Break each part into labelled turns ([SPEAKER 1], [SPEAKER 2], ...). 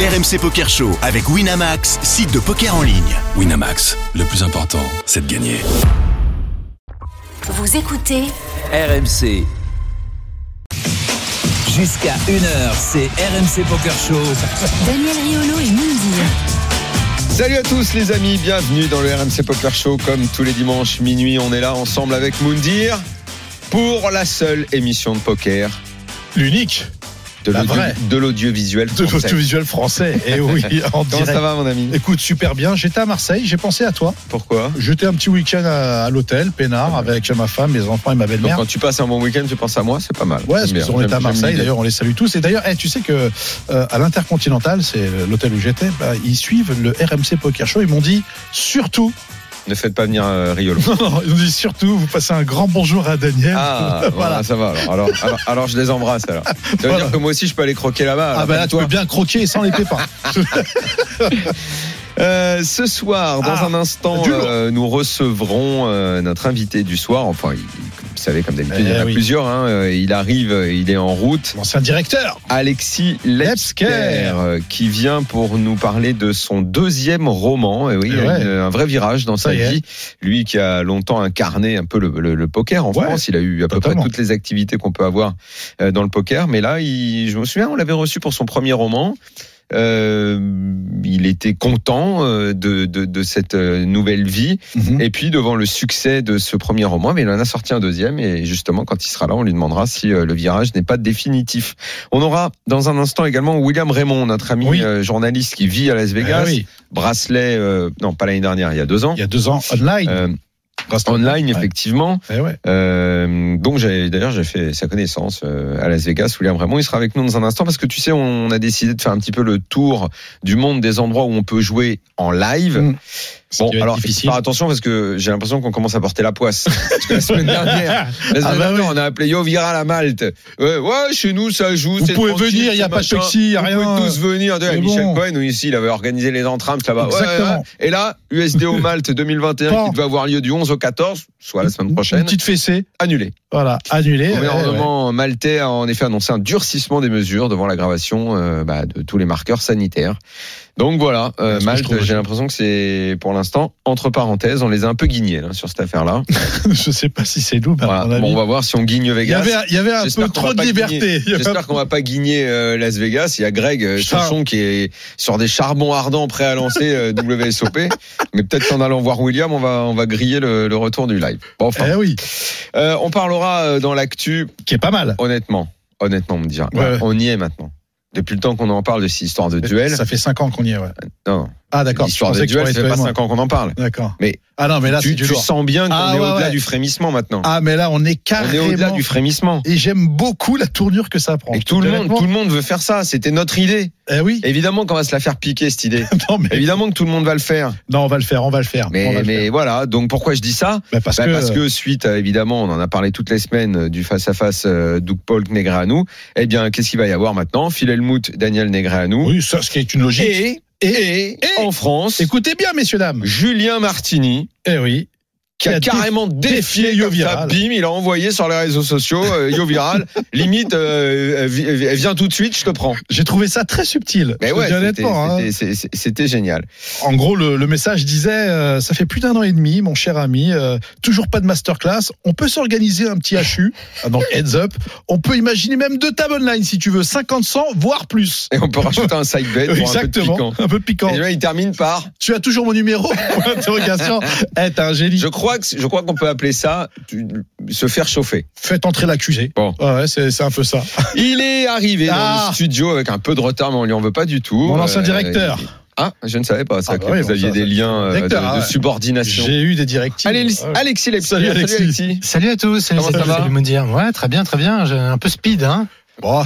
[SPEAKER 1] RMC Poker Show avec Winamax, site de poker en ligne.
[SPEAKER 2] Winamax, le plus important, c'est de gagner.
[SPEAKER 3] Vous écoutez
[SPEAKER 4] RMC. Jusqu'à 1h, c'est RMC Poker Show.
[SPEAKER 3] Daniel Riolo et Mindy.
[SPEAKER 5] Salut à tous les amis, bienvenue dans le RMC Poker Show. Comme tous les dimanches minuit, on est là ensemble avec Moundir pour la seule émission de poker
[SPEAKER 6] L'unique
[SPEAKER 5] de
[SPEAKER 6] La
[SPEAKER 5] l'audio-
[SPEAKER 6] vraie.
[SPEAKER 5] de l'audiovisuel
[SPEAKER 6] de
[SPEAKER 5] français.
[SPEAKER 6] l'audiovisuel français. Et oui, en
[SPEAKER 5] Comment
[SPEAKER 6] direct.
[SPEAKER 5] ça va mon ami
[SPEAKER 6] Écoute, super bien. J'étais à Marseille, j'ai pensé à toi.
[SPEAKER 5] Pourquoi
[SPEAKER 6] J'étais un petit week-end à, à l'hôtel, peinard, avec ma femme, mes enfants et ma
[SPEAKER 5] Donc,
[SPEAKER 6] belle-mère.
[SPEAKER 5] quand tu passes un bon week-end, tu penses à moi, c'est pas mal.
[SPEAKER 6] Ouais,
[SPEAKER 5] J'aime
[SPEAKER 6] parce
[SPEAKER 5] bien,
[SPEAKER 6] qu'on était à
[SPEAKER 5] j'aime-
[SPEAKER 6] Marseille,
[SPEAKER 5] j'aime
[SPEAKER 6] d'ailleurs, on les salue tous. Et d'ailleurs, eh, tu sais que euh, à l'Intercontinental, c'est l'hôtel où j'étais, bah, ils suivent le RMC Poker Show. Ils m'ont dit surtout,
[SPEAKER 5] l'idée. Ne faites pas venir euh, Riolo.
[SPEAKER 6] ils m'ont dit surtout, vous passez un grand bonjour à Daniel.
[SPEAKER 5] Ah, voilà. ça va. Alors, alors, alors, alors, je les embrasse. Alors, ça veut
[SPEAKER 6] Voilà.
[SPEAKER 5] dire que moi aussi, je peux aller croquer là-bas.
[SPEAKER 6] Ah
[SPEAKER 5] alors,
[SPEAKER 6] bah là, tu
[SPEAKER 5] toi.
[SPEAKER 6] peux bien croquer sans les pépins.
[SPEAKER 5] Euh, ce soir, dans
[SPEAKER 6] Ah,
[SPEAKER 5] un instant,
[SPEAKER 6] du lourd.
[SPEAKER 5] euh, nous recevrons euh, notre invité du soir. Enfin, il- vous savez, comme d'habitude,
[SPEAKER 6] Eh
[SPEAKER 5] il y en a
[SPEAKER 6] oui.
[SPEAKER 5] plusieurs. hein. Euh, Il arrive, euh, il est en route.
[SPEAKER 6] L'ancien directeur.
[SPEAKER 5] Alexis
[SPEAKER 6] Lepsker.
[SPEAKER 5] Lepsker, euh, qui vient pour nous parler de son deuxième roman. Et oui, il y a
[SPEAKER 6] Eh ouais.
[SPEAKER 5] une- un vrai virage dans sa
[SPEAKER 6] Ça y est.
[SPEAKER 5] vie. Lui qui a longtemps incarné un peu le, le- le poker en
[SPEAKER 6] Ouais,
[SPEAKER 5] France. Il a eu à peu près
[SPEAKER 6] totalement.
[SPEAKER 5] toutes les activités qu'on peut avoir euh, dans le poker. Mais là, il- je me souviens, on l'avait reçu pour son premier roman. Euh, il était content euh, de, de- de cette euh, nouvelle vie.
[SPEAKER 6] Mhm. Eh
[SPEAKER 5] Et puis, devant le succès de ce premier roman, mais il en a sorti un deuxième. Et justement, quand il sera là, on lui demandera si euh, le virage n'est pas définitif. On aura dans un instant également William Raymond, notre ami
[SPEAKER 6] Oui.
[SPEAKER 5] euh, journaliste qui vit à Las Vegas.
[SPEAKER 6] Ah oui,
[SPEAKER 5] Bracelet, euh, non, pas l'année dernière, il y a deux ans.
[SPEAKER 6] il y a deux ans, online.
[SPEAKER 5] Euh,
[SPEAKER 6] Grâce à-
[SPEAKER 5] online,
[SPEAKER 6] Ouais.
[SPEAKER 5] effectivement.
[SPEAKER 6] Eh ouais.
[SPEAKER 5] Euh, donc, j'ai- d'ailleurs, j'ai fait sa connaissance euh, à Las Vegas. William Raymond, il sera avec nous dans un instant parce que tu sais, on a décidé de faire un petit peu le tour du monde des endroits où on peut jouer en live.
[SPEAKER 6] Mm.
[SPEAKER 5] Bon,
[SPEAKER 6] qui va être
[SPEAKER 5] alors,
[SPEAKER 6] difficile.
[SPEAKER 5] faire attention parce que j'ai l'impression qu'on commence à porter la poisse. Parce que la semaine dernière, la semaine
[SPEAKER 6] Ah bah
[SPEAKER 5] dernière, on a appelé Yo Vira à la Malte. Ouais, ouais, chez nous, ça joue.
[SPEAKER 6] Vous
[SPEAKER 5] c'est
[SPEAKER 6] pouvez
[SPEAKER 5] tranquille,
[SPEAKER 6] venir, il n'y a
[SPEAKER 5] ce
[SPEAKER 6] pas de
[SPEAKER 5] machin.
[SPEAKER 6] taxi, il n'y a
[SPEAKER 5] Vous
[SPEAKER 6] rien.
[SPEAKER 5] pouvez tous venir.
[SPEAKER 6] Mais
[SPEAKER 5] Michel
[SPEAKER 6] bon.
[SPEAKER 5] Cohen, aussi, il avait organisé les entrames là-bas. Ouais,
[SPEAKER 6] Exactement.
[SPEAKER 5] ouais. Et là, USDO Malte 2021
[SPEAKER 6] Bon.
[SPEAKER 5] qui devait avoir lieu du 11 au 14, soit la semaine
[SPEAKER 6] Une
[SPEAKER 5] prochaine,
[SPEAKER 6] petite fessée,
[SPEAKER 5] annulé.
[SPEAKER 6] voilà, annulée.
[SPEAKER 5] Le
[SPEAKER 6] Eh, Ouais, ouais.
[SPEAKER 5] gouvernement maltais a en effet annoncé un durcissement des mesures devant l'aggravation euh, bah, de tous les marqueurs sanitaires. Donc voilà, euh,
[SPEAKER 6] Ouais, ce que je
[SPEAKER 5] Malte,
[SPEAKER 6] trouve aussi.
[SPEAKER 5] j'ai l'impression que c'est pour l'instant, entre parenthèses, on les a un peu guignés là, sur cette affaire-là.
[SPEAKER 6] Je sais pas si c'est nous, mais à
[SPEAKER 5] Voilà.
[SPEAKER 6] mon avis,
[SPEAKER 5] Bon, on va voir si on guigne
[SPEAKER 6] Il y
[SPEAKER 5] Vegas.
[SPEAKER 6] avait, il y avait un
[SPEAKER 5] J'espère
[SPEAKER 6] peu
[SPEAKER 5] qu'on va
[SPEAKER 6] trop de
[SPEAKER 5] pas
[SPEAKER 6] liberté. Il y avait un-
[SPEAKER 5] J'espère qu'on va pas guigner euh, Las Vegas. Il y a Greg euh,
[SPEAKER 6] Putain.
[SPEAKER 5] Chanson qui est sur des charbons ardents prêt à lancer euh, WSOP. Mais peut-être qu'en allant voir William, on va, on va griller le, le retour du live. Bon, enfin,
[SPEAKER 6] Eh oui,
[SPEAKER 5] euh, on parlera euh, dans l'actu,
[SPEAKER 6] qui est pas mal.
[SPEAKER 5] honnêtement. Honnêtement, on me dira.
[SPEAKER 6] Ouais, ouais.
[SPEAKER 5] On y est maintenant. Depuis le temps qu'on en parle de cette histoire de duel.
[SPEAKER 6] Ça fait 5 ans qu'on y est, ouais.
[SPEAKER 5] Non,
[SPEAKER 6] Ah, d'accord.
[SPEAKER 5] l'histoire
[SPEAKER 6] je
[SPEAKER 5] de
[SPEAKER 6] pensais que
[SPEAKER 5] duel,
[SPEAKER 6] tu
[SPEAKER 5] ça
[SPEAKER 6] parlais
[SPEAKER 5] fait pas
[SPEAKER 6] de toi et
[SPEAKER 5] 5 ans qu'on en parle.
[SPEAKER 6] moi. D'accord.
[SPEAKER 5] Mais
[SPEAKER 6] ah non, mais là, c'est
[SPEAKER 5] tu
[SPEAKER 6] du
[SPEAKER 5] tu
[SPEAKER 6] lourd.
[SPEAKER 5] sens bien qu'on
[SPEAKER 6] Ah,
[SPEAKER 5] est
[SPEAKER 6] ouais,
[SPEAKER 5] au-delà
[SPEAKER 6] ouais.
[SPEAKER 5] du frémissement maintenant.
[SPEAKER 6] Ah, mais là, on est
[SPEAKER 5] on est au-delà
[SPEAKER 6] carrément.
[SPEAKER 5] du frémissement.
[SPEAKER 6] Et j'aime beaucoup la tournure que ça prend.
[SPEAKER 5] Et tout le monde,
[SPEAKER 6] Honnêtement.
[SPEAKER 5] tout le monde veut faire ça. C'était notre idée.
[SPEAKER 6] Eh oui.
[SPEAKER 5] Évidemment qu'on va se la faire piquer cette idée.
[SPEAKER 6] Non, mais...
[SPEAKER 5] Évidemment que tout le monde va le faire.
[SPEAKER 6] non, on va le faire, on va le faire. on va
[SPEAKER 5] Mais,
[SPEAKER 6] le
[SPEAKER 5] mais
[SPEAKER 6] faire.
[SPEAKER 5] voilà, donc pourquoi je dis ça
[SPEAKER 6] Bah, parce,
[SPEAKER 5] Bah,
[SPEAKER 6] que...
[SPEAKER 5] Parce que suite à, évidemment, on en a parlé toutes les semaines euh, du face-à-face euh, Doug Paul Negré à nous. Eh bien, qu'est-ce qu'il va y avoir maintenant Phil Helmut, Daniel Negré à nous.
[SPEAKER 6] Oui, ça, ce qui est une logique.
[SPEAKER 5] et, et,
[SPEAKER 6] et-
[SPEAKER 5] en France,
[SPEAKER 6] Écoutez bien, messieurs, dames.
[SPEAKER 5] Mm. Julien Martini,
[SPEAKER 6] Eh oui.
[SPEAKER 5] qui a, carrément défié,
[SPEAKER 6] défié Yo
[SPEAKER 5] comme ça,
[SPEAKER 6] Viral.
[SPEAKER 5] bim, il a envoyé sur les réseaux sociaux euh, Yo Viral, limite, euh, euh, vi- euh, viens tout de suite, je te prends.
[SPEAKER 6] J'ai trouvé ça très subtil.
[SPEAKER 5] Mais
[SPEAKER 6] Je te
[SPEAKER 5] ouais,
[SPEAKER 6] dis
[SPEAKER 5] c'était-
[SPEAKER 6] honnêtement, hein.
[SPEAKER 5] c'était c'est- c'est- c'était génial.
[SPEAKER 6] En gros, le, le message disait euh, ça fait plus d'un an et demi, mon cher ami, euh, toujours pas de masterclass. On peut s'organiser un petit HU, ah, donc heads up. On peut imaginer même deux tables online si tu veux, 50 100 voire plus.
[SPEAKER 5] Et on peut rajouter un side bet pour un peu de
[SPEAKER 6] Exactement,
[SPEAKER 5] piquant.
[SPEAKER 6] un peu piquant.
[SPEAKER 5] Et là, il termine par
[SPEAKER 6] Tu as toujours mon numéro Point Interrogation. Eh, t'es un génie.
[SPEAKER 5] Je crois que je crois qu'on peut appeler ça tu- se faire chauffer.
[SPEAKER 6] Faites entrer l'accusé.
[SPEAKER 5] Bon.
[SPEAKER 6] Ouais, ouais, c'est c'est un peu ça.
[SPEAKER 5] Il est arrivé dans
[SPEAKER 6] Ah
[SPEAKER 5] le studio avec un peu de retard, mais on lui en veut pas du tout.
[SPEAKER 6] Mon ancien
[SPEAKER 5] Euh,
[SPEAKER 6] directeur.
[SPEAKER 5] Ah, je ne savais pas ça.
[SPEAKER 6] Ah
[SPEAKER 5] que
[SPEAKER 6] bah oui,
[SPEAKER 5] vous
[SPEAKER 6] bon,
[SPEAKER 5] aviez
[SPEAKER 6] ça,
[SPEAKER 5] des
[SPEAKER 6] ça,
[SPEAKER 5] liens euh, de,
[SPEAKER 6] directeur,
[SPEAKER 5] de
[SPEAKER 6] ouais.
[SPEAKER 5] subordination.
[SPEAKER 6] J'ai eu des directives.
[SPEAKER 5] Allez, Alexis,
[SPEAKER 6] Ouais.
[SPEAKER 5] Alexis Lepsky.
[SPEAKER 6] Salut, Alexis.
[SPEAKER 7] Salut à tous, salut,
[SPEAKER 5] Comment ça
[SPEAKER 7] salut,
[SPEAKER 5] va
[SPEAKER 7] salut Mounir. Ouais, très bien, très bien. J'ai un peu speed, hein,
[SPEAKER 6] Bon,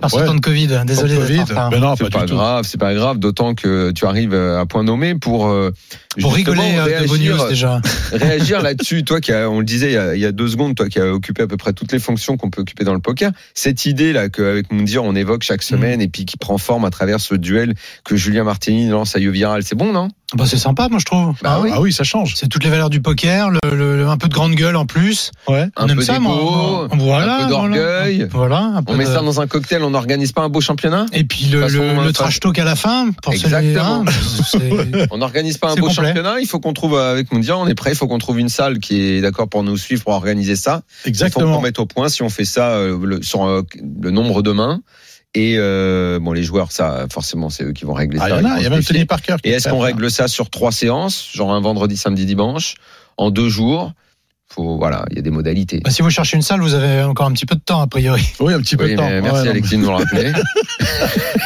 [SPEAKER 7] par ce
[SPEAKER 6] Ouais.
[SPEAKER 7] temps de Covid. Désolé.
[SPEAKER 6] pour
[SPEAKER 7] d'être en
[SPEAKER 6] Covid.
[SPEAKER 7] retard.
[SPEAKER 6] Mais non,
[SPEAKER 5] C'est
[SPEAKER 6] pas,
[SPEAKER 5] pas,
[SPEAKER 6] du tout.
[SPEAKER 5] grave, c'est pas grave, d'autant que tu arrives euh, à point nommé pour, euh,
[SPEAKER 7] Pour
[SPEAKER 5] justement
[SPEAKER 7] rigoler euh, de vos
[SPEAKER 5] réagir,
[SPEAKER 7] news déjà.
[SPEAKER 5] réagir là-dessus. Toi qui, as- on le disait il y, a, il y a deux secondes, toi qui as occupé à peu près toutes les fonctions qu'on peut occuper dans le poker, cette idée là qu'avec Moundir
[SPEAKER 7] Mm.
[SPEAKER 5] on évoque chaque semaine et puis qui prend forme à travers ce duel que Julien Martini lance à Yoviral, c'est bon, non
[SPEAKER 7] Bah, c'est sympa, moi, je trouve.
[SPEAKER 5] Bah
[SPEAKER 7] Bah
[SPEAKER 6] Ah oui. ça change.
[SPEAKER 7] C'est toutes les valeurs du poker, le, le- le- un peu de grande gueule en plus.
[SPEAKER 6] Ouais.
[SPEAKER 5] Un
[SPEAKER 7] on aime
[SPEAKER 5] peu
[SPEAKER 7] ça,
[SPEAKER 5] d'ego,
[SPEAKER 7] moi. Voilà,
[SPEAKER 5] un peu
[SPEAKER 7] voilà.
[SPEAKER 5] d'orgueil.
[SPEAKER 7] Voilà, un peu
[SPEAKER 5] On met
[SPEAKER 7] de-
[SPEAKER 5] ça dans un cocktail, on n'organise pas un beau championnat
[SPEAKER 7] Et puis le,
[SPEAKER 5] façon,
[SPEAKER 7] le- le
[SPEAKER 5] enfin,
[SPEAKER 7] trash talk à la fin, pour celui
[SPEAKER 5] Exactement.
[SPEAKER 7] c'est-
[SPEAKER 5] On n'organise pas un
[SPEAKER 7] C'est
[SPEAKER 5] beau
[SPEAKER 7] complet.
[SPEAKER 5] championnat, il faut qu'on trouve euh, avec Mondial, on est prêt, il faut qu'on trouve une salle qui est d'accord pour nous suivre, pour organiser ça. Il faut
[SPEAKER 6] Exactement.
[SPEAKER 5] qu'on mette au point si on fait ça euh, le- sur euh, le nombre de mains. Et euh, bon, les joueurs, ça, forcément, c'est eux qui vont régler
[SPEAKER 6] Ah, il y
[SPEAKER 5] ça.
[SPEAKER 6] en
[SPEAKER 5] ils
[SPEAKER 6] a,
[SPEAKER 5] vont
[SPEAKER 6] il y a
[SPEAKER 5] se
[SPEAKER 6] même
[SPEAKER 5] méfier.
[SPEAKER 6] Tony Parker. qui
[SPEAKER 5] Et est-ce
[SPEAKER 6] fait
[SPEAKER 5] qu'on
[SPEAKER 6] ça.
[SPEAKER 5] règle ça sur trois séances, genre un vendredi, samedi, dimanche, en deux jours Faut, voilà, il y a des modalités.
[SPEAKER 7] Bah, si vous cherchez une salle, vous avez encore un petit peu de temps, a priori.
[SPEAKER 6] Oui, un petit peu
[SPEAKER 5] Oui,
[SPEAKER 6] de temps.
[SPEAKER 5] mais merci
[SPEAKER 6] Ouais, non,
[SPEAKER 5] Alexis de nous le rappeler.
[SPEAKER 6] mais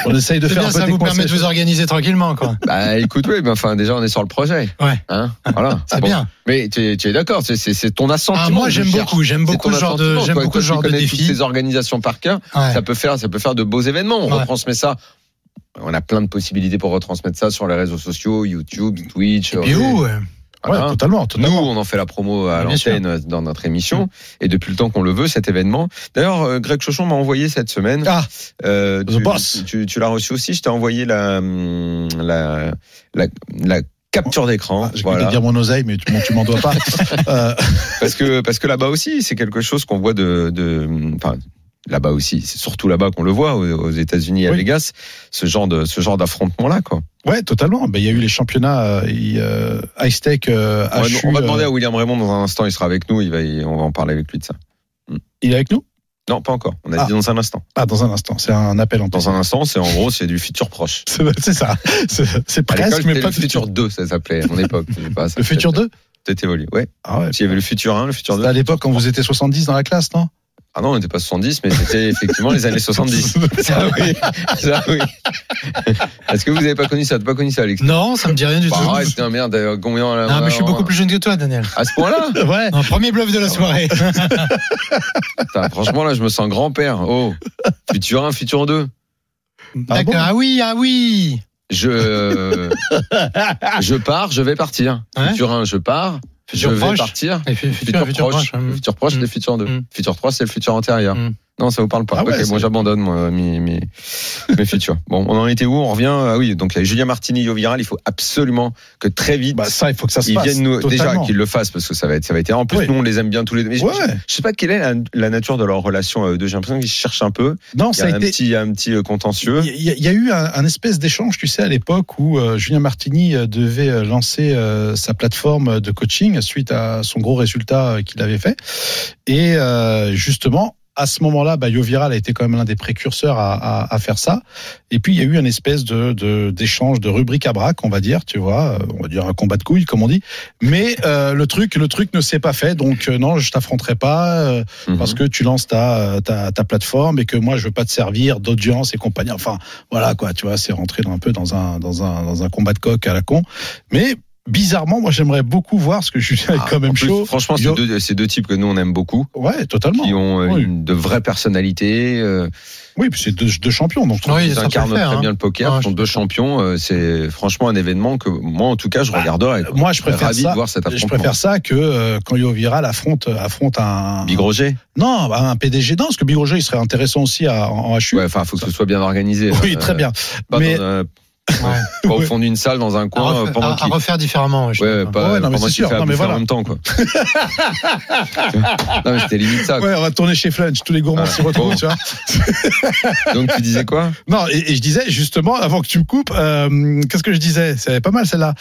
[SPEAKER 6] On essaye de
[SPEAKER 7] C'est
[SPEAKER 6] faire
[SPEAKER 7] bien,
[SPEAKER 6] un peu
[SPEAKER 7] ça
[SPEAKER 6] des
[SPEAKER 7] vous permet de
[SPEAKER 6] conseils.
[SPEAKER 7] vous organiser tranquillement, quoi.
[SPEAKER 5] bah écoute, oui, mais enfin déjà on est sur le projet.
[SPEAKER 7] Ouais.
[SPEAKER 5] Hein voilà.
[SPEAKER 7] C'est
[SPEAKER 5] Bon.
[SPEAKER 7] bien.
[SPEAKER 5] Mais tu es, tu es d'accord, c'est- c'est c'est ton assentiment.
[SPEAKER 7] Ah, moi,
[SPEAKER 5] que je
[SPEAKER 7] j'aime
[SPEAKER 5] cherche.
[SPEAKER 7] beaucoup, j'aime
[SPEAKER 5] C'est
[SPEAKER 7] beaucoup
[SPEAKER 5] ton
[SPEAKER 7] ce genre de,
[SPEAKER 5] assentiment.
[SPEAKER 7] j'aime
[SPEAKER 5] Toi-
[SPEAKER 7] beaucoup
[SPEAKER 5] toi
[SPEAKER 7] ce
[SPEAKER 5] qui
[SPEAKER 7] genre de
[SPEAKER 5] connais toutes
[SPEAKER 7] défi.
[SPEAKER 5] Ces organisations par cœur,
[SPEAKER 7] Ouais.
[SPEAKER 5] ça peut faire, ça peut faire de beaux événements. On
[SPEAKER 7] Ouais.
[SPEAKER 5] retransmet ça. On a plein de possibilités pour retransmettre ça sur les réseaux sociaux, YouTube, Twitch.
[SPEAKER 7] Et
[SPEAKER 5] Ah,
[SPEAKER 7] où ouais.
[SPEAKER 5] Voilà.
[SPEAKER 6] Ouais, totalement,
[SPEAKER 5] Nous,
[SPEAKER 6] totalement. Mm.
[SPEAKER 5] on en fait la promo à
[SPEAKER 7] Bien sûr.
[SPEAKER 5] l'antenne euh, dans notre émission, et depuis le temps qu'on le veut, cet événement. D'ailleurs, euh, Greg Chauchon m'a envoyé cette semaine.
[SPEAKER 6] Ah,
[SPEAKER 5] euh,
[SPEAKER 6] The
[SPEAKER 5] tu,
[SPEAKER 6] Boss.
[SPEAKER 5] Tu, tu l'as reçu aussi. Je t'ai envoyé la hum, la la, la capture d'écran.
[SPEAKER 6] Ah, J'ai voulu
[SPEAKER 5] Voilà.
[SPEAKER 6] dire mon oseille, mais tu, m'en- tu m'en dois pas. Euh,
[SPEAKER 5] Parce que parce que là-bas aussi, c'est quelque chose qu'on voit de de enfin. Là-bas aussi, c'est surtout là-bas qu'on le voit aux aux États-Unis à
[SPEAKER 6] Oui.
[SPEAKER 5] Vegas, ce genre de ce genre d'affrontement-là, quoi.
[SPEAKER 6] ouais, totalement. Ben, Il y a eu les championnats euh, il, euh, high stake. euh,
[SPEAKER 5] On va,
[SPEAKER 6] HU,
[SPEAKER 5] on va
[SPEAKER 6] euh,
[SPEAKER 5] demander à William Raymond dans un instant, il sera avec nous, il va, y- on va en parler avec lui de ça.
[SPEAKER 6] euh, Il est avec nous
[SPEAKER 5] Non, pas encore. On a
[SPEAKER 6] Ah.
[SPEAKER 5] dit dans un instant.
[SPEAKER 6] Ah, dans un instant. C'est un appel en temps.
[SPEAKER 5] Dans un instant, c'est en gros, c'est du futur proche.
[SPEAKER 6] C'est c'est ça. C'est c'est
[SPEAKER 5] À l'école,
[SPEAKER 6] presque, mais
[SPEAKER 5] c'était
[SPEAKER 6] pas
[SPEAKER 5] le futur 2, ça s'appelait à mon époque. je sais pas, ça
[SPEAKER 6] Le futur
[SPEAKER 5] s'appelait
[SPEAKER 6] 2
[SPEAKER 5] Peut-être évolué. Ouais.
[SPEAKER 6] Ah ouais.
[SPEAKER 5] S'il y avait le futur 1, le futur 2.
[SPEAKER 6] C'était à l'époque quand vous étiez 70 dans la classe, non
[SPEAKER 5] Ah non, on n'était pas 70, mais c'était effectivement les années 70. Ça oui. Ça oui. Est-ce que vous n'avez pas connu ça T'as pas connu ça, Alex
[SPEAKER 7] Non, ça me dit rien du tout.
[SPEAKER 5] Bah, arrête, putain, merde, euh, combien on a-
[SPEAKER 7] Non, mais je suis
[SPEAKER 5] on a-
[SPEAKER 7] beaucoup plus jeune que toi, Daniel.
[SPEAKER 5] À ce point-là
[SPEAKER 6] Ouais.
[SPEAKER 7] Non, premier bluff de la soirée.
[SPEAKER 5] Ah Putain, Franchement, là, je me sens grand-père. Oh, futur 1, futur 2.
[SPEAKER 6] Ah bon
[SPEAKER 7] D'accord. Ah oui, ah oui.
[SPEAKER 5] Je, euh, je pars, je vais partir.
[SPEAKER 7] Ouais.
[SPEAKER 5] Futur 1, je pars,
[SPEAKER 7] Futur
[SPEAKER 5] je vais
[SPEAKER 7] proche.
[SPEAKER 5] partir.
[SPEAKER 7] Et puis, futur, futur proche.
[SPEAKER 5] Le futur proche,
[SPEAKER 7] Mm.
[SPEAKER 5] c'est le futur 2.
[SPEAKER 7] Mm.
[SPEAKER 5] Futur 3, c'est le futur antérieur.
[SPEAKER 7] Mm.
[SPEAKER 5] Non, ça vous parle pas.
[SPEAKER 6] Ah ouais,
[SPEAKER 5] ok,
[SPEAKER 6] c'est-
[SPEAKER 5] moi j'abandonne moi, mes, mes, mes futurs. Bon, on en était où On revient. Ah oui, donc il y a Julien Martini, Yoviral. Il faut absolument que très vite
[SPEAKER 6] Bah, ça, il faut que ça se
[SPEAKER 5] ils
[SPEAKER 6] passe.
[SPEAKER 5] viennent nous déjà
[SPEAKER 6] Totalement.
[SPEAKER 5] qu'ils le fassent parce que ça va être ça va être. En plus,
[SPEAKER 6] Oui.
[SPEAKER 5] nous on les aime bien tous les deux. Mais je-
[SPEAKER 6] Ouais.
[SPEAKER 5] je, je sais pas quelle est la, la nature de leur relation. à eux deux. J'ai l'impression qu'ils se cherchent un peu.
[SPEAKER 6] Non,
[SPEAKER 5] Il y a
[SPEAKER 6] ça a
[SPEAKER 5] un
[SPEAKER 6] été.
[SPEAKER 5] petit un petit euh, contentieux.
[SPEAKER 6] Il y, a- il y a eu un, un espèce d'échange, tu sais, à l'époque où euh, Julien Martini euh, devait euh, lancer euh, sa plateforme de coaching suite à son gros résultat euh, qu'il avait fait. Et euh, justement, à ce moment-là, bah, Yoviral a été quand même l'un des précurseurs à, à- à faire ça. Et puis, il y a eu un espèce de de- d'échange de, rubrique à braque, on va dire, tu vois, euh, on va dire un combat de couilles, comme on dit. Mais euh, le truc, le truc ne s'est pas fait. Donc, euh, non, je t'affronterai pas. euh,
[SPEAKER 5] Mhm.
[SPEAKER 6] parce que tu lances ta, euh, ta, ta plateforme et que moi je veux pas te servir d'audience et compagnie. Enfin, voilà quoi, tu vois, c'est rentré dans- un peu dans un, dans, un, dans un combat de coq à la con. Mais bizarrement, moi j'aimerais beaucoup voir ce que Julien
[SPEAKER 5] Ah,
[SPEAKER 6] est quand
[SPEAKER 5] en
[SPEAKER 6] même
[SPEAKER 5] plus,
[SPEAKER 6] chaud.
[SPEAKER 5] Franchement, ces
[SPEAKER 6] Yo-
[SPEAKER 5] deux, ces deux types que nous on aime beaucoup,
[SPEAKER 6] Ouais, totalement.
[SPEAKER 5] qui ont euh,
[SPEAKER 6] Oui.
[SPEAKER 5] une, de vraies personnalités, euh,
[SPEAKER 6] Oui, puis c'est deux, deux champions, donc
[SPEAKER 7] Oui,
[SPEAKER 5] ils
[SPEAKER 7] ça peut
[SPEAKER 5] incarnent
[SPEAKER 7] le faire,
[SPEAKER 5] très
[SPEAKER 7] hein.
[SPEAKER 5] bien le poker,
[SPEAKER 7] Ah,
[SPEAKER 5] Ce
[SPEAKER 7] je
[SPEAKER 5] sont
[SPEAKER 7] suis
[SPEAKER 5] deux champions. euh, c'est franchement un événement que moi en tout cas je
[SPEAKER 6] Bah,
[SPEAKER 5] regarderai. quoi.
[SPEAKER 6] moi je préfère
[SPEAKER 5] Ravi de
[SPEAKER 6] ça.
[SPEAKER 5] voir cet
[SPEAKER 6] Je
[SPEAKER 5] affrontement.
[SPEAKER 6] préfère ça que euh, quand Yoviral affronte affronte un
[SPEAKER 5] Big Roger.
[SPEAKER 6] non bah, un PDG non parce que Big Roger il serait intéressant aussi à, en, en HU
[SPEAKER 5] Ouais, enfin, faut que ce soit bien organisé.
[SPEAKER 6] oui
[SPEAKER 5] Euh,
[SPEAKER 6] très bien
[SPEAKER 5] Pas,
[SPEAKER 6] mais
[SPEAKER 5] dans un-
[SPEAKER 7] Ouais.
[SPEAKER 5] pas au
[SPEAKER 6] Ouais. Ah,
[SPEAKER 5] fond d'une salle, dans un
[SPEAKER 7] À,
[SPEAKER 5] coin,
[SPEAKER 7] refaire-
[SPEAKER 5] euh, pendant
[SPEAKER 7] à- à
[SPEAKER 5] qu'il.
[SPEAKER 7] refaire différemment. ouais, je sais
[SPEAKER 5] Ouais,
[SPEAKER 7] pas.
[SPEAKER 5] pas,
[SPEAKER 6] Ouais, non, mais
[SPEAKER 5] pendant
[SPEAKER 6] c'est
[SPEAKER 5] qu'il
[SPEAKER 6] sûr.
[SPEAKER 5] fait à
[SPEAKER 6] Non, mais
[SPEAKER 5] bouffer
[SPEAKER 6] voilà.
[SPEAKER 5] en même temps, quoi. non, mais c'était limite ça. quoi.
[SPEAKER 6] ouais on va tourner chez Flunch tous les gourmands
[SPEAKER 5] Ah,
[SPEAKER 6] s'y retrouvent
[SPEAKER 5] bon.
[SPEAKER 6] tu vois
[SPEAKER 5] Donc, tu disais quoi
[SPEAKER 6] Non, et, et je disais justement, avant que tu me coupes, euh, qu'est-ce que je disais C'est pas mal celle-là.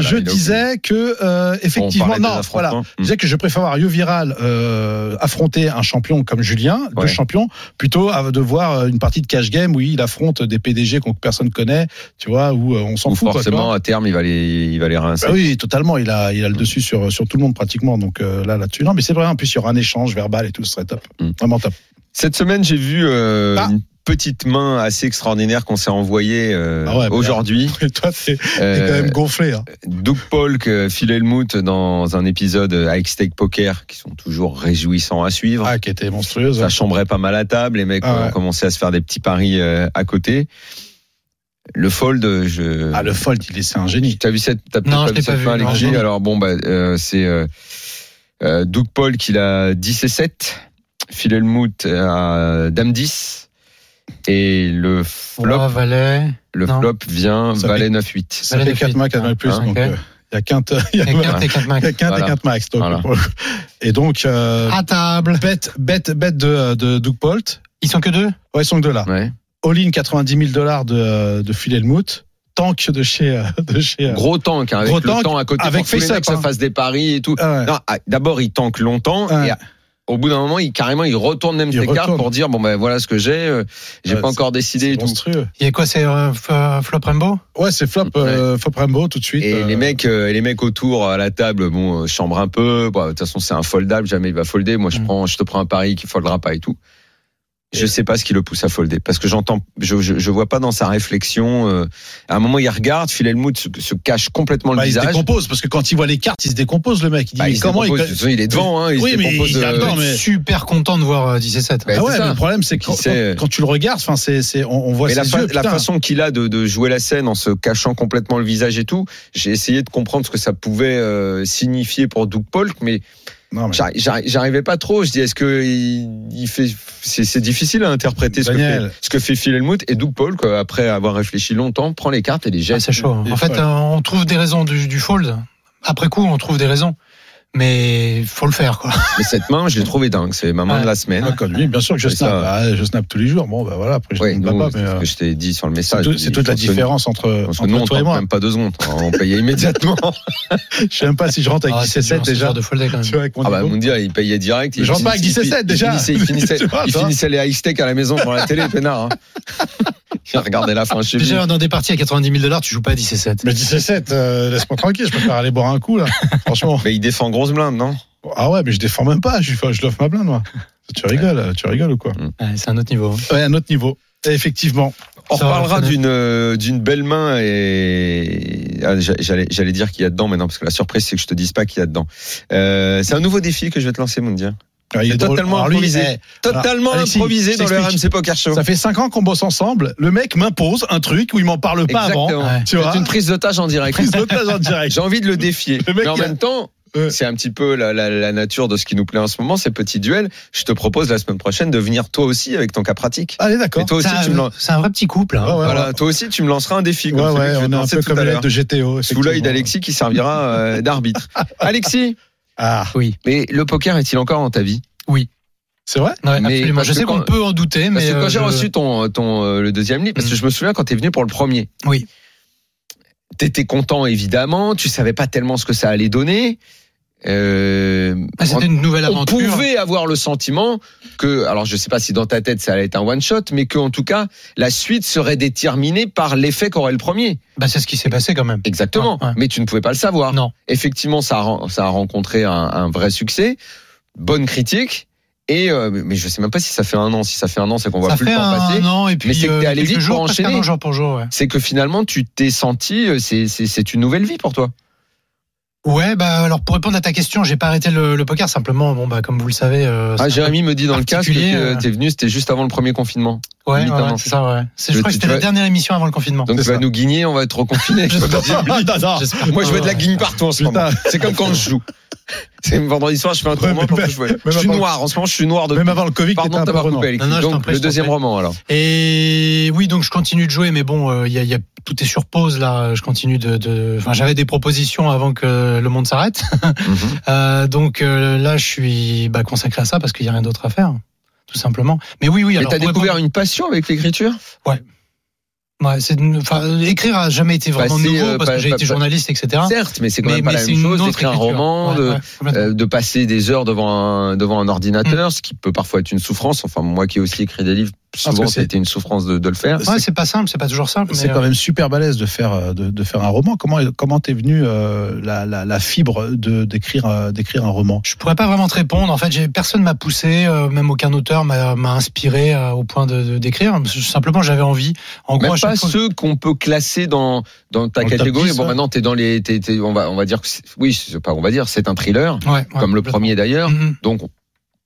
[SPEAKER 5] Voilà,
[SPEAKER 6] je
[SPEAKER 5] il est
[SPEAKER 6] disais que, euh,
[SPEAKER 5] On
[SPEAKER 6] effectivement,
[SPEAKER 5] parlait des
[SPEAKER 6] non, voilà.
[SPEAKER 5] affrontements. Hmm.
[SPEAKER 6] Je disais que je préfère voir Yoviral euh, affronter un champion comme Julien,
[SPEAKER 5] Ouais.
[SPEAKER 6] deux champions, plutôt à de voir euh, une partie de cash game où il affronte des PDG qu'on que personne connaît, tu vois, où euh, on s'en
[SPEAKER 5] Ou
[SPEAKER 6] fout. quoi, tu vois.
[SPEAKER 5] forcément, Hmm. à terme, il va les, il va les rincer.
[SPEAKER 6] Bah oui, totalement. Il a, il a le dessus sur, sur tout le monde pratiquement. Donc euh, là, là-dessus. Non, mais c'est vrai. En plus, il y aura un échange verbal et tout. Ce serait top.
[SPEAKER 5] Mm.
[SPEAKER 6] Vraiment top.
[SPEAKER 5] Cette semaine, j'ai vu euh,
[SPEAKER 6] Ah.
[SPEAKER 5] une petite main assez extraordinaire qu'on s'est envoyée euh,
[SPEAKER 6] Ah ouais, merde.
[SPEAKER 5] aujourd'hui.
[SPEAKER 6] Et toi, t'es t'es quand
[SPEAKER 5] Euh,
[SPEAKER 6] même gonflé. Hein.
[SPEAKER 5] Doug Polk, euh, Phil Hellmuth dans un épisode à Steak Poker qui sont toujours réjouissants à suivre.
[SPEAKER 6] Ah, qui était monstrueuse.
[SPEAKER 5] Ça chambrait pas mal à table, les mecs
[SPEAKER 6] Ah
[SPEAKER 5] ont
[SPEAKER 6] ouais.
[SPEAKER 5] commencé à se faire des petits paris euh, à côté. Le fold, je.
[SPEAKER 6] Ah, le fold, il est, c'est un génie.
[SPEAKER 5] T'as vu cette, t'as peut-être
[SPEAKER 7] Non,
[SPEAKER 5] pas
[SPEAKER 7] je
[SPEAKER 5] vu
[SPEAKER 7] l'ai pas
[SPEAKER 5] cette
[SPEAKER 7] vu,
[SPEAKER 5] main,
[SPEAKER 7] non,
[SPEAKER 5] Alexis
[SPEAKER 7] non.
[SPEAKER 5] Alors bon, bah, euh, c'est euh, euh, Doug euh, Paul qui l'a 10 et 7, Phil Hellmuth à Dame 10 Et le flop,
[SPEAKER 7] Roi, Valet.
[SPEAKER 5] le
[SPEAKER 7] Oh, non.
[SPEAKER 5] flop vient
[SPEAKER 6] Ça
[SPEAKER 5] valet 9-8.
[SPEAKER 6] Ça
[SPEAKER 7] Valet
[SPEAKER 6] fait
[SPEAKER 7] de
[SPEAKER 6] 4
[SPEAKER 7] fuite.
[SPEAKER 6] max, 4 max plus.
[SPEAKER 5] Hein,
[SPEAKER 6] donc,
[SPEAKER 7] ok.
[SPEAKER 6] euh, Il y a quinte, il y a
[SPEAKER 7] Et
[SPEAKER 6] quinte
[SPEAKER 7] quinte et quinte max.
[SPEAKER 6] et
[SPEAKER 5] Voilà.
[SPEAKER 6] quinte max. donc,
[SPEAKER 5] Voilà.
[SPEAKER 6] euh, Et donc, euh,
[SPEAKER 7] À table.
[SPEAKER 6] bête, bête, bête de, euh, de Doug Polt.
[SPEAKER 7] Ils sont que deux
[SPEAKER 6] Ouais, ils sont que deux là.
[SPEAKER 5] Ouais.
[SPEAKER 6] All-in 90 000 dollars de, euh, de Phil Hellmuth. Tank de chez, euh, de chez, euh,
[SPEAKER 5] Gros tank, hein, avec
[SPEAKER 6] Gros
[SPEAKER 5] le
[SPEAKER 6] tank,
[SPEAKER 5] temps à côté
[SPEAKER 6] avec
[SPEAKER 5] pour que tous les
[SPEAKER 6] face-up,
[SPEAKER 5] mecs se
[SPEAKER 6] hein.
[SPEAKER 5] fassent des paris et tout.
[SPEAKER 6] Ah ouais.
[SPEAKER 5] Non, ah, d'abord il tank longtemps
[SPEAKER 6] Ouais.
[SPEAKER 5] et à- au bout d'un moment il carrément il retourne même
[SPEAKER 6] Il
[SPEAKER 5] ses cartes
[SPEAKER 6] retourne.
[SPEAKER 5] pour dire bon ben voilà ce que j'ai, euh, j'ai
[SPEAKER 6] Ouais,
[SPEAKER 5] pas
[SPEAKER 6] c'est-
[SPEAKER 5] encore décidé et tout.
[SPEAKER 6] monstrueux.
[SPEAKER 7] Il y a quoi C'est euh, f- euh, Flop Rainbow
[SPEAKER 6] Ouais, c'est flop, euh, flop Rambo tout de suite.
[SPEAKER 5] Et
[SPEAKER 6] euh,
[SPEAKER 5] les mecs, euh, et les mecs autour à la table, bon, euh, chambre un peu. bah, De toute façon, c'est un foldable. Jamais il va folder. Moi, je
[SPEAKER 7] Mm.
[SPEAKER 5] prends, je te prends un pari qui foldera pas et tout. Je sais pas ce qui le pousse à folder parce que j'entends, je, je, je vois pas dans sa réflexion. euh, à un moment, il regarde. Phil Hellmuth se, se cache complètement le
[SPEAKER 6] bah, il se
[SPEAKER 5] visage.
[SPEAKER 6] décompose parce que quand il voit les cartes, il se décompose le mec. Il dit
[SPEAKER 5] Bah,
[SPEAKER 6] mais
[SPEAKER 5] il, se
[SPEAKER 6] comment il-
[SPEAKER 5] décompose. De toute façon, il est devant. Hein, il
[SPEAKER 6] Oui,
[SPEAKER 5] se
[SPEAKER 6] mais
[SPEAKER 5] décompose.
[SPEAKER 6] il a
[SPEAKER 5] euh,
[SPEAKER 6] le temps, mais-
[SPEAKER 7] Super content de voir euh, 17 7
[SPEAKER 5] Bah,
[SPEAKER 6] Ah
[SPEAKER 5] c'est
[SPEAKER 6] ouais,
[SPEAKER 5] ça.
[SPEAKER 6] mais le problème c'est que
[SPEAKER 5] Qui
[SPEAKER 6] quand,
[SPEAKER 5] sait-
[SPEAKER 6] quand tu le regardes, enfin c'est c'est on, on voit
[SPEAKER 5] Mais
[SPEAKER 6] ses
[SPEAKER 5] la, fa-
[SPEAKER 6] yeux.
[SPEAKER 5] la
[SPEAKER 6] putain.
[SPEAKER 5] façon qu'il a de, de jouer la scène en se cachant complètement le visage et tout, j'ai essayé de comprendre ce que ça pouvait euh, signifier pour Doug Polk, mais
[SPEAKER 6] Non, mais-
[SPEAKER 5] j'arri- j'arri- j'arrivais pas trop. Je dis, est-ce que il, il fait, c'est c'est difficile à interpréter ce que, fait,
[SPEAKER 6] Daniel.
[SPEAKER 5] ce que fait Phil Hellmuth et Doug Polk euh, après avoir réfléchi longtemps prend les cartes et les
[SPEAKER 7] Ah,
[SPEAKER 5] jette.
[SPEAKER 7] c'est chaud. hein.
[SPEAKER 6] Et
[SPEAKER 7] En fait,
[SPEAKER 6] ouais.
[SPEAKER 7] euh, on trouve des raisons du, du fold. Après coup, on trouve des raisons. Mais faut le faire, quoi.
[SPEAKER 5] mais cette main, je l'ai trouvée dingue. C'est ma main
[SPEAKER 7] Ouais.
[SPEAKER 5] de la semaine.
[SPEAKER 6] Ah, quand lui, bien sûr que je
[SPEAKER 5] Ouais,
[SPEAKER 6] snap,
[SPEAKER 5] ça-
[SPEAKER 6] Bah, je snap tous les jours. Bon, bah voilà, après je
[SPEAKER 5] Oui,
[SPEAKER 6] ne
[SPEAKER 5] nous,
[SPEAKER 6] pas,
[SPEAKER 5] c'est
[SPEAKER 6] mais
[SPEAKER 5] ce
[SPEAKER 6] euh,
[SPEAKER 5] que je t'ai dit sur le
[SPEAKER 6] c'est
[SPEAKER 5] message.
[SPEAKER 6] tout-
[SPEAKER 5] Je
[SPEAKER 6] c'est
[SPEAKER 5] dis,
[SPEAKER 6] toute la
[SPEAKER 5] je pense que-
[SPEAKER 6] différence entre,
[SPEAKER 5] Parce que
[SPEAKER 6] entre
[SPEAKER 5] nous, on
[SPEAKER 6] toi et
[SPEAKER 5] tente
[SPEAKER 6] moi.
[SPEAKER 5] même pas deux secondes. On payait immédiatement.
[SPEAKER 6] Je sais même pas si je rentre avec
[SPEAKER 7] Ah, c'est
[SPEAKER 6] 17
[SPEAKER 7] dur, c'est
[SPEAKER 6] déjà.
[SPEAKER 7] dur de folder, quand même.
[SPEAKER 6] Tu vois, avec mon
[SPEAKER 5] Ah bah,
[SPEAKER 6] niveau.
[SPEAKER 5] mon dieu, il payait direct.
[SPEAKER 6] Mais
[SPEAKER 5] Il
[SPEAKER 6] j'en parle
[SPEAKER 5] finissait-
[SPEAKER 6] avec 17
[SPEAKER 5] il-
[SPEAKER 6] déjà.
[SPEAKER 5] Il finissait, il finissait,
[SPEAKER 6] Tu vois,
[SPEAKER 5] il
[SPEAKER 6] toi.
[SPEAKER 5] finissait les high steaks à la maison devant la télé, peinard. Hein. Il regardait la fin chez lui.
[SPEAKER 7] Déjà, dans des parties à 90 000 dollars, tu joues pas à 17 7
[SPEAKER 6] Mais 17, euh, laisse-moi tranquille, je préfère aller boire un coup là. Franchement.
[SPEAKER 5] Mais il défend grosse blinde, non
[SPEAKER 6] Ah ouais, mais je défends même pas, je, lui fais- je l'offre ma blinde moi. Tu rigoles, tu rigoles ou quoi
[SPEAKER 7] c'est un autre niveau. hein.
[SPEAKER 6] Ouais, un autre niveau. Effectivement.
[SPEAKER 5] On
[SPEAKER 7] Ça va,
[SPEAKER 5] reparlera
[SPEAKER 7] ça va.
[SPEAKER 5] d'une euh, d'une belle main et ah, j'a- j'allais j'allais dire qu'il y a dedans, mais non, parce que la surprise c'est que je te dise pas qu'il y a dedans. Euh, c'est un nouveau défi que je vais te lancer, Mundia.
[SPEAKER 6] Ah, Il
[SPEAKER 5] C'est
[SPEAKER 6] drôle.
[SPEAKER 5] totalement
[SPEAKER 6] Alors, lui,
[SPEAKER 5] improvisé.
[SPEAKER 6] eh,
[SPEAKER 5] Totalement
[SPEAKER 6] alors, Alexis,
[SPEAKER 5] improvisé dans le
[SPEAKER 6] t'explique.
[SPEAKER 5] RMC Poker Show.
[SPEAKER 6] ça fait 5 ans qu'on bosse ensemble. Le mec m'impose un truc où il m'en parle pas avant.
[SPEAKER 5] Exactement.
[SPEAKER 7] Ouais.
[SPEAKER 6] Tu vois
[SPEAKER 5] C'est une prise d'otage en direct.
[SPEAKER 6] Prise d'otage en direct.
[SPEAKER 5] J'ai envie de le défier.
[SPEAKER 6] Le mec,
[SPEAKER 5] mais en
[SPEAKER 6] il a-
[SPEAKER 5] même temps,
[SPEAKER 6] Ouais.
[SPEAKER 5] c'est un petit peu la, la- la nature de ce qui nous plaît en ce moment, ces petits duels. Je te propose la semaine prochaine de venir toi aussi avec ton cas pratique.
[SPEAKER 6] Allez,
[SPEAKER 5] Et
[SPEAKER 6] d'accord.
[SPEAKER 5] toi aussi,
[SPEAKER 7] C'est
[SPEAKER 5] tu me
[SPEAKER 7] un,
[SPEAKER 5] lan-
[SPEAKER 7] c'est un vrai petit couple. hein.
[SPEAKER 6] Ouais, ouais,
[SPEAKER 5] voilà, toi aussi, tu me lanceras un défi. Comme
[SPEAKER 6] Ouais,
[SPEAKER 5] celui
[SPEAKER 6] ouais,
[SPEAKER 5] que je vais
[SPEAKER 6] on
[SPEAKER 5] te
[SPEAKER 6] est un
[SPEAKER 5] lancer
[SPEAKER 6] peu
[SPEAKER 5] tout
[SPEAKER 6] comme
[SPEAKER 5] à
[SPEAKER 6] les
[SPEAKER 5] l'heure.
[SPEAKER 6] lettres de GTO.
[SPEAKER 5] Sous l'œil d'Alexis qui servira euh, d'arbitre. Alexis,
[SPEAKER 6] Ah,
[SPEAKER 7] Oui,
[SPEAKER 5] mais le poker est-il encore dans ta vie
[SPEAKER 6] c'est vrai
[SPEAKER 7] Ouais,
[SPEAKER 5] Mais
[SPEAKER 7] absolument.
[SPEAKER 5] parce
[SPEAKER 7] Je
[SPEAKER 5] que
[SPEAKER 7] sais qu'on
[SPEAKER 5] quand-
[SPEAKER 7] peut en douter,
[SPEAKER 5] Parce
[SPEAKER 7] mais.
[SPEAKER 5] que quand
[SPEAKER 7] euh,
[SPEAKER 5] j'ai
[SPEAKER 7] je-
[SPEAKER 5] reçu ton, ton euh, le deuxième livre, parce que
[SPEAKER 7] Mm.
[SPEAKER 5] je me souviens quand t'es venu pour le premier.
[SPEAKER 7] Oui.
[SPEAKER 5] T'étais content évidemment, tu savais pas tellement ce que ça allait donner. Euh,
[SPEAKER 7] Ah, C'était une nouvelle
[SPEAKER 5] on
[SPEAKER 7] aventure.
[SPEAKER 5] pouvait avoir le sentiment que, alors je sais pas si dans ta tête ça allait être un one shot, mais que en tout cas la suite serait déterminée par l'effet qu'aurait le premier.
[SPEAKER 7] Bah, c'est ce qui s'est passé quand même.
[SPEAKER 5] Exactement.
[SPEAKER 7] Ouais, ouais.
[SPEAKER 5] Mais tu ne pouvais pas le savoir.
[SPEAKER 7] Non.
[SPEAKER 5] Effectivement, ça a, ren- ça a rencontré un, un vrai succès, bonne critique. Et euh, mais je sais même pas si ça fait un an. Si ça fait un an, c'est qu'on voit
[SPEAKER 7] Ça
[SPEAKER 5] plus
[SPEAKER 7] fait
[SPEAKER 5] le temps passer.
[SPEAKER 7] un an et puis.
[SPEAKER 5] Mais c'est que
[SPEAKER 7] euh,
[SPEAKER 5] t'es allé
[SPEAKER 7] quelques
[SPEAKER 5] vite
[SPEAKER 7] jours,
[SPEAKER 5] pour
[SPEAKER 7] presque un
[SPEAKER 5] enchaîner.
[SPEAKER 7] an jour pour jour, ouais.
[SPEAKER 5] C'est que finalement, tu t'es senti, euh, c'est- c'est c'est une nouvelle vie pour toi.
[SPEAKER 7] Ouais, bah alors pour répondre à ta question, j'ai pas arrêté le, le poker simplement. Bon bah comme vous le savez. euh,
[SPEAKER 5] Ah,
[SPEAKER 7] c'est-
[SPEAKER 5] Jérémy me dit dans le casque que
[SPEAKER 7] particulier,
[SPEAKER 5] t'es-
[SPEAKER 7] euh.
[SPEAKER 5] t'es venu, c'était juste avant le premier confinement.
[SPEAKER 7] Ouais, ouais,
[SPEAKER 5] littéralement.
[SPEAKER 7] ouais, c'est ça. Ouais. C'est-
[SPEAKER 5] Je-
[SPEAKER 7] Je crois
[SPEAKER 5] tu-
[SPEAKER 7] que c'était
[SPEAKER 5] tu
[SPEAKER 7] la
[SPEAKER 5] vas-
[SPEAKER 7] dernière émission avant le confinement.
[SPEAKER 5] Donc bah, tu
[SPEAKER 6] C'est
[SPEAKER 5] vas
[SPEAKER 6] ça.
[SPEAKER 5] nous guigner, on va être reconfinés. Je te dis.
[SPEAKER 6] Ah, non, non.
[SPEAKER 7] J'espère.
[SPEAKER 5] Moi, je vois de la guigne partout en ce moment.
[SPEAKER 6] Putain.
[SPEAKER 5] C'est comme quand je joue. C'est vendredi soir, je fais un tournoi
[SPEAKER 6] Ouais,
[SPEAKER 5] pour
[SPEAKER 6] mais-
[SPEAKER 5] que je joue.
[SPEAKER 6] mais
[SPEAKER 5] Je suis
[SPEAKER 6] avant-
[SPEAKER 5] noir. En ce moment, je suis noir de.
[SPEAKER 6] Même avant le Covid, qui était
[SPEAKER 5] Pardon
[SPEAKER 6] un
[SPEAKER 5] de
[SPEAKER 6] peu
[SPEAKER 5] t'avoir
[SPEAKER 6] renant.
[SPEAKER 5] coupé, Alexis.
[SPEAKER 7] Non, non, je t'en
[SPEAKER 5] Donc,
[SPEAKER 7] prie,
[SPEAKER 5] le
[SPEAKER 7] je t'en
[SPEAKER 5] deuxième
[SPEAKER 7] prie.
[SPEAKER 5] roman, alors.
[SPEAKER 7] Et oui, donc je continue de jouer, mais bon, euh, il y a, il y a- tout est sur pause là. Je continue de. de- Enfin, j'avais des propositions avant que le monde s'arrête. Euh, donc euh, là, je suis bah, consacré à ça parce qu'il y a rien d'autre à faire, tout simplement. Mais oui, oui.
[SPEAKER 5] Mais
[SPEAKER 7] alors,
[SPEAKER 5] t'as
[SPEAKER 7] pour
[SPEAKER 5] découvert une passion avec l'écriture
[SPEAKER 7] répondre- ouais, c'est une- enfin, écrire a jamais été vraiment
[SPEAKER 5] Bah, c'est,
[SPEAKER 7] nouveau
[SPEAKER 5] euh,
[SPEAKER 7] parce
[SPEAKER 5] pas-
[SPEAKER 7] que j'ai
[SPEAKER 5] pas-
[SPEAKER 7] été
[SPEAKER 5] pas-
[SPEAKER 7] journaliste, etc.
[SPEAKER 5] Certes, mais c'est quand même pas la
[SPEAKER 7] Hein c'est
[SPEAKER 5] même
[SPEAKER 7] une
[SPEAKER 5] chose
[SPEAKER 7] autre
[SPEAKER 5] d'écrire un
[SPEAKER 7] écriture.
[SPEAKER 5] roman,
[SPEAKER 7] Ouais,
[SPEAKER 5] de,
[SPEAKER 7] ouais, complètement.
[SPEAKER 5] euh, de passer des heures devant un, devant un
[SPEAKER 7] Mm.
[SPEAKER 5] ordinateur, ce qui peut parfois être une souffrance. Enfin, moi qui ai aussi écrit des livres,
[SPEAKER 6] que
[SPEAKER 5] souvent ça a
[SPEAKER 6] c'est-
[SPEAKER 5] été une souffrance de, de le faire.
[SPEAKER 7] Ouais, c'est pas simple, c'est pas toujours simple.
[SPEAKER 6] C'est
[SPEAKER 7] mais, euh,
[SPEAKER 6] quand même super balèze de faire euh, de, de faire un roman. Comment comment t'es venu euh, la, la, la fibre de d'écrire euh, d'écrire un roman
[SPEAKER 7] Je pourrais pas vraiment te répondre. En fait, j'ai- personne m'a poussé, euh, même aucun auteur m'a m'a inspiré euh, au point de de- d'écrire. Simplement, j'avais envie. En gros, à
[SPEAKER 5] Même
[SPEAKER 7] chaque
[SPEAKER 5] pas
[SPEAKER 7] fois-
[SPEAKER 5] ceux qu'on peut classer dans dans ta
[SPEAKER 6] Dans le top
[SPEAKER 5] catégorie.
[SPEAKER 6] 10,
[SPEAKER 5] Bon,
[SPEAKER 6] ouais.
[SPEAKER 5] maintenant t'es dans les, t'es- t'es- on va on va dire que c'est- oui, c'est pas on va dire c'est un thriller
[SPEAKER 7] Ouais, ouais,
[SPEAKER 5] comme le
[SPEAKER 7] complètement. Mm.
[SPEAKER 5] premier d'ailleurs.
[SPEAKER 7] Mhm.
[SPEAKER 5] Donc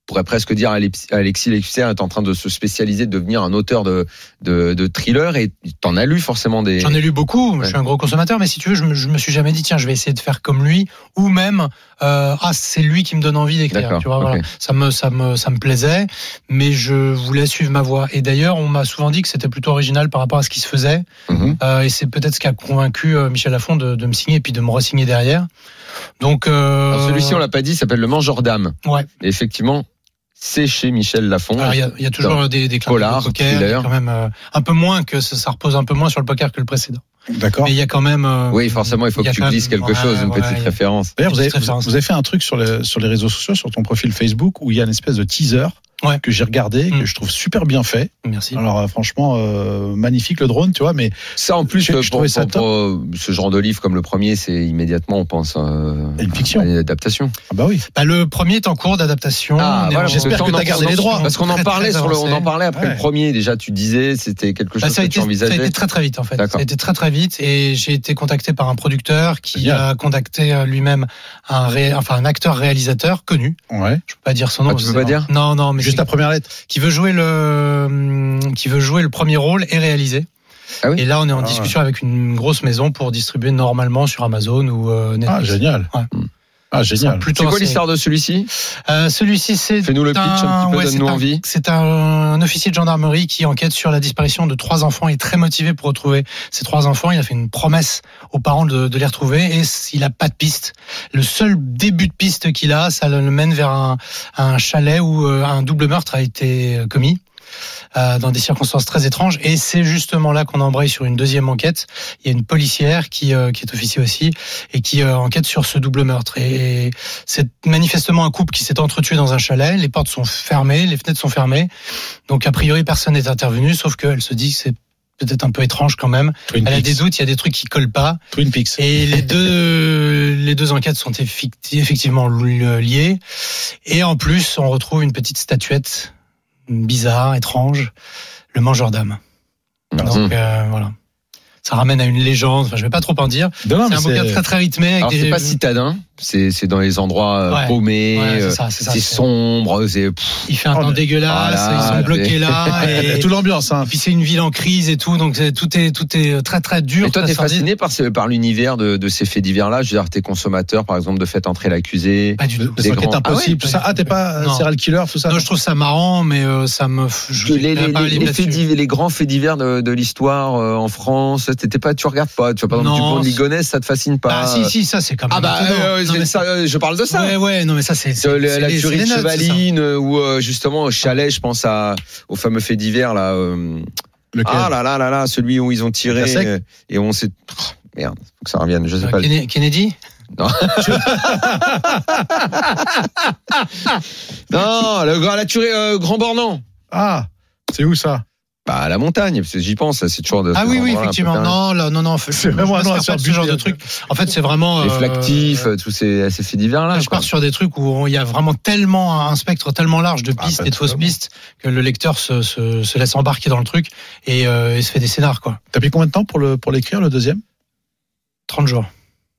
[SPEAKER 5] pourrait presque dire Alex- Alexis Lexer est en train de se spécialiser, de devenir un auteur de, de, de thriller et t'en as lu forcément des.
[SPEAKER 7] J'en ai lu beaucoup,
[SPEAKER 5] Ouais.
[SPEAKER 7] je suis un gros consommateur, mais si tu veux, je me, je me suis jamais dit, tiens, je vais essayer de faire comme lui, ou même, euh, ah, c'est lui qui me donne envie d'écrire.
[SPEAKER 5] D'accord,
[SPEAKER 7] Tu vois,
[SPEAKER 5] ok.
[SPEAKER 7] voilà. ça, me, ça, me, ça me plaisait, mais je voulais suivre ma voie. Et d'ailleurs, on m'a souvent dit que c'était plutôt original par rapport à ce qui se faisait,
[SPEAKER 5] Mhm.
[SPEAKER 7] euh, et c'est peut-être ce qui a convaincu euh, Michel Lafon de, de me signer et puis de me re-signer derrière. Donc, euh,
[SPEAKER 5] Alors, Celui-ci, on l'a pas dit, il s'appelle Le Mangeur d'âme.
[SPEAKER 7] Ouais.
[SPEAKER 5] Et Effectivement, c'est chez Michel Lafon.
[SPEAKER 7] Alors, il y a, il y a toujours des, des clins d'œil au
[SPEAKER 5] Polar,
[SPEAKER 7] poker, il y a
[SPEAKER 5] thriller.
[SPEAKER 7] quand même euh, un peu moins que ça, ça repose un peu moins sur le poker que le précédent.
[SPEAKER 6] D'accord.
[SPEAKER 7] Mais il y a quand même. euh,
[SPEAKER 5] oui, forcément, il faut
[SPEAKER 7] y
[SPEAKER 5] que
[SPEAKER 7] a
[SPEAKER 5] tu
[SPEAKER 7] quand même-
[SPEAKER 5] glisses quelque
[SPEAKER 7] ouais,
[SPEAKER 5] chose, une
[SPEAKER 7] ouais,
[SPEAKER 5] petite
[SPEAKER 7] il y a-
[SPEAKER 5] référence.
[SPEAKER 6] D'ailleurs, vous avez,
[SPEAKER 7] Petite référence.
[SPEAKER 6] vous avez fait un truc sur, le- sur les réseaux sociaux, sur ton profil Facebook, où il y a une espèce de teaser
[SPEAKER 7] Ouais.
[SPEAKER 6] que j'ai regardé, que
[SPEAKER 7] Mm.
[SPEAKER 6] je trouve super bien fait.
[SPEAKER 7] Merci.
[SPEAKER 6] Alors euh, franchement, euh, magnifique le drone, tu vois, mais
[SPEAKER 5] Ça, en plus, euh,
[SPEAKER 6] Je- je
[SPEAKER 5] pour,
[SPEAKER 6] trouvais ça
[SPEAKER 5] pour- pour ce genre de livre comme le premier, c'est immédiatement, on pense euh,
[SPEAKER 6] À une fiction.
[SPEAKER 5] à une adaptation.
[SPEAKER 6] ah bah oui.
[SPEAKER 7] Bah, le premier est en cours d'adaptation.
[SPEAKER 5] Ah,
[SPEAKER 7] On est
[SPEAKER 5] voilà,
[SPEAKER 7] en-
[SPEAKER 5] parce
[SPEAKER 6] j'espère
[SPEAKER 5] ça,
[SPEAKER 6] que
[SPEAKER 5] on
[SPEAKER 6] t'as
[SPEAKER 5] en-
[SPEAKER 6] gardé les droits.
[SPEAKER 5] Parce qu'on
[SPEAKER 7] hein. Très,
[SPEAKER 5] en parlait
[SPEAKER 7] très
[SPEAKER 5] sur le, on en
[SPEAKER 7] avancé.
[SPEAKER 5] parlait après
[SPEAKER 6] Ouais.
[SPEAKER 5] le premier. Déjà, tu disais, c'était quelque chose
[SPEAKER 7] Bah, ça, a
[SPEAKER 5] que tu
[SPEAKER 7] été, ça a
[SPEAKER 5] envisageais.
[SPEAKER 7] été très très vite en fait. Ça
[SPEAKER 5] D'accord.
[SPEAKER 7] a été très très vite et j'ai été contacté par un producteur qui
[SPEAKER 6] Génial.
[SPEAKER 7] a contacté euh, lui-même un, ré- enfin, un acteur réalisateur connu.
[SPEAKER 6] Ouais.
[SPEAKER 7] Je peux pas dire son nom.
[SPEAKER 5] Ah, tu peux
[SPEAKER 7] c'est-
[SPEAKER 5] pas dire
[SPEAKER 7] Non non mais
[SPEAKER 6] Juste
[SPEAKER 7] c'est-
[SPEAKER 6] la première lettre.
[SPEAKER 7] qui veut jouer le hum, qui veut jouer le premier rôle et réaliser.
[SPEAKER 5] Ah oui
[SPEAKER 7] Et là, on est en
[SPEAKER 6] Ah.
[SPEAKER 7] discussion avec une grosse maison pour distribuer normalement sur Amazon ou euh,
[SPEAKER 6] Ah
[SPEAKER 7] Netflix.
[SPEAKER 6] génial.
[SPEAKER 7] Ouais.
[SPEAKER 6] Ah
[SPEAKER 7] Ce sera
[SPEAKER 6] génial.
[SPEAKER 7] plutôt
[SPEAKER 5] C'est quoi
[SPEAKER 7] assez-
[SPEAKER 5] l'histoire de celui-ci
[SPEAKER 7] Euh, Celui-ci, c'est
[SPEAKER 5] Fais-nous le pitch un petit peu,
[SPEAKER 7] ouais,
[SPEAKER 5] donne-nous
[SPEAKER 7] c'est un-
[SPEAKER 5] envie.
[SPEAKER 7] C'est un, officier de gendarmerie qui enquête sur la disparition de trois enfants et est très motivé pour retrouver ces trois enfants. Il a fait une promesse aux parents de, de les retrouver et s- il a pas de piste. Le seul début de piste qu'il a, ça le le mène vers un, un chalet où euh, un double meurtre a été euh, commis. euh, dans des circonstances très étranges et c'est justement là qu'on embraye sur une deuxième enquête il y a une policière qui, euh, qui est officier aussi et qui euh, enquête sur ce double meurtre et, c'est manifestement un couple qui s'est entretué dans un chalet. Les portes sont fermées, les fenêtres sont fermées. Donc, a priori, personne n'est intervenu, sauf qu'elle se dit que c'est peut-être un peu étrange quand même.
[SPEAKER 6] Twin
[SPEAKER 7] Elle a
[SPEAKER 6] Peaks.
[SPEAKER 7] des doutes, il y a des trucs qui collent pas.
[SPEAKER 6] Twin Peaks.
[SPEAKER 7] Et les deux, les deux enquêtes sont effecti- effectivement li- liées. Et en plus, on retrouve une petite statuette bizarre, étrange, le mangeur d'âme.
[SPEAKER 5] Mhm.
[SPEAKER 7] Donc, euh, voilà. Ça ramène à une légende. Enfin, je vais pas trop en dire.
[SPEAKER 6] Non, non,
[SPEAKER 7] C'est
[SPEAKER 6] mais
[SPEAKER 7] un bouquin très très rythmé. Avec
[SPEAKER 5] Alors,
[SPEAKER 7] des...
[SPEAKER 5] c'est pas citadin, c'est c'est dans les endroits euh,
[SPEAKER 7] Ouais.
[SPEAKER 5] paumés,
[SPEAKER 7] Ouais, c'est
[SPEAKER 5] euh,
[SPEAKER 7] ça, c'est ça,
[SPEAKER 5] c'est
[SPEAKER 7] c'est-
[SPEAKER 5] sombre, c'est. pff,
[SPEAKER 7] Il fait un
[SPEAKER 6] Oh,
[SPEAKER 7] temps
[SPEAKER 6] mais-
[SPEAKER 7] dégueulasse,
[SPEAKER 5] Ah là,
[SPEAKER 7] ils sont
[SPEAKER 5] mais-
[SPEAKER 7] bloqués là.
[SPEAKER 6] Il y a
[SPEAKER 7] et...
[SPEAKER 6] Tout l'ambiance, hein.
[SPEAKER 7] et puis c'est une ville en crise et tout, donc c'est- tout est tout est très très dur.
[SPEAKER 5] Et toi,
[SPEAKER 7] très
[SPEAKER 5] t'es
[SPEAKER 7] sordide.
[SPEAKER 5] fasciné par, ce- par l'univers de, de ces faits divers-là. Je veux dire, t'es consommateur, par exemple, de fait entrer l'accusé.
[SPEAKER 7] Pas du tout.
[SPEAKER 5] Des
[SPEAKER 6] Les enquêtes
[SPEAKER 5] grands-
[SPEAKER 6] impossibles,
[SPEAKER 7] Ah
[SPEAKER 6] tout
[SPEAKER 7] ouais,
[SPEAKER 6] ça. Ah, t'es pas euh,
[SPEAKER 7] Non.
[SPEAKER 6] serial killer, tout ça.
[SPEAKER 7] Non, je trouve ça marrant, mais euh, ça me f- je
[SPEAKER 5] Que les,
[SPEAKER 7] vais
[SPEAKER 5] les,
[SPEAKER 7] pas
[SPEAKER 5] les-
[SPEAKER 7] aller
[SPEAKER 5] les
[SPEAKER 7] là-dessus.
[SPEAKER 5] faits divers- les grands faits divers de, de l'histoire euh, en France, t'étais pas, tu regardes pas. Tu vois, par exemple,
[SPEAKER 7] Non,
[SPEAKER 5] du pont de
[SPEAKER 7] c'est-
[SPEAKER 5] Ligonnès, ça te fascine pas.
[SPEAKER 7] Ah
[SPEAKER 6] euh.
[SPEAKER 7] si si, ça c'est quand même.
[SPEAKER 5] Ah bah,
[SPEAKER 7] étonnant.
[SPEAKER 5] euh,
[SPEAKER 7] Non, mais
[SPEAKER 5] ça, euh, je parle de ça.
[SPEAKER 7] Ouais ouais, non mais ça c'est.
[SPEAKER 5] De
[SPEAKER 7] c'est-
[SPEAKER 5] la-
[SPEAKER 7] c'est
[SPEAKER 5] la
[SPEAKER 7] les-
[SPEAKER 5] tuerie de
[SPEAKER 7] c'est les notes, c'est ça.
[SPEAKER 5] Chevaline euh, ou euh, justement au chalet, je pense à, au fameux fait divers là. euh,
[SPEAKER 6] Lequel
[SPEAKER 5] ah là là là là, celui où ils ont tiré
[SPEAKER 6] La sec
[SPEAKER 5] euh, et on s'est Oh, merde, faut que ça revienne. Je sais
[SPEAKER 7] Euh,
[SPEAKER 5] pas.
[SPEAKER 7] Kenne- Kennedy
[SPEAKER 5] Non, le grand- la tuerie euh, Grand Bornand.
[SPEAKER 6] Ah, c'est où ça
[SPEAKER 5] Bah à la montagne, parce que j'y pense. là, C'est toujours de.
[SPEAKER 7] Ah
[SPEAKER 5] ces
[SPEAKER 7] oui oui
[SPEAKER 5] endroits-là, un peu
[SPEAKER 7] effectivement.
[SPEAKER 5] pareil.
[SPEAKER 7] Non là, non non. faut-
[SPEAKER 6] C'est
[SPEAKER 7] je
[SPEAKER 6] vraiment
[SPEAKER 7] passe
[SPEAKER 6] un nom à
[SPEAKER 7] par
[SPEAKER 6] se faire
[SPEAKER 7] ce genre
[SPEAKER 6] buter,
[SPEAKER 7] de truc. En fait c'est vraiment.
[SPEAKER 5] Les
[SPEAKER 7] euh,
[SPEAKER 5] flactifs, euh, tous ces, ces faits divers là.
[SPEAKER 7] Ah, je pars sur des trucs où il y a vraiment tellement un spectre tellement large de
[SPEAKER 6] Ah,
[SPEAKER 7] pistes
[SPEAKER 6] bah,
[SPEAKER 7] et de fausses
[SPEAKER 6] totalement.
[SPEAKER 7] pistes que le lecteur se, se, se laisse embarquer dans le truc et, euh, et se fait des scénars quoi.
[SPEAKER 6] T'as pris combien de temps pour le pour l'écrire, le deuxième
[SPEAKER 7] 30 jours.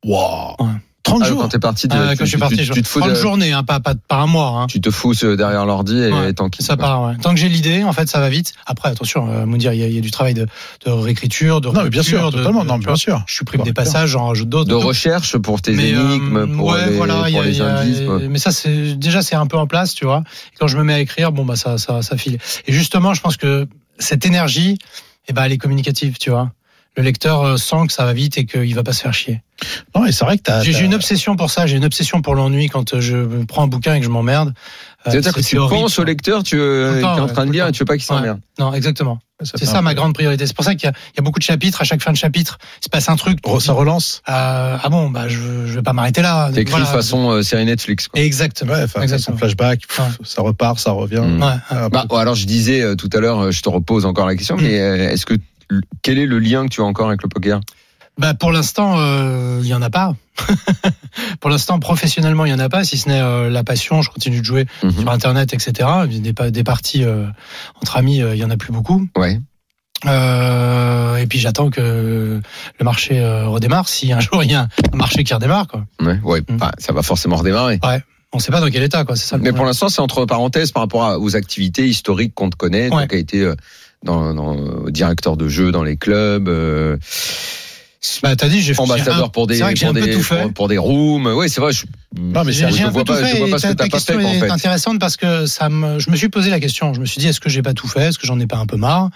[SPEAKER 6] Wow.
[SPEAKER 7] Ouais.
[SPEAKER 6] 30
[SPEAKER 5] quand
[SPEAKER 6] jours.
[SPEAKER 5] t'es parti, tu-
[SPEAKER 7] Ah,
[SPEAKER 5] tu,
[SPEAKER 7] quand je suis
[SPEAKER 5] tu-
[SPEAKER 7] parti,
[SPEAKER 5] tu-
[SPEAKER 7] je-
[SPEAKER 5] tu te fous
[SPEAKER 7] 30
[SPEAKER 5] de-
[SPEAKER 7] journées, hein, pas, pas, pas un mois. hein.
[SPEAKER 5] tu te fous euh, derrière l'ordi et
[SPEAKER 7] Ouais,
[SPEAKER 5] tant bah, qu'il
[SPEAKER 7] Ça part, ouais. Tant que j'ai l'idée, en fait, ça va vite. Après, attention, euh, Moundir, il y, a- il y a du travail de, de réécriture, de
[SPEAKER 6] Non, mais bien
[SPEAKER 7] relecture,
[SPEAKER 6] sûr,
[SPEAKER 7] de-
[SPEAKER 6] totalement.
[SPEAKER 7] de-
[SPEAKER 6] Non, mais
[SPEAKER 7] tu vois,
[SPEAKER 6] bien sûr. bah,
[SPEAKER 7] Je supprime des
[SPEAKER 6] Bien sûr.
[SPEAKER 7] passages, j'en rajoute d'autres.
[SPEAKER 5] de
[SPEAKER 7] Donc,
[SPEAKER 5] recherche pour tes
[SPEAKER 7] mais, euh,
[SPEAKER 5] énigmes, pour
[SPEAKER 7] ouais,
[SPEAKER 5] les,
[SPEAKER 7] voilà, il y
[SPEAKER 5] pour
[SPEAKER 7] a- il
[SPEAKER 5] les
[SPEAKER 7] y a-
[SPEAKER 5] indices. quoi.
[SPEAKER 7] Mais ça, c'est déjà, c'est un peu en place, tu vois. Et quand je me mets à écrire, bon, bah, ça, ça, ça file. Et justement, je pense que cette énergie, eh ben, elle est communicative, tu vois. Le lecteur euh, sent que ça va vite et qu'il va pas se faire chier.
[SPEAKER 6] Non, et c'est vrai que
[SPEAKER 5] Ah,
[SPEAKER 6] t'as.
[SPEAKER 7] J'ai
[SPEAKER 6] t'as-
[SPEAKER 7] j'ai une obsession pour ça, j'ai une obsession pour l'ennui quand euh, je prends un bouquin et que je m'emmerde. Euh,
[SPEAKER 5] C'est-à-dire que
[SPEAKER 7] c'est
[SPEAKER 5] tu
[SPEAKER 7] horrible,
[SPEAKER 5] penses au
[SPEAKER 7] ça.
[SPEAKER 5] lecteur, tu
[SPEAKER 7] Tout
[SPEAKER 5] euh,
[SPEAKER 7] le
[SPEAKER 5] t'es
[SPEAKER 7] temps,
[SPEAKER 5] en
[SPEAKER 7] ouais,
[SPEAKER 5] train de
[SPEAKER 7] tout le
[SPEAKER 5] lire
[SPEAKER 7] temps.
[SPEAKER 5] et tu veux pas qu'il
[SPEAKER 7] Ouais.
[SPEAKER 5] s'emmerde.
[SPEAKER 7] Non, exactement. C'est
[SPEAKER 6] fait
[SPEAKER 7] ça
[SPEAKER 6] un
[SPEAKER 7] ma
[SPEAKER 6] peu-
[SPEAKER 7] grande priorité. C'est pour ça qu'il y, a- il y a beaucoup de chapitres. À chaque fin de chapitre, il se passe un truc.
[SPEAKER 6] Re- Ça relance.
[SPEAKER 7] Euh, ah bon, bah je, je vais pas m'arrêter là.
[SPEAKER 5] T'écris
[SPEAKER 7] Voilà.
[SPEAKER 5] façon euh, série Netflix. Quoi.
[SPEAKER 7] Exactement.
[SPEAKER 6] Ouais, enfin,
[SPEAKER 7] Exactement.
[SPEAKER 6] son flashback, pff,
[SPEAKER 7] Ouais.
[SPEAKER 6] ça repart, ça revient.
[SPEAKER 5] Mm.
[SPEAKER 7] Ouais.
[SPEAKER 6] Ah,
[SPEAKER 5] Bah, oh, alors je disais euh, tout à l'heure, euh, je te repose encore la question,
[SPEAKER 7] Mm.
[SPEAKER 5] mais euh, est-ce que quel est le lien que tu as encore avec le poker
[SPEAKER 7] Bah pour l'instant, euh, il y en a pas. pour l'instant, professionnellement, il y en a pas, si ce n'est euh, la passion. Je continue de jouer
[SPEAKER 5] Mhm.
[SPEAKER 7] sur Internet, etc. Des, pa- des parties euh, entre amis, euh, il y en a plus beaucoup.
[SPEAKER 5] Ouais.
[SPEAKER 7] Euh, et puis j'attends que le marché euh, redémarre. Si un jour il y a un marché qui redémarre, quoi.
[SPEAKER 5] Ouais, ouais
[SPEAKER 7] Mm.
[SPEAKER 5] bah, ça va forcément redémarrer.
[SPEAKER 7] on sait pas dans quel état, quoi. C'est ça le
[SPEAKER 5] Mais pour
[SPEAKER 7] problème.
[SPEAKER 5] l'instant, c'est entre parenthèses par rapport à- aux activités historiques qu'on te connaît.
[SPEAKER 7] Ouais.
[SPEAKER 5] Donc, a été euh, dans, dans- directeur de jeu dans les clubs. euh,
[SPEAKER 7] Bah, t'as dit, j'ai j'ai un-
[SPEAKER 5] ambassadeur pour des
[SPEAKER 7] C'est vrai que j'ai
[SPEAKER 5] pour
[SPEAKER 7] un peu
[SPEAKER 5] des,
[SPEAKER 7] tout fait.
[SPEAKER 5] pour, pour des rooms. Oui, c'est vrai. je-
[SPEAKER 6] Non, mais c'est
[SPEAKER 7] J'ai
[SPEAKER 5] je
[SPEAKER 7] j'ai un
[SPEAKER 5] vois
[SPEAKER 7] peu tout
[SPEAKER 5] pas- je
[SPEAKER 7] fait.
[SPEAKER 5] vois pas
[SPEAKER 7] et
[SPEAKER 5] ce que t'as
[SPEAKER 7] ta- ta
[SPEAKER 5] pas fait,
[SPEAKER 7] question
[SPEAKER 5] quoi, en
[SPEAKER 7] est
[SPEAKER 5] fait.
[SPEAKER 7] intéressante parce que ça me, je me suis posé la question. Je me suis dit, est-ce que j'ai pas tout fait Est-ce que j'en ai pas un peu marre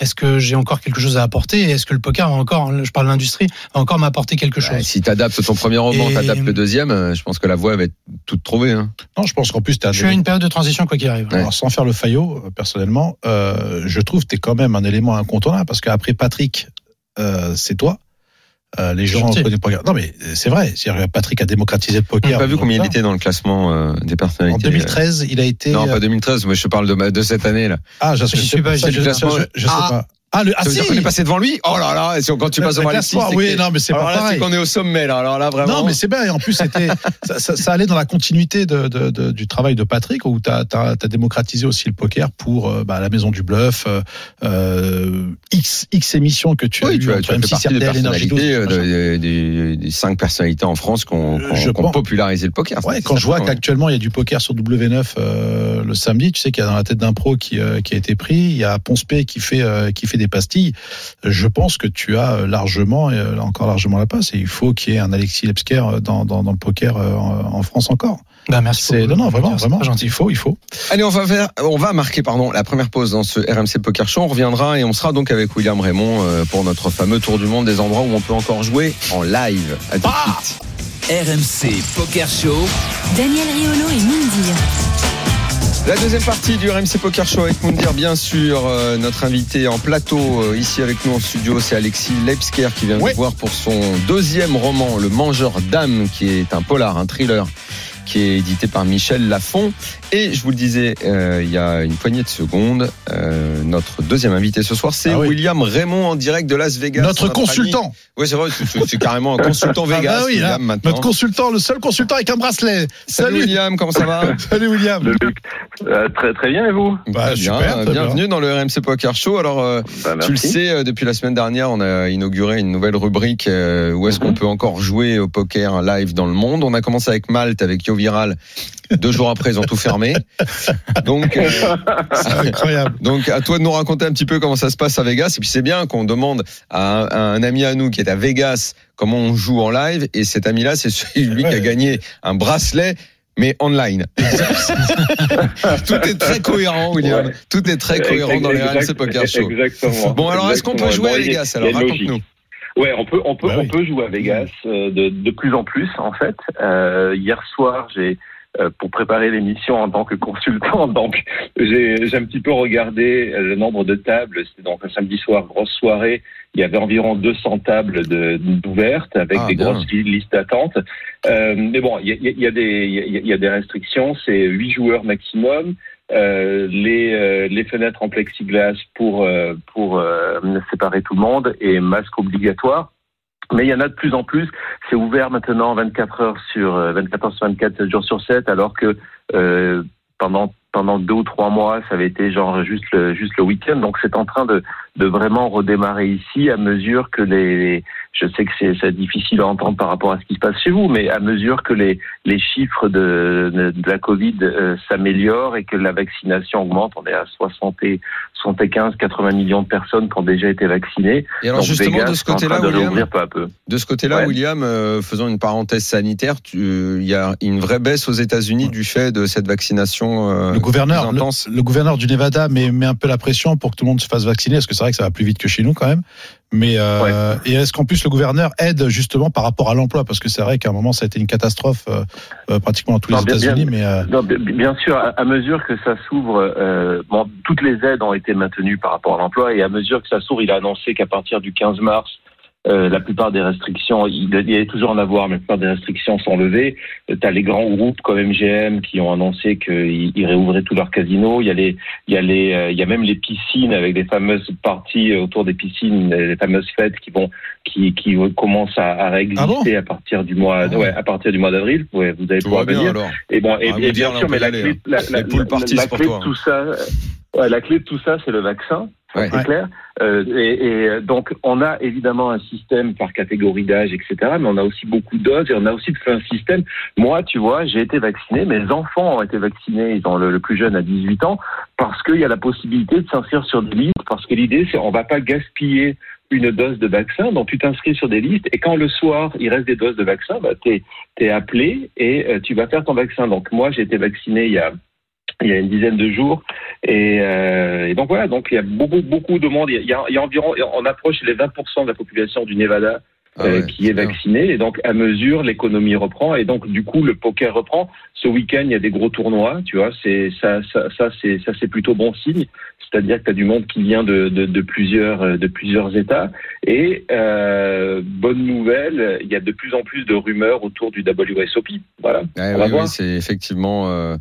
[SPEAKER 7] Est-ce que j'ai encore quelque chose à apporter Et est-ce que le poker a encore, je parle de l'industrie, va encore m'apporter quelque
[SPEAKER 5] bah,
[SPEAKER 7] chose
[SPEAKER 5] si t'adaptes ton premier roman,
[SPEAKER 7] Et-
[SPEAKER 5] t'adaptes le deuxième, euh, je pense que la voie va être toute trouvée. hein.
[SPEAKER 6] Non, je pense qu'en plus, t'as
[SPEAKER 7] Je suis à une période de transition, quoi qu'il arrive.
[SPEAKER 5] Ouais.
[SPEAKER 6] Alors, sans faire le faillot, euh, personnellement, euh, je trouve que tu es quand même un élément incontournable parce qu'après Patrick, euh, c'est toi. Euh, les gens
[SPEAKER 7] Gentil.
[SPEAKER 6] connaissent pas. Non, mais euh, c'est vrai. C'est-à-dire que Patrick a démocratisé le poker.
[SPEAKER 5] J'ai pas vu
[SPEAKER 6] Donc,
[SPEAKER 5] combien il
[SPEAKER 6] voilà.
[SPEAKER 5] était dans le classement euh, des personnalités.
[SPEAKER 6] En 2013, il a été.
[SPEAKER 5] Non,
[SPEAKER 6] euh,
[SPEAKER 5] pas 2013, mais je te parle de, ma- de cette année là.
[SPEAKER 6] Ah, je, je
[SPEAKER 7] J'y suis
[SPEAKER 6] sais
[SPEAKER 7] pas,
[SPEAKER 6] ça,
[SPEAKER 7] j'ai
[SPEAKER 6] je-
[SPEAKER 7] le
[SPEAKER 6] je-
[SPEAKER 5] classement.
[SPEAKER 6] je- je sais
[SPEAKER 5] Ah.
[SPEAKER 6] pas. Ah, le, ah
[SPEAKER 5] Ça veut
[SPEAKER 6] si
[SPEAKER 5] dire qu'on est passé devant lui Oh là là et si- Quand tu
[SPEAKER 6] Le-
[SPEAKER 5] passes
[SPEAKER 6] le
[SPEAKER 5] devant Alexis.
[SPEAKER 6] classement,
[SPEAKER 5] c'est
[SPEAKER 6] oui,
[SPEAKER 5] que-
[SPEAKER 6] non, mais c'est
[SPEAKER 5] Alors
[SPEAKER 6] pas
[SPEAKER 5] là, c'est
[SPEAKER 6] pareil.
[SPEAKER 5] qu'on est au sommet là. Alors là, vraiment.
[SPEAKER 6] Non, mais c'est bien. Et en plus, c'était, ça, ça- ça allait dans la continuité de, de- de- du travail de Patrick, où tu as, démocratisé aussi le poker pour euh, bah, la maison du bluff, euh, euh, X, X émissions que tu as
[SPEAKER 5] oui,
[SPEAKER 6] eues
[SPEAKER 5] tu, as,
[SPEAKER 6] entre
[SPEAKER 5] tu as fait
[SPEAKER 6] M6,
[SPEAKER 5] partie des
[SPEAKER 6] RTL, Énergie 12,
[SPEAKER 5] personnalités, euh,
[SPEAKER 6] machin. Euh,
[SPEAKER 5] de- des, des cinq personnalités en France qui ont, qui ont-
[SPEAKER 6] Je
[SPEAKER 5] qui ont
[SPEAKER 6] pense.
[SPEAKER 5] popularisé le poker.
[SPEAKER 6] Ouais,
[SPEAKER 5] C'est
[SPEAKER 6] quand je vois
[SPEAKER 5] certain, hein. ouais.
[SPEAKER 6] qu'actuellement il y a du poker sur W9 euh, le samedi, tu sais qu'il y a dans la tête d'un pro qui, euh, qui a été pris, il y a Ponspé qui fait euh, qui fait des pastilles. Je pense que tu as euh, largement euh, là encore largement la passe et il faut qu'il y ait un Alexis Lepsker euh, dans, dans, dans le poker euh, en, en France encore.
[SPEAKER 7] Bah, merci
[SPEAKER 6] C'est non
[SPEAKER 7] beaucoup.
[SPEAKER 6] non vraiment
[SPEAKER 7] C'est
[SPEAKER 6] vraiment
[SPEAKER 7] pas gentil.
[SPEAKER 6] il faut il faut.
[SPEAKER 5] Allez, on va faire, on va marquer pardon la première pause dans ce RMC Poker Show. On reviendra et on sera donc avec William Raymond euh, pour notre fameux tour du monde des endroits où on peut encore jouer en live. À tout de
[SPEAKER 6] Bah
[SPEAKER 5] suite.
[SPEAKER 4] RMC Poker Show.
[SPEAKER 3] Daniel Riolo et Mindir.
[SPEAKER 5] La deuxième partie du RMC Poker Show avec Moundir, bien sûr, euh, notre invité en plateau euh, ici avec nous en studio, c'est Alexis Lepsker qui vient
[SPEAKER 6] Ouais.
[SPEAKER 5] nous voir pour son deuxième roman, Le Mangeur d'âme, qui est un polar, un thriller qui est édité par Michel Lafon. Et je vous le disais euh, il y a une poignée de secondes, euh, notre deuxième invité ce soir, c'est
[SPEAKER 6] Ah oui.
[SPEAKER 5] William Raymond en direct de Las Vegas.
[SPEAKER 6] Notre
[SPEAKER 5] ami-
[SPEAKER 6] consultant,
[SPEAKER 5] Oui, c'est vrai, c'est- c'est c'est carrément un consultant
[SPEAKER 6] Ah
[SPEAKER 5] Vegas,
[SPEAKER 6] bah oui,
[SPEAKER 5] William,
[SPEAKER 6] là,
[SPEAKER 5] maintenant.
[SPEAKER 6] notre consultant, le seul consultant avec un bracelet.
[SPEAKER 5] Salut
[SPEAKER 6] Salut
[SPEAKER 5] William, comment ça va
[SPEAKER 6] salut William.
[SPEAKER 8] Le Luc. Euh, très très bien et vous
[SPEAKER 6] Bah,
[SPEAKER 5] Très bien,
[SPEAKER 6] super,
[SPEAKER 5] euh,
[SPEAKER 6] très bien.
[SPEAKER 5] bienvenue dans le RMC Poker Show. Alors, euh,
[SPEAKER 8] Bah, merci.
[SPEAKER 5] tu le sais, euh, depuis la semaine dernière, on a inauguré une nouvelle rubrique euh, où est-ce qu'on
[SPEAKER 8] Mhm.
[SPEAKER 5] peut encore jouer au poker live dans le monde. On a commencé avec Malte, avec Yo Viral. Deux jours après, ils ont tout fermé. Donc, euh,
[SPEAKER 6] Incroyable.
[SPEAKER 5] donc, à toi de nous raconter un petit peu comment ça se passe à Vegas. Et puis, c'est bien qu'on demande à un, à un ami à nous qui est à Vegas comment on joue en live. Et cet ami-là, c'est celui qui a
[SPEAKER 6] Ouais.
[SPEAKER 5] gagné un bracelet. Mais online. Tout est très cohérent, William.
[SPEAKER 8] Ouais.
[SPEAKER 5] Tout est très cohérent dans les
[SPEAKER 8] Exact-
[SPEAKER 5] RMC Poker Show.
[SPEAKER 8] Exactement.
[SPEAKER 5] Bon, alors est-ce qu'on peut
[SPEAKER 8] Exactement.
[SPEAKER 5] jouer à
[SPEAKER 8] Bon, il y a-
[SPEAKER 5] Vegas
[SPEAKER 8] il y
[SPEAKER 5] Alors
[SPEAKER 8] a une logique.
[SPEAKER 5] raconte-nous.
[SPEAKER 8] Ouais, on peut, on peut,
[SPEAKER 6] Bah
[SPEAKER 8] on
[SPEAKER 6] oui. Mmh.
[SPEAKER 8] peut jouer à Vegas euh, de, de plus en plus en fait. Euh, hier soir, j'ai euh, pour préparer l'émission en tant que consultant, donc j'ai j'ai un petit peu regardé euh, le nombre de tables. C'était donc un samedi soir, grosse soirée. Il y avait environ 200 tables de- d'ouvertes avec
[SPEAKER 5] Ah,
[SPEAKER 8] des
[SPEAKER 5] bien.
[SPEAKER 8] grosses li- listes d'attente. Euh, mais bon, il y a, il y a- il y a des- il y a- il y a des restrictions. C'est 8 joueurs maximum. Euh, les, euh, les fenêtres en plexiglas pour, euh, pour euh, séparer tout le monde et masque obligatoire. Mais il y en a de plus en plus. C'est ouvert maintenant 24 heures sur euh, 24 heures sur 24, 7 jours sur 7, alors que euh, pendant pendant deux ou trois mois, ça avait été genre juste le, juste le week-end. Donc c'est en train de, de vraiment redémarrer ici à mesure que les, les- je sais que c'est c'est difficile à entendre par rapport à ce qui se passe chez vous, mais à mesure que les les chiffres de, de, de la Covid euh, s'améliorent et que la vaccination augmente. On est à 60 et 75, 80 millions de personnes qui ont déjà été vaccinées.
[SPEAKER 5] Et alors
[SPEAKER 8] Donc
[SPEAKER 5] justement
[SPEAKER 8] Vegas
[SPEAKER 5] de ce
[SPEAKER 8] est en
[SPEAKER 5] côté-là,
[SPEAKER 8] train de
[SPEAKER 5] William,
[SPEAKER 8] réouvrir peu à peu.
[SPEAKER 5] de ce côté-là,
[SPEAKER 8] Ouais.
[SPEAKER 5] William, euh, faisons une parenthèse sanitaire. tu- Il y a une vraie baisse aux États-Unis du fait de cette vaccination. euh,
[SPEAKER 6] Le gouverneur,
[SPEAKER 5] plus
[SPEAKER 6] le,
[SPEAKER 5] intense.
[SPEAKER 6] le gouverneur du Nevada met, met un peu la pression pour que tout le monde se fasse vacciner, parce que c'est vrai que ça va plus vite que chez nous quand même. Mais euh, et est-ce qu'en plus le gouverneur aide justement par rapport à l'emploi, parce que c'est vrai qu'à un moment ça a été une catastrophe euh, euh, pratiquement dans tous les
[SPEAKER 8] Non, bien-
[SPEAKER 6] États-Unis,
[SPEAKER 8] bien-
[SPEAKER 6] mais euh,
[SPEAKER 8] Non, b- bien sûr, à, à mesure que ça s'ouvre, euh, bon, toutes les aides ont été maintenues par rapport à l'emploi et à mesure que ça s'ouvre, il a annoncé qu'à partir du 15 mars, euh, la plupart des restrictions, il il y a toujours en avoir, mais la plupart des restrictions sont levées. Tu as les grands groupes comme MGM qui ont annoncé qu'ils ils réouvraient tous leurs casinos. Il y a les, il y a les, euh, il y a même les piscines avec des fameuses parties euh, autour des piscines, les fameuses fêtes qui vont, qui, qui commencent à, à réexister
[SPEAKER 6] Ah bon
[SPEAKER 8] à partir du mois,
[SPEAKER 6] Ah
[SPEAKER 8] ouais, à partir du mois d'avril. Ouais, vous allez
[SPEAKER 5] Tout va
[SPEAKER 8] pouvoir
[SPEAKER 5] bien
[SPEAKER 8] venir.
[SPEAKER 5] alors.
[SPEAKER 8] Et bon, et,
[SPEAKER 5] Ah,
[SPEAKER 8] et
[SPEAKER 5] vous dire,
[SPEAKER 8] bien
[SPEAKER 5] là, on
[SPEAKER 8] sûr,
[SPEAKER 5] peut
[SPEAKER 8] mais
[SPEAKER 5] y
[SPEAKER 8] la
[SPEAKER 5] aller,
[SPEAKER 8] clé,
[SPEAKER 5] hein.
[SPEAKER 8] la,
[SPEAKER 5] Les
[SPEAKER 8] la-
[SPEAKER 5] pool parties,
[SPEAKER 8] la
[SPEAKER 5] c'est pour
[SPEAKER 8] clé
[SPEAKER 5] toi,
[SPEAKER 8] de
[SPEAKER 5] hein.
[SPEAKER 8] tout ça, euh, ouais, la clé de tout ça, c'est le vaccin.
[SPEAKER 5] Ouais.
[SPEAKER 8] C'est clair Euh, et, et donc, on a évidemment un système par catégorie d'âge, etc. Mais on a aussi beaucoup de doses et on a aussi un système. Moi, tu vois, j'ai été vacciné. Mes enfants ont été vaccinés. Ils ont le, le plus jeune à 18 ans parce qu'il y a la possibilité de s'inscrire sur des listes. Parce que l'idée, c'est on va pas gaspiller une dose de vaccin. Donc, tu t'inscris sur des listes et quand le soir, il reste des doses de vaccin, bah, t'es es appelé et euh, tu vas faire ton vaccin. Donc, moi, j'ai été vacciné il y a il y a une dizaine de jours. Et, euh, et donc voilà, donc il y a beaucoup, beaucoup de monde. Il y a, il y a environ, on approche les 20% de la population du Nevada
[SPEAKER 5] Ah
[SPEAKER 8] euh,
[SPEAKER 5] ouais,
[SPEAKER 8] qui est
[SPEAKER 5] c'est bien.
[SPEAKER 8] vaccinée. Et donc à mesure, l'économie reprend. Et donc du coup, le poker reprend. Ce week-end, il y a des gros tournois. Tu vois, c'est ça, ça, ça c'est ça, c'est plutôt bon signe. C'est-à-dire que tu as du monde qui vient de, de, de plusieurs euh, de plusieurs États. Et euh, bonne nouvelle, il y a de plus en plus de rumeurs autour du WSOP. Voilà.
[SPEAKER 5] Ouais,
[SPEAKER 8] On
[SPEAKER 5] oui,
[SPEAKER 8] va
[SPEAKER 5] oui,
[SPEAKER 8] voir.
[SPEAKER 5] c'est effectivement euh,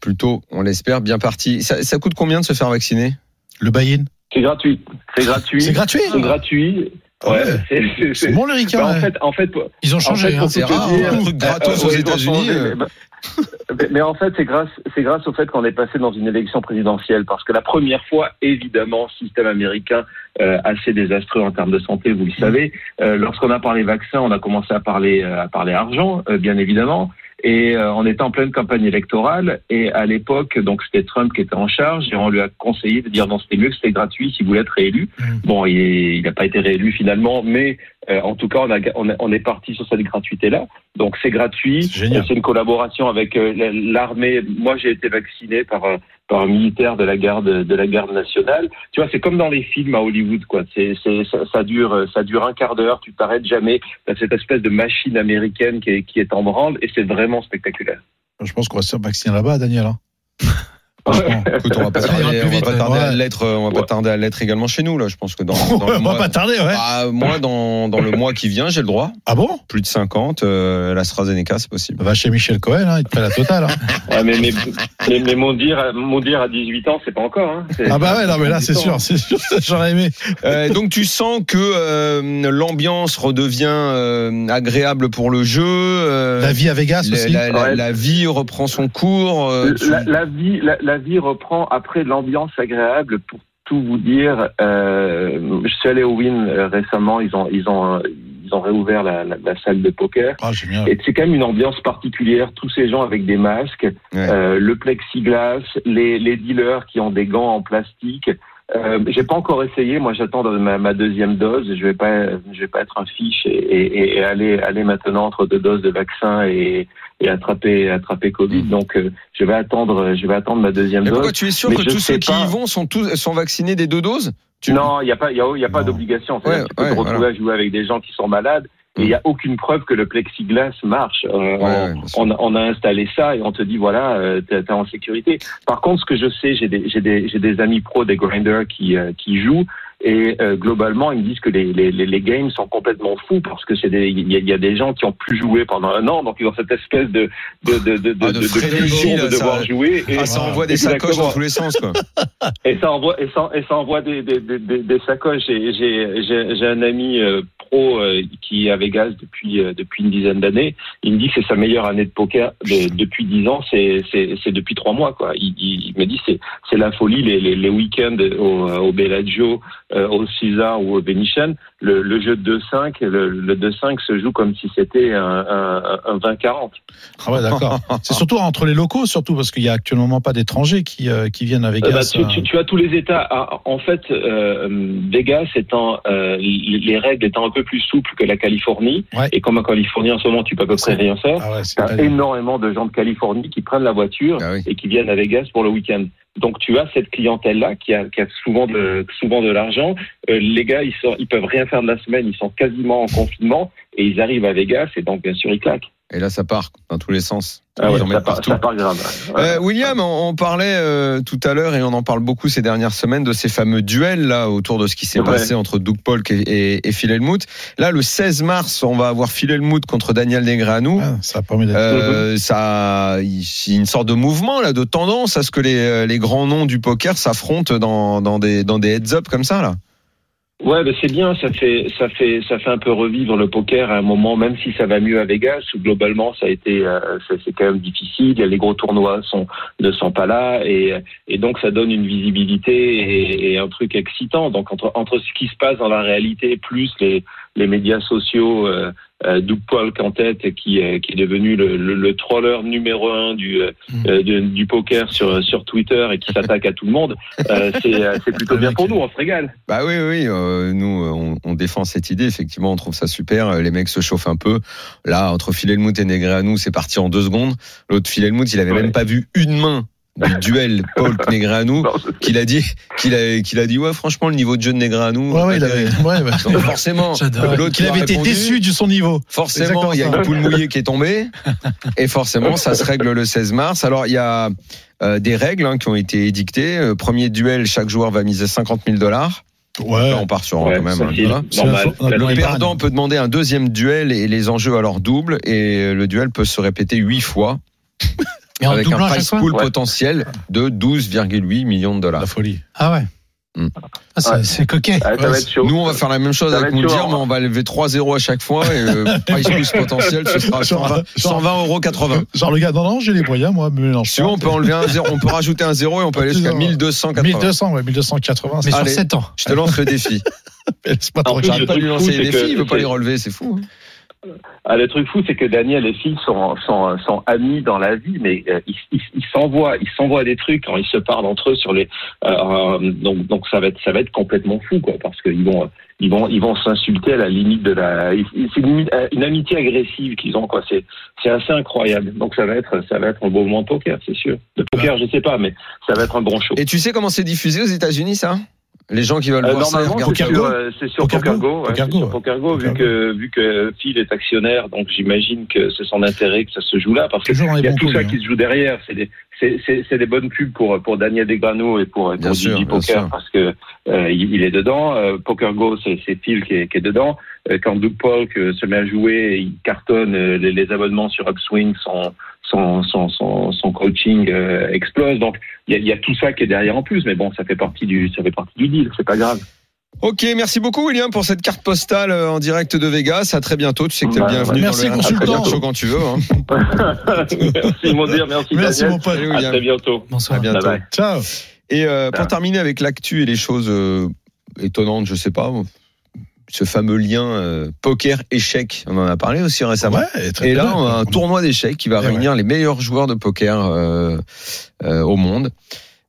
[SPEAKER 5] plutôt, on l'espère, bien parti. Ça, ça coûte combien de se faire vacciner
[SPEAKER 6] Le buy-in.
[SPEAKER 8] C'est gratuit. C'est gratuit.
[SPEAKER 6] C'est gratuit Ah
[SPEAKER 8] C'est gratuit.
[SPEAKER 6] Ouais.
[SPEAKER 8] Ouais, c'est- c'est-
[SPEAKER 6] C'est
[SPEAKER 8] c'est-
[SPEAKER 6] bon le Ricard.
[SPEAKER 8] Bah, en
[SPEAKER 6] ouais.
[SPEAKER 8] fait, en fait,
[SPEAKER 7] Ils ont changé.
[SPEAKER 8] en fait,
[SPEAKER 5] c'est
[SPEAKER 7] hein.
[SPEAKER 8] pour tout te
[SPEAKER 5] rare,
[SPEAKER 8] dire,
[SPEAKER 5] un truc gratos
[SPEAKER 8] euh,
[SPEAKER 5] aux
[SPEAKER 8] oui, ils ont
[SPEAKER 5] États-Unis,
[SPEAKER 8] changé,
[SPEAKER 5] euh.
[SPEAKER 8] mais- mais- Mais en fait, c'est grâce, c'est grâce au fait qu'on est passé dans une élection présidentielle, parce que la première fois, évidemment, système américain euh, assez désastreux en termes de santé, vous le
[SPEAKER 5] Mm.
[SPEAKER 8] savez. Euh, Lorsqu'on a parlé vaccin, on a commencé à parler euh, à parler argent, euh, bien évidemment. Et euh, on était en pleine campagne électorale. Et à l'époque, donc c'était Trump qui était en charge, et on lui a conseillé de dire non, c'était mieux, que c'était gratuit, si vous voulez être réélu. Bon, il est- il n'a pas été réélu finalement, mais euh, en tout cas, on, a, on, a- on est parti sur cette gratuité-là. Donc c'est gratuit.
[SPEAKER 6] C'est génial.
[SPEAKER 8] Euh, C'est une collaboration avec euh, la- l'armée. Moi, j'ai été vacciné par un, par un militaire de la garde de la garde nationale. Tu vois, c'est comme dans les films à Hollywood, quoi. C'est, c'est, ça, ça dure, euh, ça dure un quart d'heure. Tu t'arrêtes jamais. T'as cette espèce de machine américaine qui est, qui est en branle, et c'est vraiment spectaculaire.
[SPEAKER 6] Je pense qu'on va se faire vacciner là-bas, Daniel. hein. Franchement.
[SPEAKER 5] Écoute, on va pas
[SPEAKER 7] Ça ira
[SPEAKER 5] tarder,
[SPEAKER 7] plus
[SPEAKER 5] on va
[SPEAKER 7] vite,
[SPEAKER 5] pas
[SPEAKER 7] ouais.
[SPEAKER 5] tarder à
[SPEAKER 6] Ouais.
[SPEAKER 5] l'être, euh, on va pas
[SPEAKER 8] Ouais.
[SPEAKER 5] tarder à l'être également chez nous là. Je pense que dans, dans le
[SPEAKER 6] on va
[SPEAKER 5] mois,
[SPEAKER 6] pas tarder, ouais.
[SPEAKER 5] Ah, moi dans, dans le mois qui vient, j'ai le droit.
[SPEAKER 6] Ah bon
[SPEAKER 5] Plus de 50, euh, l'AstraZeneca, c'est possible.
[SPEAKER 6] Va chez Michel Cohen, hein, il te fait la totale. hein.
[SPEAKER 8] Ouais, mais, mais, mais, mais mon dire, mon dire à 18 ans, c'est pas encore. Hein. C'est-
[SPEAKER 6] Ah bah ouais, non mais là c'est sûr, c'est sûr, j'aurais aimé.
[SPEAKER 5] Euh, donc tu sens que euh, l'ambiance redevient euh, agréable pour le jeu. euh,
[SPEAKER 6] La vie à Vegas
[SPEAKER 5] la,
[SPEAKER 6] aussi.
[SPEAKER 5] la- la-
[SPEAKER 8] Ouais.
[SPEAKER 5] la vie reprend son cours. euh, tu-
[SPEAKER 8] la, la vie, la, la vie reprend après l'ambiance agréable pour tout vous dire. Euh, je suis allé au Win euh, récemment. Ils ont, ils ont, euh, ils ont réouvert la, la- la salle de poker.
[SPEAKER 6] Ah génial.
[SPEAKER 8] Et c'est quand même une ambiance particulière. Tous ces gens avec des masques,
[SPEAKER 5] Ouais.
[SPEAKER 8] euh, le plexiglas, les, les dealers qui ont des gants en plastique. Euh, j'ai pas encore essayé. Moi, j'attends de- ma, ma deuxième dose. Je vais pas, je vais pas être un fiche et, et- et aller aller maintenant entre deux doses de vaccin et, et attraper attraper Covid. Donc, euh, je vais attendre, je vais attendre ma deuxième
[SPEAKER 5] Mm. Mais pourquoi
[SPEAKER 8] dose.
[SPEAKER 5] tu es sûr
[SPEAKER 8] Mais
[SPEAKER 5] que
[SPEAKER 8] je
[SPEAKER 5] tous ceux
[SPEAKER 8] sais
[SPEAKER 5] qui
[SPEAKER 8] pas.
[SPEAKER 5] y vont sont tous sont vaccinés des deux doses Tu-
[SPEAKER 8] Non, il y a pas, il y a, il y a pas
[SPEAKER 6] Non.
[SPEAKER 8] d'obligation. C'est-à-dire
[SPEAKER 5] Ouais,
[SPEAKER 8] que tu peux
[SPEAKER 5] ouais,
[SPEAKER 8] te retrouver
[SPEAKER 5] voilà.
[SPEAKER 8] à jouer avec des gens qui sont malades. Et
[SPEAKER 5] Mm.
[SPEAKER 8] il n'y a aucune preuve que le plexiglas marche. Euh,
[SPEAKER 5] Ouais, ouais, bien sûr.
[SPEAKER 8] on, a- on a installé ça et on te dit voilà, euh, t'es t'es en sécurité. Par contre, ce que je sais, j'ai des, j'ai des, j'ai des amis pros, des grinders qui, euh, qui jouent. Et euh, globalement, ils me disent que les, les, les, les games sont complètement fous parce que c'est des, il y, a- il y a des gens qui ont plus joué pendant un an, donc ils ont cette espèce de de de de de,
[SPEAKER 5] Ah, de
[SPEAKER 8] de- de
[SPEAKER 5] frénésie,
[SPEAKER 8] pulsion de
[SPEAKER 5] là, ça-
[SPEAKER 8] devoir jouer. Et,
[SPEAKER 5] Ah, ça envoie des
[SPEAKER 8] Exactement.
[SPEAKER 5] sacoches dans tous les sens, quoi.
[SPEAKER 8] et ça envoie, et ça, et ça envoie des, des, des, des- des sacoches. Et J'ai, j'ai, j'ai un ami euh, pro euh, qui est à Vegas depuis, euh, depuis une dizaine d'années. Il me dit que c'est sa meilleure année de poker de- depuis dix ans. C'est, c'est, c'est depuis trois mois, quoi. Il, il, il me dit c'est, c'est la folie les, les, les week-ends au, au Bellagio, euh, au César ou au Venetian. Le, le jeu de 2-5, le, le 2-5 se joue comme si c'était un, un, un 20-40.
[SPEAKER 6] Ah ouais, d'accord. C'est surtout entre les locaux, surtout parce qu'il y a actuellement pas d'étrangers qui, euh, qui viennent à
[SPEAKER 8] Euh,
[SPEAKER 6] Vegas.
[SPEAKER 8] bah, tu,
[SPEAKER 6] euh.
[SPEAKER 5] um.
[SPEAKER 8] tu- tu as tous les États. Ah, En fait, euh, Vegas étant euh, les règles étant un peu plus souples que la Californie,
[SPEAKER 6] Ouais.
[SPEAKER 8] et comme en Californie en ce moment, tu peux à peu près
[SPEAKER 6] C'est-
[SPEAKER 8] rien faire.
[SPEAKER 6] Ah ouais, c'est
[SPEAKER 8] T'as
[SPEAKER 6] pas-
[SPEAKER 8] énormément de gens de Californie qui prennent la voiture
[SPEAKER 5] Ah oui.
[SPEAKER 8] et qui viennent à Vegas pour le week-end. Donc tu as cette clientèle-là qui a, qui a souvent de, souvent de l'argent. Euh, les gars, ils, sont, ils peuvent rien faire de la semaine, ils sont quasiment en confinement et ils arrivent à Vegas et donc bien sûr ils claquent.
[SPEAKER 5] Et là, ça part dans tous les sens.
[SPEAKER 8] Ah ouais,
[SPEAKER 5] Ils en
[SPEAKER 8] ça,
[SPEAKER 5] mettent
[SPEAKER 8] part,
[SPEAKER 5] partout.
[SPEAKER 8] ça part grave. Ouais.
[SPEAKER 5] Euh, William, on, on parlait euh, tout à l'heure et on en parle beaucoup ces dernières semaines de ces fameux duels là autour de ce qui s'est
[SPEAKER 8] Ouais.
[SPEAKER 5] passé entre Doug Polk et, et, et Phil Hellmuth. Là, le 16 mars, on va avoir Phil Hellmuth contre Daniel Negreanu.
[SPEAKER 6] Ah, ça permet d'être.
[SPEAKER 8] Mhm.
[SPEAKER 5] Euh, ça, il y a une sorte de mouvement là, de tendance euh, à ce que les, les grands noms du poker s'affrontent dans, dans des dans des heads up comme ça là.
[SPEAKER 8] Ouais, ben c'est bien. Ça fait, ça fait, ça fait un peu revivre le poker à un moment, même si ça va mieux à Vegas où globalement ça a été, euh, ça- c'est quand même difficile. Les gros tournois sont, ne sont pas là et, et donc ça donne une visibilité et, et un truc excitant. Donc entre, entre ce qui se passe dans la réalité plus les, les médias sociaux. Euh, euh, Doug Polk en tête, qui, euh, qui est devenu le, le, le troller numéro un du, euh,
[SPEAKER 7] Mm.
[SPEAKER 8] euh, de- du poker sur, sur Twitter et qui s'attaque à tout le monde, euh, c'est euh, c'est plutôt
[SPEAKER 7] Le
[SPEAKER 8] bien
[SPEAKER 7] mec,
[SPEAKER 8] pour nous, on se régale.
[SPEAKER 5] Bah oui, oui, euh, nous, euh, on, on défend cette idée. Effectivement, on trouve ça super. Euh, Les mecs se chauffent un peu. Là, entre Filelmout et Negreanu, c'est parti en deux secondes. L'autre Filelmout, il avait
[SPEAKER 8] Ouais.
[SPEAKER 5] même pas vu une main du duel Paul Negreanu,
[SPEAKER 8] Non, c'est-
[SPEAKER 5] qu'il a dit, qu'il a, qu'il a dit, ouais, franchement, le niveau de jeu de Negreanu.
[SPEAKER 6] Ouais, ouais, il
[SPEAKER 5] euh,
[SPEAKER 6] avait. Ouais, ouais.
[SPEAKER 5] Donc forcément,
[SPEAKER 7] J'adore.
[SPEAKER 5] l'autre
[SPEAKER 6] Il
[SPEAKER 5] lui a
[SPEAKER 6] avait été
[SPEAKER 5] répondu.
[SPEAKER 6] déçu de son niveau.
[SPEAKER 5] Forcément, il y a une
[SPEAKER 6] Exactement
[SPEAKER 5] poule mouillée qui est tombée. Et forcément, ça se règle le 16 mars. Alors, il y a euh, des règles hein, qui ont été édictées. Euh, premier duel, chaque joueur va miser 50 000 dollars.
[SPEAKER 6] Ouais.
[SPEAKER 5] Là, on part sur
[SPEAKER 8] Ouais,
[SPEAKER 5] quand même.
[SPEAKER 8] ça
[SPEAKER 5] hein,
[SPEAKER 8] file.
[SPEAKER 5] voilà.
[SPEAKER 6] C'est
[SPEAKER 8] Normal.
[SPEAKER 6] un faux- un
[SPEAKER 8] Le
[SPEAKER 5] Le
[SPEAKER 6] épargne.
[SPEAKER 5] perdant peut demander un deuxième duel et les enjeux alors doublent. Et le duel peut se répéter huit fois
[SPEAKER 7] Mais en
[SPEAKER 5] avec
[SPEAKER 7] doublant
[SPEAKER 5] un
[SPEAKER 7] à chaque
[SPEAKER 5] prize
[SPEAKER 7] fois
[SPEAKER 5] pool
[SPEAKER 8] Ouais.
[SPEAKER 5] potentiel de 12,8 millions de dollars.
[SPEAKER 6] La folie.
[SPEAKER 7] Ah ouais.
[SPEAKER 5] Mm.
[SPEAKER 7] Ah, c'est-
[SPEAKER 8] Ouais.
[SPEAKER 7] c'est coquet.
[SPEAKER 8] Ah, ça va être chaud.
[SPEAKER 5] Nous, on va faire la même chose
[SPEAKER 8] Ça
[SPEAKER 5] avec
[SPEAKER 8] va être
[SPEAKER 5] nous dire,
[SPEAKER 8] chaud,
[SPEAKER 5] mais on va lever 3-0 à chaque fois et euh, prize plus potentiel, ce sera
[SPEAKER 6] Genre,
[SPEAKER 5] 120,
[SPEAKER 6] genre-
[SPEAKER 5] 120 euros 80.
[SPEAKER 6] Euh, Genre, le gars, non, non, j'ai les moyens, moi, me mélange
[SPEAKER 5] Si
[SPEAKER 6] pas.
[SPEAKER 5] on peut enlever un zéro, on peut rajouter un zéro et on peut aller jusqu'à 1280.
[SPEAKER 6] 1200, ouais, 1280.
[SPEAKER 7] Mais
[SPEAKER 6] c'est-
[SPEAKER 7] sur
[SPEAKER 5] Allez.
[SPEAKER 7] 7 ans.
[SPEAKER 5] Je te lance le défi.
[SPEAKER 6] c'est pas
[SPEAKER 8] En
[SPEAKER 6] trop
[SPEAKER 8] plus,
[SPEAKER 6] grave.
[SPEAKER 5] J'arrive pas à lui lancer les
[SPEAKER 8] C'est que-
[SPEAKER 5] défis, il veut pas
[SPEAKER 8] c'est-
[SPEAKER 5] les relever, c'est fou. hein.
[SPEAKER 8] Ah, le truc fou, c'est que Daniel et Phil sont, sont, sont amis dans la vie, mais euh, ils ils- ils s'envoient, ils s'envoient des trucs quand ils se parlent entre eux sur les. euh, euh, donc, donc ça va être, ça va être complètement fou, quoi, parce qu'ils vont, euh, ils vont, ils vont s'insulter à la limite de la. ils- ils- C'est une, limite- euh, une amitié agressive qu'ils ont, quoi. C'est, c'est assez incroyable. Donc ça va être, ça va être un beau moment de poker, c'est sûr. De poker, je sais pas, mais ça va être un bon show.
[SPEAKER 5] Et tu sais comment c'est diffusé aux États-Unis, ça Les gens qui veulent
[SPEAKER 8] Euh,
[SPEAKER 5] voir ça, ils
[SPEAKER 8] normalement,
[SPEAKER 5] regardent
[SPEAKER 8] c'est
[SPEAKER 5] ça.
[SPEAKER 8] sur, euh, c'est sur
[SPEAKER 6] Poker Go.
[SPEAKER 8] PokerGo. ouais,
[SPEAKER 6] Poker
[SPEAKER 8] c'est
[SPEAKER 6] Go,
[SPEAKER 8] sur
[SPEAKER 6] ouais.
[SPEAKER 8] PokerGo, vu
[SPEAKER 6] Poker
[SPEAKER 8] que, vu que Phil est actionnaire, donc j'imagine que c'est son intérêt que ça se joue là, parce qu'il
[SPEAKER 6] Toujours dans les
[SPEAKER 8] y a
[SPEAKER 6] bons
[SPEAKER 8] tout
[SPEAKER 6] coups,
[SPEAKER 8] ça
[SPEAKER 6] lui, hein.
[SPEAKER 8] qui se joue derrière. C'est des, c'est, c'est, c'est des bonnes pubs pour, pour Daniel Desgrano et pour,
[SPEAKER 5] Bien
[SPEAKER 8] pour
[SPEAKER 5] sûr,
[SPEAKER 8] Gigi
[SPEAKER 5] bien sûr.
[SPEAKER 8] Poker, parce que euh, il, il est dedans. Euh, PokerGo, c'est, c'est Phil qui est, qui est dedans. Euh, quand Doug Polk euh, se met à jouer, il cartonne, euh, les, les abonnements sur Upswing sont... Son, son, son, son coaching euh, explose donc il y, a- il y a tout ça qui est derrière en plus mais bon ça fait partie du ça fait partie du deal c'est pas grave
[SPEAKER 5] Ok, merci beaucoup William pour cette carte postale euh, en direct de Vegas. À très bientôt. Tu sais que t'es le
[SPEAKER 8] Bah,
[SPEAKER 5] bienvenu
[SPEAKER 6] merci,
[SPEAKER 5] dans le
[SPEAKER 6] consultant.
[SPEAKER 5] Poker Show quand tu veux. hein.
[SPEAKER 8] merci mon dear, merci,
[SPEAKER 6] Merci,
[SPEAKER 8] Daniel.
[SPEAKER 6] mon pote.
[SPEAKER 5] Salut,
[SPEAKER 8] À
[SPEAKER 5] William.
[SPEAKER 8] très bientôt.
[SPEAKER 5] À
[SPEAKER 7] Bonsoir.
[SPEAKER 5] bientôt.
[SPEAKER 8] Bye bye.
[SPEAKER 6] Ciao.
[SPEAKER 5] Et euh, pour
[SPEAKER 8] Ciao.
[SPEAKER 5] terminer avec l'actu et les choses euh, étonnantes, je sais pas, ce fameux lien euh, poker-échec, on en a parlé aussi récemment.
[SPEAKER 6] Ouais, très
[SPEAKER 5] Et là,
[SPEAKER 6] bien.
[SPEAKER 5] on a un tournoi d'échecs qui
[SPEAKER 7] Eh
[SPEAKER 5] va
[SPEAKER 6] Et
[SPEAKER 5] réunir les meilleurs joueurs de poker euh, euh, au monde.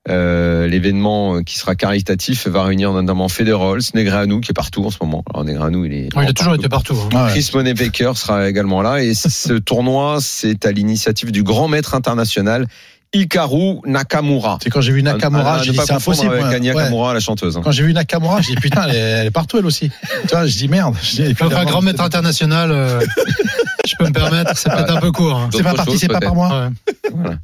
[SPEAKER 5] Euh, L'événement euh, qui sera caritatif va réunir notamment Federer, Snegranou qui est partout en ce moment. Alors Negreanu, il est.
[SPEAKER 7] Ouais, il a
[SPEAKER 5] partout.
[SPEAKER 7] toujours été partout. hein.
[SPEAKER 6] Ah ouais.
[SPEAKER 5] Chris Money Baker sera également là. Et ce tournoi, c'est à l'initiative du grand maître international Hikaru Nakamura.
[SPEAKER 6] C'est quand j'ai vu
[SPEAKER 5] À- à
[SPEAKER 6] Nakamura,
[SPEAKER 5] ne
[SPEAKER 6] j'ai dit
[SPEAKER 5] pas
[SPEAKER 6] c'est
[SPEAKER 5] confondre
[SPEAKER 6] impossible.
[SPEAKER 5] Avec
[SPEAKER 6] ouais.
[SPEAKER 5] Anya
[SPEAKER 6] Ouais.
[SPEAKER 5] Nakamura, la chanteuse. hein.
[SPEAKER 6] Quand j'ai vu Nakamura, j'ai dit putain, elle est, elle est partout elle aussi. Tu vois, je dis merde. Je dis, et puis,
[SPEAKER 7] Enfin,
[SPEAKER 6] d'abord,
[SPEAKER 7] grand maître international, euh, je peux me permettre, c'est peut-être un peu court. hein.
[SPEAKER 6] C'est pas
[SPEAKER 5] D'autres
[SPEAKER 6] parti,
[SPEAKER 5] choses,
[SPEAKER 6] c'est pas
[SPEAKER 5] peut-être.
[SPEAKER 6] par moi.
[SPEAKER 7] Ouais.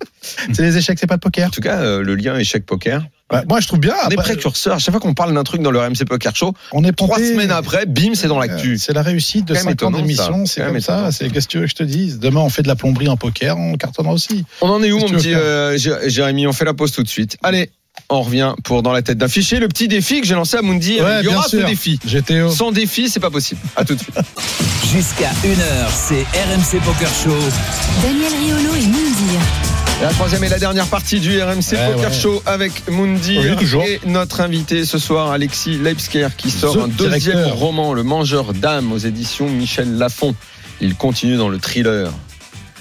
[SPEAKER 6] C'est les échecs, c'est pas le poker.
[SPEAKER 5] En tout cas, euh, le lien échec-poker.
[SPEAKER 6] Ouais, moi, je trouve bien.
[SPEAKER 5] On est
[SPEAKER 6] après,
[SPEAKER 5] précurseurs. À chaque fois qu'on parle d'un truc dans le RMC Poker Show,
[SPEAKER 6] Ah bah, on est
[SPEAKER 5] trois
[SPEAKER 6] planté.
[SPEAKER 5] semaines après, bim, c'est dans l'actu.
[SPEAKER 6] C'est la réussite de
[SPEAKER 5] Quand même
[SPEAKER 6] 5 ans
[SPEAKER 5] étonnant, ça.
[SPEAKER 6] d'émission, c'est
[SPEAKER 5] Quand
[SPEAKER 6] comme
[SPEAKER 5] même
[SPEAKER 6] ça.
[SPEAKER 5] étonnant.
[SPEAKER 6] C'est qu'est-ce que tu veux que je te dise Demain, on fait de la plomberie en poker, on cartonnera aussi.
[SPEAKER 5] On en est où,
[SPEAKER 6] Qu'est-ce
[SPEAKER 5] mon
[SPEAKER 6] que tu
[SPEAKER 5] petit
[SPEAKER 6] veux
[SPEAKER 5] euh, Jé- Jérémy On fait la pause tout de suite. Allez, on revient pour dans la tête d'un fichier. Le petit défi que j'ai lancé à Mundi.
[SPEAKER 6] Ouais,
[SPEAKER 5] Il y
[SPEAKER 6] bien
[SPEAKER 5] aura ce
[SPEAKER 6] sûr. Oh.
[SPEAKER 5] défi.
[SPEAKER 6] GTO.
[SPEAKER 5] Sans défi, c'est pas possible. À tout de suite.
[SPEAKER 4] Jusqu'à 1h, c'est RMC Poker Show.
[SPEAKER 3] Daniel Riolo et Moundir.
[SPEAKER 5] La troisième et la dernière partie du RMC
[SPEAKER 6] Ouais,
[SPEAKER 5] Poker
[SPEAKER 6] ouais.
[SPEAKER 5] Show avec Mundi
[SPEAKER 6] Oui, toujours.
[SPEAKER 5] et notre invité ce soir, Alexis Leipsker, qui sort
[SPEAKER 6] The
[SPEAKER 5] un deuxième
[SPEAKER 6] directeur.
[SPEAKER 5] roman, Le Mangeur d'âme, aux éditions Michel Lafon. Il continue dans le thriller.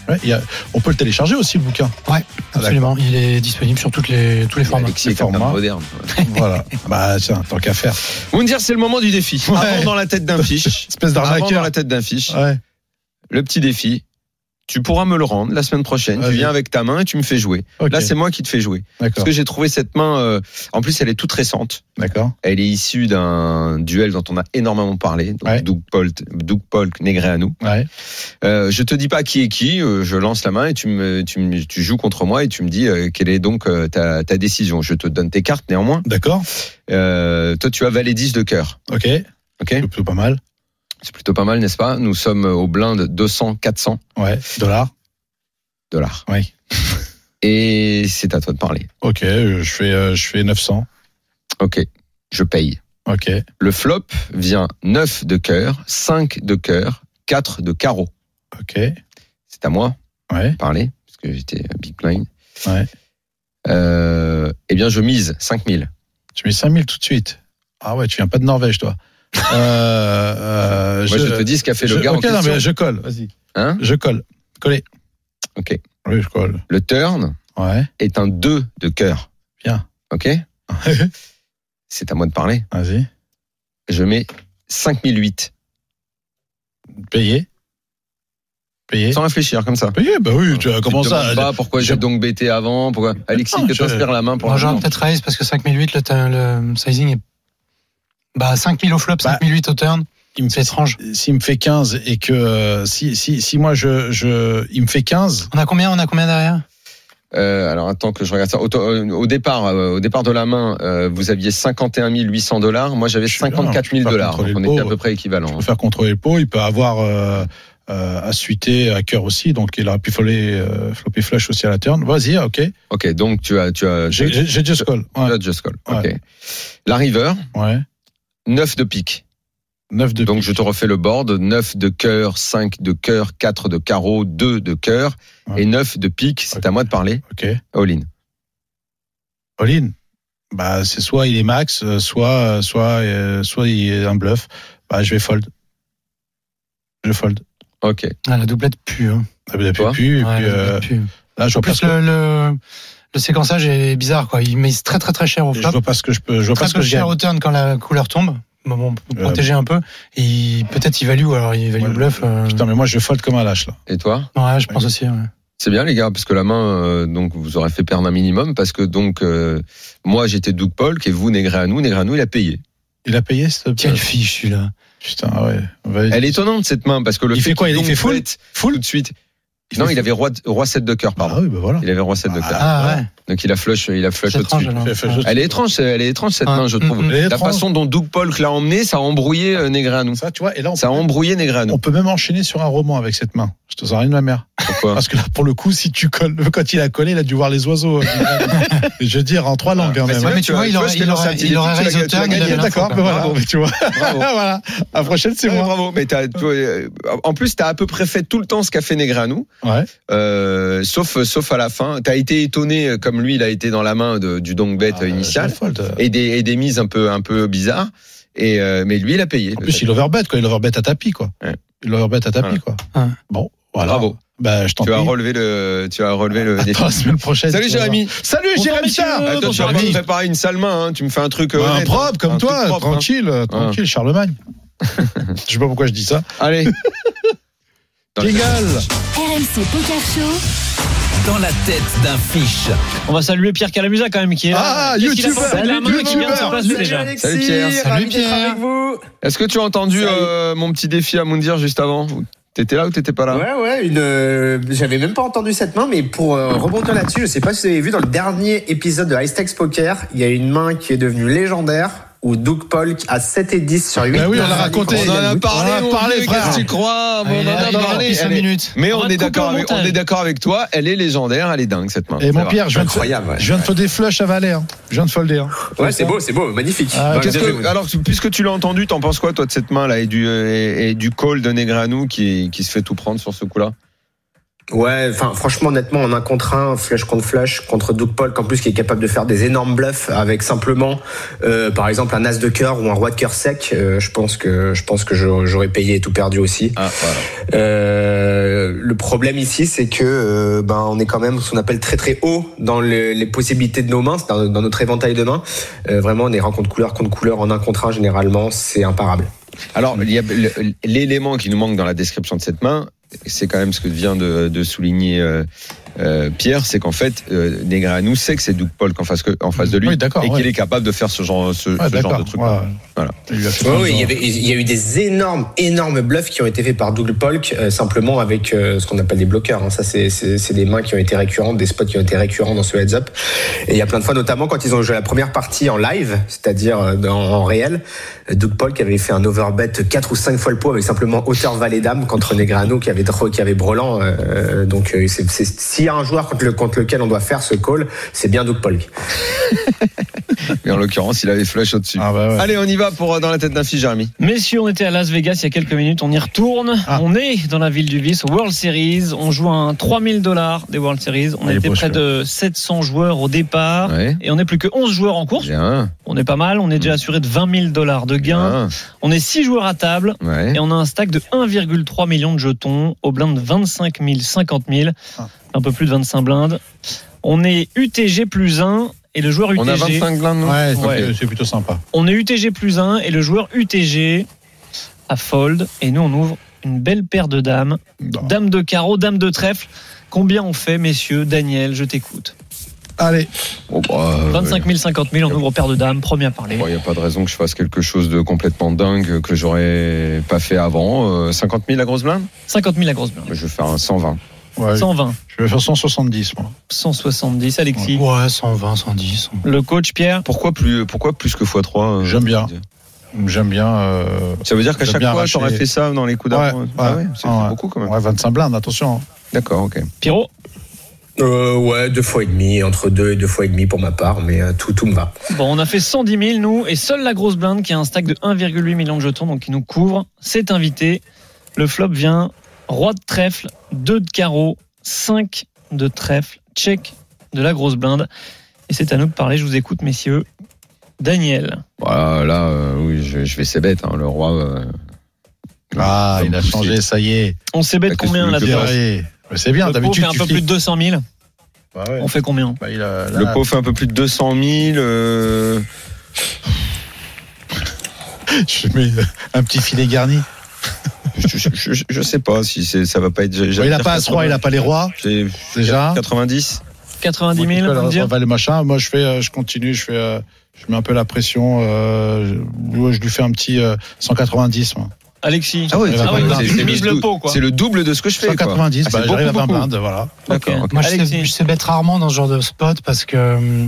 [SPEAKER 6] Ouais, il y a- on peut le télécharger aussi, le bouquin.
[SPEAKER 7] Ouais,
[SPEAKER 6] Ah,
[SPEAKER 7] absolument. Il est disponible sur toutes les, tous les formats.
[SPEAKER 5] Alexis
[SPEAKER 6] les
[SPEAKER 5] est un homme
[SPEAKER 6] formats.
[SPEAKER 5] moderne.
[SPEAKER 6] d'accord. Voilà. Bah, tiens, tant qu'à faire.
[SPEAKER 5] Moundir, c'est le moment du défi.
[SPEAKER 6] Ouais.
[SPEAKER 5] Avant dans la tête d'un fiche.
[SPEAKER 6] Espèce
[SPEAKER 5] Avant dans
[SPEAKER 6] d'arnaqueur.
[SPEAKER 5] la tête d'un fiche.
[SPEAKER 6] Ouais.
[SPEAKER 5] Le petit défi. Tu pourras me le rendre la semaine prochaine. Tu
[SPEAKER 6] Vas-y.
[SPEAKER 5] viens avec ta main et tu me fais jouer.
[SPEAKER 6] ok,
[SPEAKER 5] Là, c'est moi qui te fais jouer.
[SPEAKER 6] D'accord.
[SPEAKER 5] Parce que j'ai trouvé cette main. euh, en plus, elle est toute récente.
[SPEAKER 6] D'accord.
[SPEAKER 5] Elle est issue d'un duel dont on a énormément parlé. Donc,
[SPEAKER 6] Ouais.
[SPEAKER 5] Doug Polk, Doug Polk, Negreanu.
[SPEAKER 6] Ouais.
[SPEAKER 5] Euh, je te dis pas qui est qui. euh, je lance la main et tu me, tu me- tu joues contre moi et tu me dis euh, quelle est donc euh, ta, ta décision. Je te donne tes cartes néanmoins.
[SPEAKER 6] D'accord.
[SPEAKER 5] Euh, toi, tu as valet 10 de cœur.
[SPEAKER 6] Ok.
[SPEAKER 5] Ok.
[SPEAKER 6] Plutôt pas mal.
[SPEAKER 5] C'est plutôt pas mal, n'est-ce pas Nous sommes au blind 200, 400
[SPEAKER 6] Ouais. Dollars.
[SPEAKER 5] dollars.
[SPEAKER 6] Oui.
[SPEAKER 5] Et c'est à toi de parler.
[SPEAKER 6] Ok. euh, Je fais, euh, je fais 900.
[SPEAKER 5] Ok, je paye.
[SPEAKER 6] Ok.
[SPEAKER 5] Le flop vient 9 de cœur, 5 de cœur, 4 de carreau.
[SPEAKER 6] Ok.
[SPEAKER 5] C'est à moi
[SPEAKER 6] Ouais.
[SPEAKER 5] de parler, parce que j'étais à big blind.
[SPEAKER 6] Ouais.
[SPEAKER 5] Euh, eh bien, je mise 5000.
[SPEAKER 6] Tu mets 5000 tout de suite. Ah ouais, tu viens pas de Norvège, toi. Euh, euh,
[SPEAKER 5] Moi, je, te dis ce qu'a fait le
[SPEAKER 6] je-
[SPEAKER 5] gars
[SPEAKER 6] ok,
[SPEAKER 5] en
[SPEAKER 6] non,
[SPEAKER 5] question.
[SPEAKER 6] mais je colle, vas-y.
[SPEAKER 5] Hein
[SPEAKER 6] Je colle. Coller.
[SPEAKER 5] Ok.
[SPEAKER 6] Oui, je colle.
[SPEAKER 5] Le turn
[SPEAKER 6] Ouais.
[SPEAKER 5] est un 2 de cœur.
[SPEAKER 6] Bien.
[SPEAKER 5] Ok C'est à moi de parler.
[SPEAKER 6] Vas-y.
[SPEAKER 5] Je mets 5008.
[SPEAKER 6] Payé. Payé.
[SPEAKER 5] Sans réfléchir, comme ça.
[SPEAKER 6] Payé, bah oui, tu,
[SPEAKER 5] Tu
[SPEAKER 6] comment
[SPEAKER 5] te
[SPEAKER 6] ça
[SPEAKER 5] demandes pas pourquoi
[SPEAKER 6] je-
[SPEAKER 5] j'ai donc bêté avant pourquoi... Alexis,
[SPEAKER 6] Non,
[SPEAKER 5] que
[SPEAKER 6] je-
[SPEAKER 5] t'inspires la main pour
[SPEAKER 7] Bon, j'aurais
[SPEAKER 5] l'instant.
[SPEAKER 7] peut-être raise parce que 5008, le, turn- le sizing est. Bah, 5000 au flop,
[SPEAKER 6] Bah,
[SPEAKER 7] 5008 au turn.
[SPEAKER 6] il me
[SPEAKER 7] C'est étrange.
[SPEAKER 6] S'il me fait 15 et que euh, si, si, si moi je, je il me fait 15,
[SPEAKER 7] On a combien On a combien derrière
[SPEAKER 5] Euh, alors attends que je regarde ça. Au, euh, au départ, euh, au départ de la main, euh, vous aviez 51 800 dollars. Moi, j'avais
[SPEAKER 6] Je suis là, hein.
[SPEAKER 5] 54
[SPEAKER 6] je
[SPEAKER 5] 000
[SPEAKER 6] peux pas
[SPEAKER 5] dollars.
[SPEAKER 6] contrôler
[SPEAKER 5] on
[SPEAKER 6] le
[SPEAKER 5] était à
[SPEAKER 6] pot.
[SPEAKER 5] peu près équivalent.
[SPEAKER 6] il peut faire contrôler le pot, il peut avoir euh, euh, assuité à cœur aussi, donc il aurait pu foller, euh, flopper flush aussi à la turn. Vas-y, ok.
[SPEAKER 5] Ok, donc tu as, tu as,
[SPEAKER 6] J'ai
[SPEAKER 5] tu
[SPEAKER 6] j'ai- j'ai just call. Ouais.
[SPEAKER 5] as just call. Ok.
[SPEAKER 6] Ouais.
[SPEAKER 5] La river,
[SPEAKER 6] ouais.
[SPEAKER 5] 9 de pique.
[SPEAKER 6] 9 de
[SPEAKER 5] Donc je te refais le board. 9 de cœur, 5 de cœur, 4 de carreau, 2 de cœur
[SPEAKER 6] Ouais.
[SPEAKER 5] et 9 de pique. C'est
[SPEAKER 6] Ok.
[SPEAKER 5] à moi de parler.
[SPEAKER 6] Ok.
[SPEAKER 5] All in.
[SPEAKER 6] All-in. Bah, c'est soit il est max, euh, soit, euh, soit, euh, soit il est un bluff. Bah, je vais fold. Je fold.
[SPEAKER 5] Ok.
[SPEAKER 7] Ah, La doublette pue. Hein.
[SPEAKER 6] Ah, mais
[SPEAKER 5] Toi
[SPEAKER 6] depuis, et puis,
[SPEAKER 7] Ouais, la
[SPEAKER 6] euh,
[SPEAKER 7] doublette pue.
[SPEAKER 6] là, je vois pas
[SPEAKER 7] En plus,
[SPEAKER 6] ce que,
[SPEAKER 7] le, le, le séquençage est bizarre, quoi. Il mise très très très cher au
[SPEAKER 6] je
[SPEAKER 7] flop.
[SPEAKER 6] vois pas ce que je peux, je vois pas
[SPEAKER 7] Très
[SPEAKER 6] ce que
[SPEAKER 7] peu
[SPEAKER 6] je
[SPEAKER 7] cher
[SPEAKER 6] gagne.
[SPEAKER 7] au turn quand la couleur tombe. Bon, bon, pour
[SPEAKER 6] Euh,
[SPEAKER 7] protéger un peu. Et il- peut-être il value, alors il value
[SPEAKER 6] Ouais,
[SPEAKER 7] le bluff. euh.
[SPEAKER 6] Putain, mais moi, je fold comme un lâche, là.
[SPEAKER 5] Et toi
[SPEAKER 7] Ouais, je pense aussi. ouais.
[SPEAKER 5] C'est bien les gars, parce que la main, euh, donc vous aurez fait perdre un minimum, parce que donc euh, moi j'étais Doug Polk et vous Negreanu, Negreanu il a payé.
[SPEAKER 6] Il a payé, ce
[SPEAKER 7] Quelle fiche, celui-là.
[SPEAKER 6] Putain, ah ouais. On va-
[SPEAKER 5] Elle est étonnante cette main parce que le
[SPEAKER 6] Il fait quoi,
[SPEAKER 5] qu'il
[SPEAKER 6] il fait
[SPEAKER 5] donc
[SPEAKER 6] full
[SPEAKER 5] bête tout
[SPEAKER 6] full.
[SPEAKER 5] de suite.
[SPEAKER 6] Il
[SPEAKER 5] non,
[SPEAKER 6] fait
[SPEAKER 5] il avait roi roi 7 de cœur pardon.
[SPEAKER 6] Ah oui, bah voilà.
[SPEAKER 5] Il avait roi 7 de
[SPEAKER 6] Ah,
[SPEAKER 5] cœur.
[SPEAKER 7] Ah ouais,
[SPEAKER 5] Donc il a flush il a flush
[SPEAKER 7] c'est étrange.
[SPEAKER 5] au-dessus.
[SPEAKER 7] alors.
[SPEAKER 6] Fait- fait-
[SPEAKER 7] Ouais.
[SPEAKER 5] Elle est étrange, elle est étrange cette
[SPEAKER 7] Ah,
[SPEAKER 5] main, je
[SPEAKER 7] mm,
[SPEAKER 5] trouve.
[SPEAKER 7] mm.
[SPEAKER 6] Elle est
[SPEAKER 5] La
[SPEAKER 6] étrange.
[SPEAKER 5] façon dont Doug Polk l'a emmené, ça a embrouillé euh, Negreanu.
[SPEAKER 6] Ça, tu vois, et là, on,
[SPEAKER 5] Ça a
[SPEAKER 6] peut,
[SPEAKER 5] embrouillé Negreanu.
[SPEAKER 6] on peut même enchaîner sur un roman avec cette main. Je te sens rien de ma mère.
[SPEAKER 5] Pourquoi
[SPEAKER 6] Parce que là, pour le coup, si tu colles, quand il a collé, il a dû voir les oiseaux. je veux dire, en trois langues, hein,
[SPEAKER 5] Mais Bah,
[SPEAKER 6] même.
[SPEAKER 5] c'est vrai,
[SPEAKER 7] mais tu vois, il
[SPEAKER 5] tu
[SPEAKER 7] aurait-
[SPEAKER 5] je t'ai
[SPEAKER 7] il
[SPEAKER 5] lancé
[SPEAKER 7] aurait-
[SPEAKER 5] un petit
[SPEAKER 7] il aurait
[SPEAKER 5] défi, tu
[SPEAKER 7] raison
[SPEAKER 5] l'as-
[SPEAKER 7] au
[SPEAKER 5] tu l'as
[SPEAKER 7] turn, il
[SPEAKER 5] gagné.
[SPEAKER 7] avait l'info,
[SPEAKER 6] D'accord,
[SPEAKER 7] quoi.
[SPEAKER 6] ben voilà.
[SPEAKER 5] Bravo.
[SPEAKER 6] Mais tu vois,
[SPEAKER 5] Bravo.
[SPEAKER 6] voilà. À prochaine, c'est
[SPEAKER 5] Ouais,
[SPEAKER 6] moi.
[SPEAKER 5] bravo, mais t'as- tu vois, euh, en plus, t'as à peu près fait tout le temps ce qu'a fait Negreanu.
[SPEAKER 6] Ouais.
[SPEAKER 5] Euh, sauf, sauf à la fin. T'as été étonné, euh, comme lui, il a été dans la main de- du donk bet
[SPEAKER 6] Ah,
[SPEAKER 5] euh, initial, et des, et des mises un peu, un peu bizarres. Et euh, mais lui, il a payé.
[SPEAKER 6] En plus, il overbet, quoi. Il overbet à tapis, quoi.
[SPEAKER 5] Ouais.
[SPEAKER 6] Il overbet à tapis, quoi.
[SPEAKER 7] Ouais.
[SPEAKER 6] Bon, voilà.
[SPEAKER 5] Bravo.
[SPEAKER 6] Bah, je t'en
[SPEAKER 5] tu as
[SPEAKER 6] prie.
[SPEAKER 5] relevé le, tu as relevé le défi.
[SPEAKER 6] Attends, la semaine prochaine.
[SPEAKER 5] Salut
[SPEAKER 6] tu vas
[SPEAKER 5] Jérémy.
[SPEAKER 6] voir. Salut
[SPEAKER 5] Bonsoir,
[SPEAKER 6] Jérémy Tard.
[SPEAKER 5] Attends, tu vas pas me
[SPEAKER 6] Jérémy.
[SPEAKER 5] préparer une sale main. hein. Tu me fais un truc
[SPEAKER 6] Bah,
[SPEAKER 5] honnête,
[SPEAKER 6] un propre
[SPEAKER 5] hein.
[SPEAKER 6] comme
[SPEAKER 5] Un truc
[SPEAKER 6] toi,
[SPEAKER 5] propre, hein.
[SPEAKER 6] tranquille, euh, tranquille, Charlemagne. je sais pas pourquoi je dis ça.
[SPEAKER 5] Allez. Dans le-
[SPEAKER 6] Légal.
[SPEAKER 3] RMC Poker Show,
[SPEAKER 4] Dans la tête d'un fiche.
[SPEAKER 9] On va saluer Pierre Calamusa quand même qui est là.
[SPEAKER 6] Ah,
[SPEAKER 9] Qu'est-ce qu'il a
[SPEAKER 6] youtubeur,
[SPEAKER 9] pensé de la main qui vient de se
[SPEAKER 6] youtubeur.
[SPEAKER 9] passer déjà
[SPEAKER 5] Salut Pierre.
[SPEAKER 7] Salut Pierre.
[SPEAKER 5] Est-ce que tu as entendu euh, mon petit défi à Moundir juste avant T'étais là ou t'étais pas là
[SPEAKER 10] Ouais, ouais, une, euh, j'avais même pas entendu cette main, mais pour euh, rebondir là-dessus, je sais pas si vous avez vu dans le dernier épisode de High Stakes Poker, il y a une main qui est devenue légendaire où Doug Polk a 7 et 10 sur 8.
[SPEAKER 6] Bah oui, on l'a raconté.
[SPEAKER 5] Ah, On en a parlé,
[SPEAKER 6] On en a
[SPEAKER 5] mon
[SPEAKER 6] parlé,
[SPEAKER 5] vieux,
[SPEAKER 6] frère.
[SPEAKER 5] Qu'est-ce que tu crois
[SPEAKER 7] Ah, il
[SPEAKER 5] On en
[SPEAKER 7] est là,
[SPEAKER 5] a
[SPEAKER 7] il est là
[SPEAKER 5] parlé.
[SPEAKER 7] depuis cinq
[SPEAKER 5] Elle est-
[SPEAKER 7] minutes.
[SPEAKER 5] Mais
[SPEAKER 9] On
[SPEAKER 5] on
[SPEAKER 9] va
[SPEAKER 5] est
[SPEAKER 9] te couper
[SPEAKER 5] d'accord
[SPEAKER 9] au
[SPEAKER 5] avec, on
[SPEAKER 9] montage.
[SPEAKER 5] est d'accord avec toi. Elle est légendaire, elle est dingue cette main.
[SPEAKER 6] Et mon
[SPEAKER 5] C'est
[SPEAKER 6] Pierre, je viens, de,
[SPEAKER 10] Incroyable, ouais.
[SPEAKER 6] je viens de folder flush à Valais. hein. Je viens de folder. hein.
[SPEAKER 10] Ouais, c'est beau, c'est beau, magnifique.
[SPEAKER 6] Ah,
[SPEAKER 9] Bah,
[SPEAKER 10] Ouais,
[SPEAKER 5] vrai. Qu'est-ce
[SPEAKER 10] bien
[SPEAKER 5] que,
[SPEAKER 10] joué.
[SPEAKER 5] alors, puisque tu l'as entendu, t'en penses quoi, toi, de cette main là et du euh, et, et du call de Negreanu qui qui se fait tout prendre sur ce coup-là
[SPEAKER 10] Ouais, enfin, franchement, honnêtement, en un contre un, flush contre flush, contre Doug Polk, en plus, qui est capable de faire des énormes bluffs avec simplement, euh, par exemple, un as de cœur ou un roi de cœur sec, euh, je pense que, je pense que j'aurais j'aurais payé et tout perdu aussi.
[SPEAKER 5] Ah, voilà.
[SPEAKER 10] Euh, le problème ici, c'est que euh, ben on est quand même ce qu'on appelle très très haut dans le- les possibilités de nos mains, c'est dans, dans notre éventail de mains. Euh, vraiment, on est rang contre couleur contre couleur en un contre un généralement, c'est imparable.
[SPEAKER 5] Alors, il y a le- l'élément qui nous manque dans la description de cette main, c'est quand même ce que vient de, de souligner euh, euh, Pierre, c'est qu'en fait, euh, Negreanu sait que c'est Doug Polk en face que- en face de lui
[SPEAKER 6] Oui, d'accord,
[SPEAKER 5] et
[SPEAKER 6] ouais.
[SPEAKER 5] qu'il est capable de faire ce genre ce,
[SPEAKER 6] Ouais,
[SPEAKER 5] ce genre
[SPEAKER 6] d'accord.
[SPEAKER 5] de truc.
[SPEAKER 6] Ouais.
[SPEAKER 5] Voilà.
[SPEAKER 6] Il lui a fait
[SPEAKER 10] Oui,
[SPEAKER 6] prendre
[SPEAKER 10] oui,
[SPEAKER 6] dans-
[SPEAKER 10] il y, avait, il y a eu des énormes, énormes bluffs qui ont été faits par Doug Polk, euh, simplement avec euh, ce qu'on appelle des bloqueurs. hein. Ça, c'est- c'est c'est des mains qui ont été récurrentes, des spots qui ont été récurrents dans ce heads-up. Et il y a plein de fois, notamment quand ils ont joué la première partie en live, c'est-à-dire euh, dans- en réel, euh, Doug Polk avait fait un overbet 4 ou 5 fois le pot avec simplement hauteur valet dame contre Negrano qui avait, dro- qui avait brelan. euh, euh, donc, euh, c'est- c'est- si y a un joueur contre, le, contre lequel on doit faire ce call, c'est bien Doug Polk.
[SPEAKER 5] Et en l'occurrence, il avait flush au-dessus.
[SPEAKER 6] Ah bah ouais.
[SPEAKER 5] Allez, on y va pour euh, dans la tête d'un fils, Jérémy.
[SPEAKER 9] Messieurs, on était à Las Vegas il y a quelques minutes, on y retourne.
[SPEAKER 6] Ah.
[SPEAKER 9] On est dans la ville du vice, World Series. On joue un 3000 dollars des World Series. On
[SPEAKER 6] Il est
[SPEAKER 9] était
[SPEAKER 6] beau,
[SPEAKER 9] près de 700 joueurs au départ.
[SPEAKER 5] Ouais.
[SPEAKER 9] Et on n'est plus que 11 joueurs en course.
[SPEAKER 5] Bien.
[SPEAKER 9] On est pas mal, on est déjà assuré de 20 000 dollars de gains.
[SPEAKER 5] bien.
[SPEAKER 9] On est 6 joueurs à table.
[SPEAKER 5] Ouais.
[SPEAKER 9] Et on a un stack de 1,3 million de jetons au blind 25 000, 50 000, un peu plus de 25 blindes. On est UTG plus 1 et le joueur UTG.
[SPEAKER 5] On a 25 glindes, non
[SPEAKER 6] Ouais,
[SPEAKER 9] Ouais.
[SPEAKER 6] c'est- c'est plutôt sympa.
[SPEAKER 9] On est UTG plus 1 et le joueur UTG à fold. Et nous, on ouvre une belle paire de dames. Dame de carreau, dame de trèfle. Combien on fait, messieurs Daniel, je t'écoute.
[SPEAKER 6] Allez,
[SPEAKER 5] Bon, bah, euh,
[SPEAKER 9] 25 000, 50 000, on ouvre paire de dames, premier à parler.
[SPEAKER 5] Bon, Il n'y a pas de raison que je fasse quelque chose de complètement dingue que j'aurais pas fait avant. Euh, 50 000 la grosse blinde
[SPEAKER 9] 50 000 la grosse blinde.
[SPEAKER 5] Je vais faire un 120.
[SPEAKER 6] Ouais,
[SPEAKER 9] 120,
[SPEAKER 6] je vais faire 170, moi.
[SPEAKER 9] 170, Alexis.
[SPEAKER 7] Ouais, 120, 110.
[SPEAKER 9] Le coach, Pierre
[SPEAKER 5] Pourquoi plus, pourquoi plus que x3
[SPEAKER 6] J'aime bien. J'aime bien. euh,
[SPEAKER 5] Ça veut dire qu'à
[SPEAKER 6] J'aime
[SPEAKER 5] chaque
[SPEAKER 6] bien
[SPEAKER 5] fois,
[SPEAKER 6] arracher.
[SPEAKER 5] j'aurais fait ça dans les coups d'avant
[SPEAKER 6] Ouais,
[SPEAKER 5] Ah
[SPEAKER 6] ouais,
[SPEAKER 5] ouais, c'est
[SPEAKER 6] ouais.
[SPEAKER 5] c'est beaucoup quand même.
[SPEAKER 6] ouais, 25 blindes, attention. hein.
[SPEAKER 5] D'accord, ok.
[SPEAKER 9] Pierrot
[SPEAKER 10] Euh, ouais, deux fois et demi, entre deux et deux fois et demi pour ma part, mais euh, tout, tout me va.
[SPEAKER 9] Bon, on a fait 110 000, nous, et seule la grosse blinde, qui a un stack de 1,8 million de jetons, donc qui nous couvre, c'est invité. Le flop vient roi de trèfle, 2 de carreau, 5 de trèfle, check de la grosse blinde. Et c'est à nous de parler, je vous écoute, messieurs. Daniel.
[SPEAKER 5] Voilà, là, euh, oui, je, je vais c'est bête. hein, le roi. euh,
[SPEAKER 6] Ah,
[SPEAKER 5] comme
[SPEAKER 6] il a
[SPEAKER 5] poussé.
[SPEAKER 6] changé, ça y est.
[SPEAKER 9] On sait bête
[SPEAKER 5] Bah, qu'est-ce
[SPEAKER 9] combien
[SPEAKER 5] que
[SPEAKER 9] là
[SPEAKER 5] tu
[SPEAKER 9] dedans
[SPEAKER 5] veux dire
[SPEAKER 6] Viré. Mais C'est bien,
[SPEAKER 9] Le pot
[SPEAKER 6] d'habitude,
[SPEAKER 9] fait un
[SPEAKER 6] tu
[SPEAKER 9] peu plus
[SPEAKER 6] flippes.
[SPEAKER 9] de 200 000.
[SPEAKER 6] Bah ouais.
[SPEAKER 9] On fait combien
[SPEAKER 6] Bah, il a- là,
[SPEAKER 5] Le pot fait un peu plus de 200 000. euh,
[SPEAKER 6] Je mets un petit filet garni.
[SPEAKER 5] je, je- je- je sais pas si c'est- ça va pas être.
[SPEAKER 6] Bon, il a pas As-Roi, il a pas les rois,
[SPEAKER 5] J'ai
[SPEAKER 6] déjà. Ah
[SPEAKER 5] 90.
[SPEAKER 9] 90
[SPEAKER 6] Bon,
[SPEAKER 9] 000,
[SPEAKER 6] en tout cas,
[SPEAKER 9] on
[SPEAKER 6] là,
[SPEAKER 9] va dire
[SPEAKER 6] ça va, le machin. Moi, je fais, euh, je continue, je fais, euh, je mets un peu la pression. euh, je- ouais, je lui fais un petit euh, 190. moi.
[SPEAKER 9] Alexis.
[SPEAKER 5] ouais,
[SPEAKER 6] Ah ouais,
[SPEAKER 9] bah,
[SPEAKER 5] c'est-
[SPEAKER 9] tu
[SPEAKER 5] c'est
[SPEAKER 9] mises le pot, quoi.
[SPEAKER 5] C'est le double de ce que je fais. quoi.
[SPEAKER 6] 190,
[SPEAKER 5] Ah,
[SPEAKER 6] bah,
[SPEAKER 5] c'est
[SPEAKER 6] j'arrive à
[SPEAKER 5] beaucoup,
[SPEAKER 6] 20
[SPEAKER 5] beaucoup.
[SPEAKER 6] blindes, voilà.
[SPEAKER 5] D'accord.
[SPEAKER 9] Ok.
[SPEAKER 5] ok.
[SPEAKER 7] Moi, je sais,
[SPEAKER 9] Alexis.
[SPEAKER 7] je sais bête rarement dans ce genre de spot parce que euh,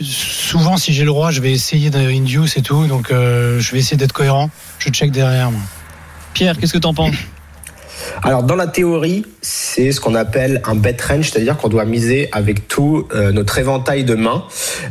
[SPEAKER 7] souvent, si j'ai le roi, je vais essayer d'induce et tout. Donc, euh, je vais essayer d'être cohérent. Je check derrière. Moi.
[SPEAKER 9] Pierre, qu'est-ce que t'en penses
[SPEAKER 10] Alors, dans la théorie, c'est ce qu'on appelle un bet range, c'est-à-dire qu'on doit miser avec tout euh, notre éventail de mains,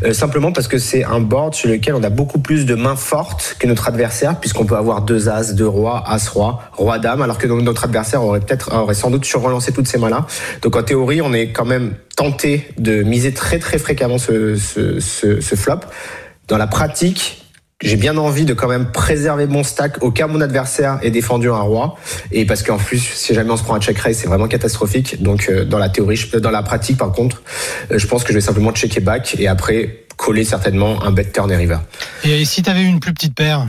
[SPEAKER 10] euh, simplement parce que c'est un board sur lequel on a beaucoup plus de mains fortes que notre adversaire, puisqu'on peut avoir deux as, deux rois, as roi, roi dame, alors que notre adversaire aurait peut-être, aurait sans doute surrelancé toutes ces mains-là. Donc, en théorie, on est quand même tenté de miser très très fréquemment ce, ce, ce, ce flop. Dans la pratique, j'ai bien envie de quand même préserver mon stack au cas où mon adversaire ait défendu un roi. Et parce qu'en plus, si jamais on se prend un check raise, c'est vraiment catastrophique. Donc euh, dans la théorie, je- dans la pratique par contre, euh, je pense que je vais simplement checker back et après coller certainement un bet turn et river.
[SPEAKER 7] Et euh, si t'avais eu une plus petite paire,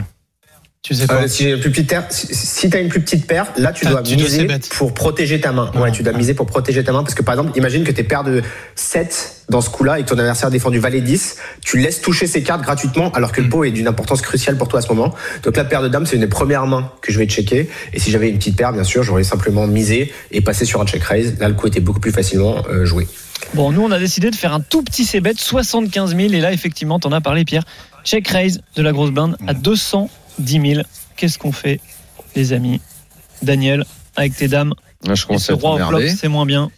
[SPEAKER 7] tu faisais quoi
[SPEAKER 6] Ah,
[SPEAKER 10] Euh, si j'ai une plus petite paire, si, si t'as une plus petite paire, là tu
[SPEAKER 7] Ah,
[SPEAKER 10] dois
[SPEAKER 7] tu dois
[SPEAKER 10] miser
[SPEAKER 7] c'est bête.
[SPEAKER 10] pour protéger ta main.
[SPEAKER 7] Ah.
[SPEAKER 10] Ouais, tu dois miser pour protéger ta main parce que par exemple, imagine que t'es paire de 7 dans ce coup-là et que ton adversaire défend du valet 10, tu laisses toucher ses cartes gratuitement alors que le pot est d'une importance cruciale pour toi à ce moment. Donc la paire de dames, c'est une des premières mains que je vais checker et si j'avais une petite paire, bien sûr, j'aurais simplement misé et passé sur un check raise. Là, le coup était beaucoup plus facilement euh, joué.
[SPEAKER 9] Bon, nous, on a décidé de faire un tout petit c 75 000. Et là, effectivement, t'en as parlé, Pierre. Check raise de la grosse blinde à 210 000. Qu'est-ce qu'on fait, les amis Daniel, avec tes dames,
[SPEAKER 5] Là, je
[SPEAKER 9] et
[SPEAKER 5] commence
[SPEAKER 9] ce
[SPEAKER 5] à être
[SPEAKER 9] roi en flop,
[SPEAKER 5] emmerdé.
[SPEAKER 9] c'est moins bien.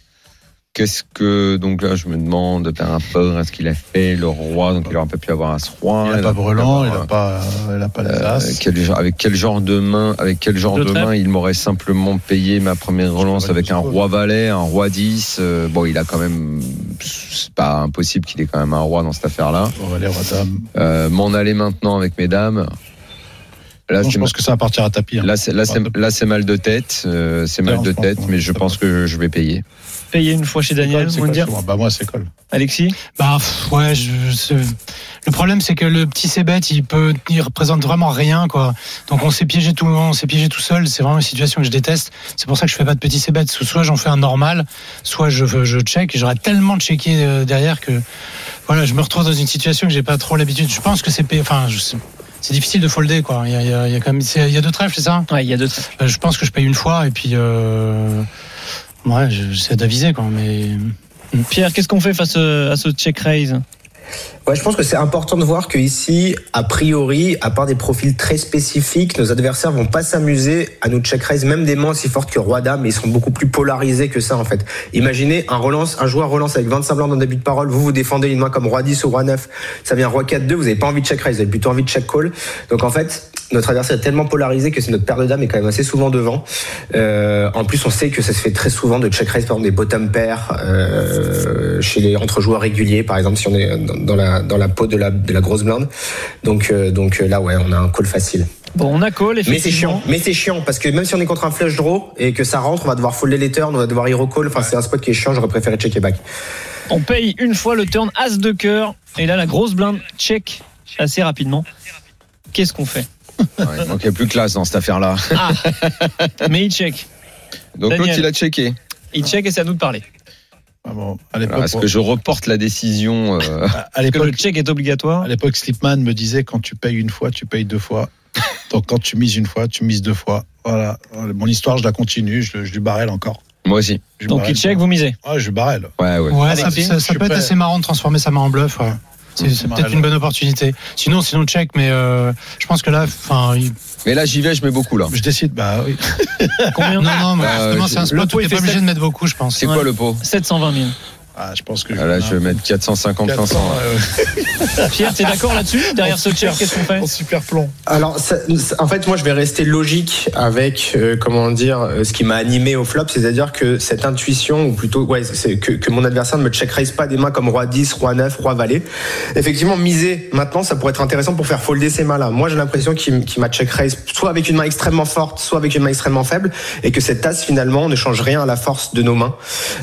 [SPEAKER 5] Qu'est-ce que. Donc là, je me demande par rapport à ce qu'il a fait, le roi. Donc il n'aurait pas pu avoir un roi.
[SPEAKER 6] Il a pas brelan, il a pas, euh, il a pas les
[SPEAKER 5] Euh,
[SPEAKER 6] as.
[SPEAKER 5] quel genre- avec quel genre de main, avec quel genre
[SPEAKER 9] De
[SPEAKER 5] de,
[SPEAKER 9] trèfle.
[SPEAKER 5] main il m'aurait simplement payé ma première relance
[SPEAKER 6] pas
[SPEAKER 5] avec
[SPEAKER 6] du
[SPEAKER 5] un
[SPEAKER 6] tout. hein.
[SPEAKER 5] roi valet, un roi 10. euh, bon, il a quand même. C'est pas impossible qu'il ait quand même un roi dans cette affaire-là.
[SPEAKER 6] Bon, allez, roi dame.
[SPEAKER 5] Euh, M'en aller maintenant avec mes dames. Là,
[SPEAKER 6] Non,
[SPEAKER 5] c'est
[SPEAKER 6] je pense que ça va partir à tapis. hein.
[SPEAKER 5] là, c'est- là, c'est- là, c'est mal de tête. euh, c'est mal
[SPEAKER 6] Non,
[SPEAKER 5] de
[SPEAKER 6] je pense
[SPEAKER 5] tête,
[SPEAKER 6] pas.
[SPEAKER 5] mais je pense que je vais payer.
[SPEAKER 9] Payé une fois chez Daniel,
[SPEAKER 6] C'est
[SPEAKER 9] on
[SPEAKER 6] quoi,
[SPEAKER 9] va dire.
[SPEAKER 6] c'est moi Bah, moi, c'est colle.
[SPEAKER 9] Alexis
[SPEAKER 7] Bah pff, ouais, je- c'est- le problème c'est que le petit C-bet, il peut, il représente vraiment rien quoi. Donc on s'est piégé tout, on s'est piégé tout seul. C'est vraiment une situation que je déteste. C'est pour ça que je fais pas de petit C-bet. Soit j'en fais un normal, soit je je check. J'aurais tellement checké euh, derrière que voilà, je me retrouve dans une situation que j'ai pas trop l'habitude. Je pense que c'est, pay- enfin, je sais- c'est difficile de folder quoi. Il y a, il y a- il y a quand même, c'est- il y a deux trèfles, c'est ça
[SPEAKER 9] Ouais, il y a deux trèfles.
[SPEAKER 7] Euh, Je pense que je paye une fois et puis euh, ouais, je- j'essaie d'aviser quoi, mais.
[SPEAKER 9] Pierre, qu'est-ce qu'on fait face euh, à ce check raise
[SPEAKER 10] Ouais, je pense que c'est important de voir que ici, a priori, à part des profils très spécifiques, nos adversaires vont pas s'amuser à nous check raise même des mains aussi fortes que roi dame, mais ils sont beaucoup plus polarisés que ça en fait. Imaginez un relance, un joueur relance avec 25 blancs dans le début de parole, vous vous défendez une main comme roi 10 ou roi 9, ça vient roi 4 2, vous avez pas envie de check raise, vous avez plutôt envie de check call. Donc en fait, notre adversaire est tellement polarisé que c'est notre paire de dames est quand même assez souvent devant. Euh, en plus, on sait que ça se fait très souvent de check raise par exemple des bottom pairs euh, chez les entre joueurs réguliers, par exemple si on est dans, dans la dans la peau de la de la grosse blinde. Donc euh, donc là ouais, on a un call facile.
[SPEAKER 9] Bon, on a call,
[SPEAKER 10] Mais c'est
[SPEAKER 9] effectivement.
[SPEAKER 10] chiant, mais c'est chiant parce que même si on est contre un flush draw et que ça rentre, on va devoir folder les turns, on va devoir hero call. Enfin, c'est un spot qui est chiant. J'aurais préféré checker back.
[SPEAKER 9] On paye une fois le turn As de cœur. Et là, la grosse blinde check assez rapidement. Qu'est-ce qu'on fait
[SPEAKER 5] Ouais, il manquait plus classe dans cette affaire-là.
[SPEAKER 9] Mais il check.
[SPEAKER 5] Donc
[SPEAKER 9] Daniel.
[SPEAKER 5] l'autre, il a checké.
[SPEAKER 9] Il check et c'est à nous de parler.
[SPEAKER 6] Ah bon, à
[SPEAKER 5] Alors,
[SPEAKER 6] l'époque,
[SPEAKER 5] Est-ce que je reporte la décision euh,
[SPEAKER 6] à- à
[SPEAKER 9] Parce que
[SPEAKER 6] l'époque,
[SPEAKER 9] le check est obligatoire.
[SPEAKER 6] à l'époque, Slipman me disait quand tu payes une fois, tu payes deux fois. Donc quand tu mises une fois, tu mises deux fois. Voilà. Mon histoire, je la continue. Je, je lui barrel encore.
[SPEAKER 5] Moi aussi.
[SPEAKER 6] Je lui
[SPEAKER 9] Donc
[SPEAKER 6] barrel.
[SPEAKER 9] il check, vous misez.
[SPEAKER 6] Ouais, je barrel.
[SPEAKER 5] Ouais, ouais.
[SPEAKER 7] Ouais,
[SPEAKER 9] Avec
[SPEAKER 7] ça,
[SPEAKER 9] Tim,
[SPEAKER 7] ça- ça
[SPEAKER 6] je
[SPEAKER 7] peut être
[SPEAKER 6] peux-
[SPEAKER 7] assez marrant de transformer sa main en bluff. ouais. C'est c'est
[SPEAKER 6] marrant.
[SPEAKER 7] peut-être une bonne opportunité. Sinon, sinon check, mais euh, je pense que là, enfin, il-
[SPEAKER 5] Mais là, j'y vais, je mets beaucoup là.
[SPEAKER 6] Je décide. Bah oui.
[SPEAKER 9] Combien
[SPEAKER 7] non, non, mais
[SPEAKER 5] Euh,
[SPEAKER 7] justement, c'est un
[SPEAKER 9] le
[SPEAKER 7] spot
[SPEAKER 9] pot,
[SPEAKER 7] où
[SPEAKER 9] il
[SPEAKER 7] t'es
[SPEAKER 9] fait
[SPEAKER 7] pas obligé
[SPEAKER 9] sept.
[SPEAKER 7] de mettre beaucoup, je pense.
[SPEAKER 5] C'est quoi le pot
[SPEAKER 9] 720 000.
[SPEAKER 6] Ah, je pense que.
[SPEAKER 5] Ah, Là, je vais mettre 450, 500.
[SPEAKER 6] 400, euh,
[SPEAKER 9] Pierre, t'es d'accord là-dessus Derrière ce check, qu'est-ce qu'on fait
[SPEAKER 6] en super plomb.
[SPEAKER 10] Alors, ça- ça- en fait, moi, je vais rester logique avec euh, comment dire euh, ce qui m'a animé au flop, c'est-à-dire que cette intuition, ou plutôt, ouais, c'est que, que mon adversaire ne me check raise pas des mains comme roi 10, roi 9, roi valet. Effectivement, miser maintenant, ça pourrait être intéressant pour faire folder ces mains-là. Moi, j'ai l'impression qu'il m- qu'il m'a check raise soit avec une main extrêmement forte, soit avec une main extrêmement faible, et que cette tasse finalement ne change rien à la force de nos mains.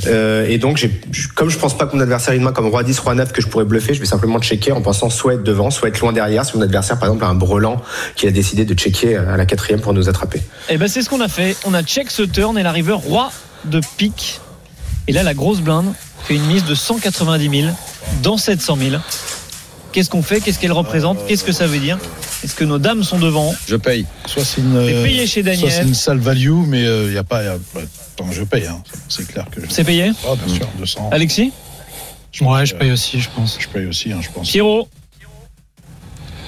[SPEAKER 10] Euh, et donc, j'ai- j- comme je pense pas que mon adversaire ait une main comme roi 10, roi 9 que je pourrais bluffer, je vais simplement checker en pensant soit être devant, soit être loin derrière. Si mon adversaire, par exemple, a un brelan qui a décidé de checker euh, à la quatrième pour nous attraper.
[SPEAKER 9] Eh ben c'est ce qu'on a fait. On a check ce turn et la river roi de pique. Et là la grosse blinde fait une mise de 190 000 dans 700 000. Qu'est-ce qu'on fait Qu'est-ce qu'elle
[SPEAKER 6] Euh,
[SPEAKER 9] représente Qu'est-ce que ça veut dire Est-ce que nos dames sont devant
[SPEAKER 5] Je paye.
[SPEAKER 6] Soit c'est une. euh,
[SPEAKER 9] C'est payé chez Daniel.
[SPEAKER 6] Soit c'est une sale value, mais il n'y a pas. y a- Tant que je paye, hein. c'est clair que je.
[SPEAKER 9] C'est payé
[SPEAKER 6] Ah,
[SPEAKER 10] Mm.
[SPEAKER 6] bien sûr, 200.
[SPEAKER 9] Alexis
[SPEAKER 7] Ouais, je paye aussi, je pense.
[SPEAKER 6] Je paye aussi, hein, je pense.
[SPEAKER 9] Pierrot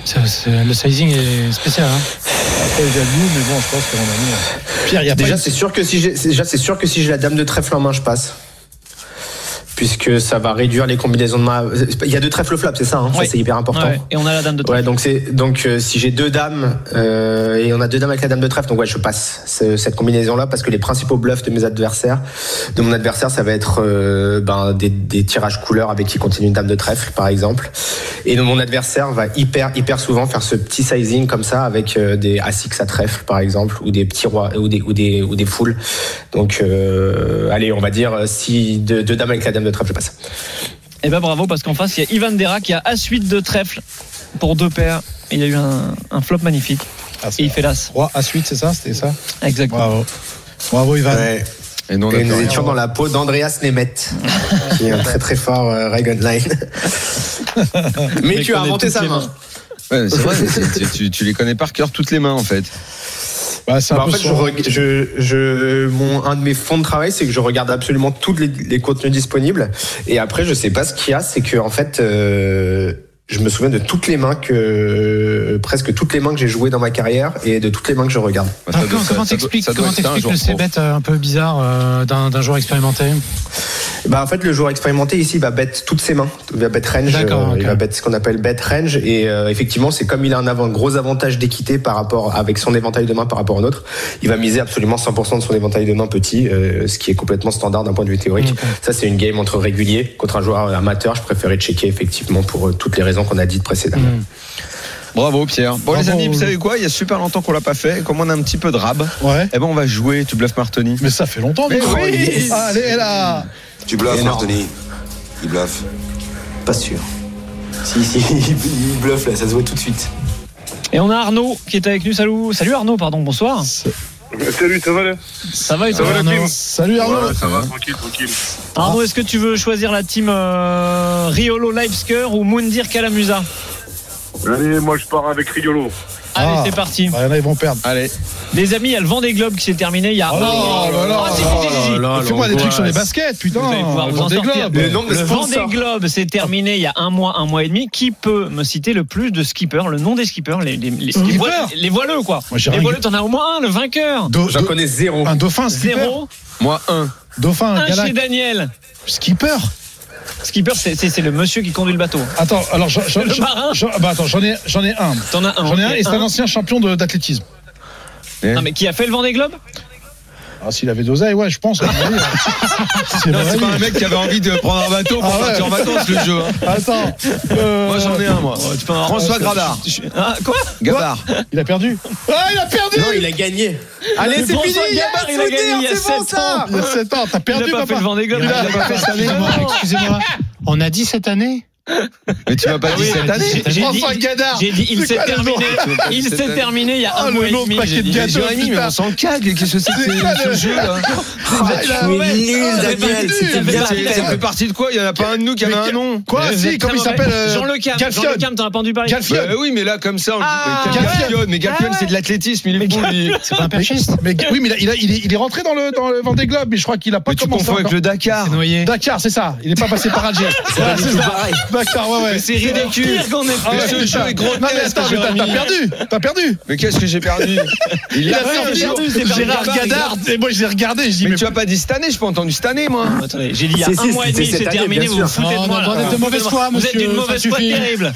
[SPEAKER 7] Ça, c'est- le sizing est spécial. hein.
[SPEAKER 5] Ah,
[SPEAKER 6] Après, les value, mais bon, je pense qu'à mon ami. Pierre, il n'y a
[SPEAKER 10] Déjà,
[SPEAKER 6] pas.
[SPEAKER 10] c'est sûr que si j'ai, c'est- déjà, c'est sûr que si j'ai la dame de trèfle en main, je passe. Puisque ça va réduire les combinaisons de mains. Il y a deux trèfles au flop, c'est ça, hein Ça,
[SPEAKER 9] Ouais.
[SPEAKER 10] c'est hyper important.
[SPEAKER 9] Ouais, Et on a la dame de
[SPEAKER 10] Ouais,
[SPEAKER 9] trèfle.
[SPEAKER 10] donc c'est donc euh, si j'ai deux dames euh, et on a deux dames avec la dame de trèfle, donc ouais, je passe ce- cette combinaison là parce que les principaux bluffs de mes adversaires, de mon adversaire, ça va être euh, ben, des, des tirages couleurs avec qui continue une dame de trèfle par exemple. Et donc, mon adversaire va hyper hyper souvent faire ce petit sizing comme ça avec euh, des A6 à trèfle par exemple ou des petits rois ou des ou des ou des foules. Donc euh, allez, on va dire euh, si deux, deux dames avec la dame de trèfle, je passe.
[SPEAKER 9] Eh ben bravo parce qu'en face il y a Ivan Dera qui a A8 de trèfle pour deux paires. Il y a eu un, un flop magnifique.
[SPEAKER 6] Ah,
[SPEAKER 9] Et
[SPEAKER 6] c'est
[SPEAKER 9] il fait l'as.
[SPEAKER 6] 3 à suite, c'est ça C'était ça
[SPEAKER 9] Exactement.
[SPEAKER 6] Bravo. Bravo, Ivan.
[SPEAKER 5] Et non, on a
[SPEAKER 10] Et
[SPEAKER 5] plus
[SPEAKER 10] nous
[SPEAKER 5] rien.
[SPEAKER 10] étions dans la peau d'Andreas Nemeth, qui est un très très fort euh, Dragon Line. Mais tu as inventé sa main.
[SPEAKER 5] Ouais, c'est vrai, mais c'est- tu, tu- tu les connais par cœur toutes les mains en fait.
[SPEAKER 6] Bah, c'est un
[SPEAKER 10] Bah, en
[SPEAKER 6] peu
[SPEAKER 10] fait, je,
[SPEAKER 6] son-
[SPEAKER 10] reg- je, je- mon, un de mes fonds de travail, c'est que je regarde absolument tous les, les contenus disponibles. Et après, je sais pas ce qu'il y a, c'est que en fait, euh, je me souviens de toutes les mains que presque toutes les mains que j'ai jouées dans ma carrière et de toutes les mains que je regarde.
[SPEAKER 5] Bah, ça
[SPEAKER 7] Alors,
[SPEAKER 5] doit-
[SPEAKER 7] comment-
[SPEAKER 5] ça-
[SPEAKER 7] comment
[SPEAKER 5] ça doit-
[SPEAKER 7] t'expliques
[SPEAKER 5] ça doit
[SPEAKER 7] comment
[SPEAKER 5] être un
[SPEAKER 7] t'expliques
[SPEAKER 5] jour
[SPEAKER 7] le
[SPEAKER 5] pro.
[SPEAKER 7] c-bet euh, un peu bizarre euh, d'un d'un joueur expérimenté
[SPEAKER 10] Bah en fait le joueur expérimenté ici il va bet toutes ses mains, il va bet range,
[SPEAKER 7] D'accord,
[SPEAKER 10] euh,
[SPEAKER 7] ok.
[SPEAKER 10] il va bet ce qu'on appelle bet range et euh, effectivement c'est comme il a un avant- gros avantage d'équité par rapport avec son éventail de mains par rapport au nôtre, il va miser absolument 100% de son éventail de mains petit, euh, ce qui est complètement standard d'un point de vue théorique.
[SPEAKER 7] Ok.
[SPEAKER 10] Ça c'est une game entre réguliers contre un joueur amateur, je préférais checker effectivement pour euh, toutes les raisons qu'on a dites précédemment.
[SPEAKER 7] Mm.
[SPEAKER 5] Bravo Pierre. Bon les
[SPEAKER 7] Bravo.
[SPEAKER 5] amis, vous savez quoi Il y a super longtemps qu'on l'a pas fait. Comme on a un petit peu de rab,
[SPEAKER 6] Ouais.
[SPEAKER 5] eh ben on va jouer. Tu bluffes Martoni.
[SPEAKER 6] Mais ça fait longtemps,
[SPEAKER 5] Mais
[SPEAKER 6] nous.
[SPEAKER 5] oui.
[SPEAKER 6] Yes. Allez, là
[SPEAKER 11] Tu bluffes,
[SPEAKER 10] Énorme.
[SPEAKER 11] Martoni. Il bluffe.
[SPEAKER 12] Pas sûr. Si, si, il bluffe là, ça se voit tout de suite.
[SPEAKER 9] Et on a Arnaud qui est avec nous. Salut, salut Arnaud, pardon, bonsoir.
[SPEAKER 8] Salut, ça va là
[SPEAKER 9] Ça va et toi
[SPEAKER 8] va, la
[SPEAKER 7] Arnaud.
[SPEAKER 8] team
[SPEAKER 6] Salut Arnaud
[SPEAKER 8] Ouais, ça va, tranquille, tranquille.
[SPEAKER 9] Arnaud, est-ce que tu veux choisir la team euh, Riolo Leipsker ou Mundir Kalamusa
[SPEAKER 8] Allez, moi je pars avec Riolo.
[SPEAKER 9] Allez,
[SPEAKER 6] Ah.
[SPEAKER 9] c'est parti.
[SPEAKER 6] Ah, il y en a, ils vont perdre.
[SPEAKER 5] Allez.
[SPEAKER 9] Les amis, il y a le Vendée Globe qui s'est terminé il y a
[SPEAKER 6] Oh
[SPEAKER 9] un an.
[SPEAKER 6] là là
[SPEAKER 9] Ah, si, si, si, si, si.
[SPEAKER 6] Fais-moi des trucs sur les baskets, putain.
[SPEAKER 9] Vous allez pouvoir vous en
[SPEAKER 6] Vendée
[SPEAKER 9] sortir.
[SPEAKER 6] Globe.
[SPEAKER 10] Le nombre de
[SPEAKER 9] Le Vendée
[SPEAKER 10] sponsors.
[SPEAKER 9] Globe s'est terminé il y a un mois, un mois et demi. Qui peut me citer le plus de skippers, le nom des skippers, les, les, les, les,
[SPEAKER 6] Skipper
[SPEAKER 9] voileux- les voileux quoi
[SPEAKER 6] Moi, j'ai
[SPEAKER 9] Les
[SPEAKER 6] rien-
[SPEAKER 9] voileux, t'en as au moins un, le vainqueur.
[SPEAKER 6] Do-
[SPEAKER 10] J'en
[SPEAKER 6] do-
[SPEAKER 10] connais zéro.
[SPEAKER 6] Un dauphin, skipper.
[SPEAKER 9] Zéro,
[SPEAKER 5] Moi, un.
[SPEAKER 6] Dauphin,
[SPEAKER 9] un
[SPEAKER 6] Galac.
[SPEAKER 9] chez Daniel.
[SPEAKER 6] Skipper.
[SPEAKER 9] Skipper, c'est- c'est c'est le monsieur qui conduit le bateau.
[SPEAKER 6] Attends, alors j'en- j'en-
[SPEAKER 9] Le
[SPEAKER 6] j'en-
[SPEAKER 9] marin.
[SPEAKER 6] j'en- bah, attends, j'en ai, j'en ai un.
[SPEAKER 9] T'en as un.
[SPEAKER 6] J'en ai
[SPEAKER 9] ok,
[SPEAKER 6] un et c'est un ancien champion de- d'athlétisme.
[SPEAKER 9] Non, mais qui a fait le Vendée Globe
[SPEAKER 6] Ah, s'il avait d'oseille, ouais, je pense. à mon avis. hein. C'est
[SPEAKER 5] Non,
[SPEAKER 6] vrai.
[SPEAKER 5] c'est pas un mec qui avait envie de prendre un bateau pour
[SPEAKER 6] Ah ouais.
[SPEAKER 5] partir en vacances, le jeu. hein.
[SPEAKER 6] Attends. euh,
[SPEAKER 5] Moi, j'en ai un, moi.
[SPEAKER 9] Oh,
[SPEAKER 5] François Gradard.
[SPEAKER 9] Ah, Quoi
[SPEAKER 5] Gabard.
[SPEAKER 6] Il a perdu. Ah, il a perdu
[SPEAKER 10] Non, il a gagné. Allez, c'est
[SPEAKER 9] François
[SPEAKER 10] fini. Il y a
[SPEAKER 9] Gabard,
[SPEAKER 10] pas de
[SPEAKER 9] il a
[SPEAKER 10] souvenir,
[SPEAKER 9] gagné il y a
[SPEAKER 10] c'est bon
[SPEAKER 9] sept ans.
[SPEAKER 10] ça.
[SPEAKER 6] Il a 7 ans, t'as
[SPEAKER 9] Il n'a
[SPEAKER 6] perdu,
[SPEAKER 9] pas fait
[SPEAKER 6] papa.
[SPEAKER 9] le Vendée Globe.
[SPEAKER 6] Il a
[SPEAKER 9] il a
[SPEAKER 6] pas fait cette année.
[SPEAKER 7] Excusez-moi, excusez-moi. On a dit cette année
[SPEAKER 5] Mais tu m'as pas dit cette année.
[SPEAKER 9] J'ai dit-
[SPEAKER 6] François Gadard.
[SPEAKER 9] J'ai dit, il
[SPEAKER 6] C'est
[SPEAKER 9] s'est
[SPEAKER 6] quoi le
[SPEAKER 9] terminé.
[SPEAKER 5] nom
[SPEAKER 9] Il
[SPEAKER 5] C'est
[SPEAKER 9] s'est
[SPEAKER 5] un-
[SPEAKER 9] terminé il y a
[SPEAKER 6] Ah,
[SPEAKER 9] un
[SPEAKER 6] le
[SPEAKER 9] mois et
[SPEAKER 6] nom de
[SPEAKER 9] demi.
[SPEAKER 6] paquet
[SPEAKER 9] j'ai
[SPEAKER 6] de
[SPEAKER 9] dit.
[SPEAKER 6] gâteaux.
[SPEAKER 5] Jérémy, mais on s'en cague. Qu'est-ce que c'est que
[SPEAKER 6] C'est quoi
[SPEAKER 5] ce-
[SPEAKER 6] le-
[SPEAKER 5] ce jeu, là
[SPEAKER 6] Ah, il a-
[SPEAKER 10] Tu es
[SPEAKER 6] ouais.
[SPEAKER 10] nul,
[SPEAKER 6] Ah,
[SPEAKER 10] Daniel.
[SPEAKER 6] c'est
[SPEAKER 10] C'est
[SPEAKER 6] nul.
[SPEAKER 10] bien
[SPEAKER 5] Ça fait partie de quoi Il y en a pas un de nous qui avait
[SPEAKER 6] Mais
[SPEAKER 5] un
[SPEAKER 6] que-
[SPEAKER 5] nom.
[SPEAKER 6] Quoi
[SPEAKER 9] Vous
[SPEAKER 6] Si,
[SPEAKER 9] êtes
[SPEAKER 6] comment il
[SPEAKER 9] très mauvais.
[SPEAKER 6] s'appelle euh,
[SPEAKER 9] Jean Le Cam.
[SPEAKER 6] Galfion.
[SPEAKER 9] Jean Le Cam, t'en as entendu parler.
[SPEAKER 6] Galfion.
[SPEAKER 5] Bah oui, mais là, comme ça, on
[SPEAKER 9] Ah,
[SPEAKER 5] dit Galfion. Mais Galfion, c'est de l'athlétisme, il est fou, lui.
[SPEAKER 7] C'est pas un perchiste
[SPEAKER 6] Mais oui, mais il, a- il a- il est, il est rentré dans le, dans le Vendée Globe, mais je crois qu'il a pas
[SPEAKER 5] Mais tu
[SPEAKER 6] commencé.
[SPEAKER 5] confonds avec
[SPEAKER 6] encore.
[SPEAKER 5] le Dakar.
[SPEAKER 7] Noyé.
[SPEAKER 6] Dakar, c'est ça. Il est pas passé par Alger. Voilà, c'est ça. Dakar, ouais, ouais.
[SPEAKER 5] C'est ridicule.
[SPEAKER 9] Pire qu'on ait
[SPEAKER 6] Ah
[SPEAKER 9] fait.
[SPEAKER 5] Mais
[SPEAKER 6] ouais,
[SPEAKER 5] ce jeu
[SPEAKER 6] c'est ça.
[SPEAKER 5] est grotesque,
[SPEAKER 6] Non, mais attends, mais t'as- t'as
[SPEAKER 5] Jérémy.
[SPEAKER 6] perdu. T'as perdu.
[SPEAKER 5] Mais qu'est-ce que j'ai perdu
[SPEAKER 6] Il a
[SPEAKER 5] Ouais,
[SPEAKER 6] perdu.
[SPEAKER 5] j'ai perdu, c'est perdu.
[SPEAKER 6] Gérard
[SPEAKER 5] Gabard,
[SPEAKER 6] Gadard.
[SPEAKER 5] Gabard.
[SPEAKER 6] Et moi, je l'ai regardé. Je dis,
[SPEAKER 5] Mais
[SPEAKER 6] mais
[SPEAKER 5] tu as pas dit cette année, j'ai pas entendu cette année, moi.
[SPEAKER 9] Attendez, j'ai dit il y a
[SPEAKER 10] Si,
[SPEAKER 9] un
[SPEAKER 10] si,
[SPEAKER 9] mois et demi,
[SPEAKER 10] c'était cette
[SPEAKER 9] c'est
[SPEAKER 10] année,
[SPEAKER 9] terminé,
[SPEAKER 10] bien
[SPEAKER 9] vous vous
[SPEAKER 10] sûr.
[SPEAKER 9] foutez de
[SPEAKER 7] Non,
[SPEAKER 9] moi
[SPEAKER 7] non,
[SPEAKER 9] là.
[SPEAKER 7] vous êtes de mauvaise foi,
[SPEAKER 9] Vous êtes
[SPEAKER 7] monsieur,
[SPEAKER 9] d'une mauvaise
[SPEAKER 7] ça
[SPEAKER 9] foi
[SPEAKER 7] suffit.
[SPEAKER 9] terrible.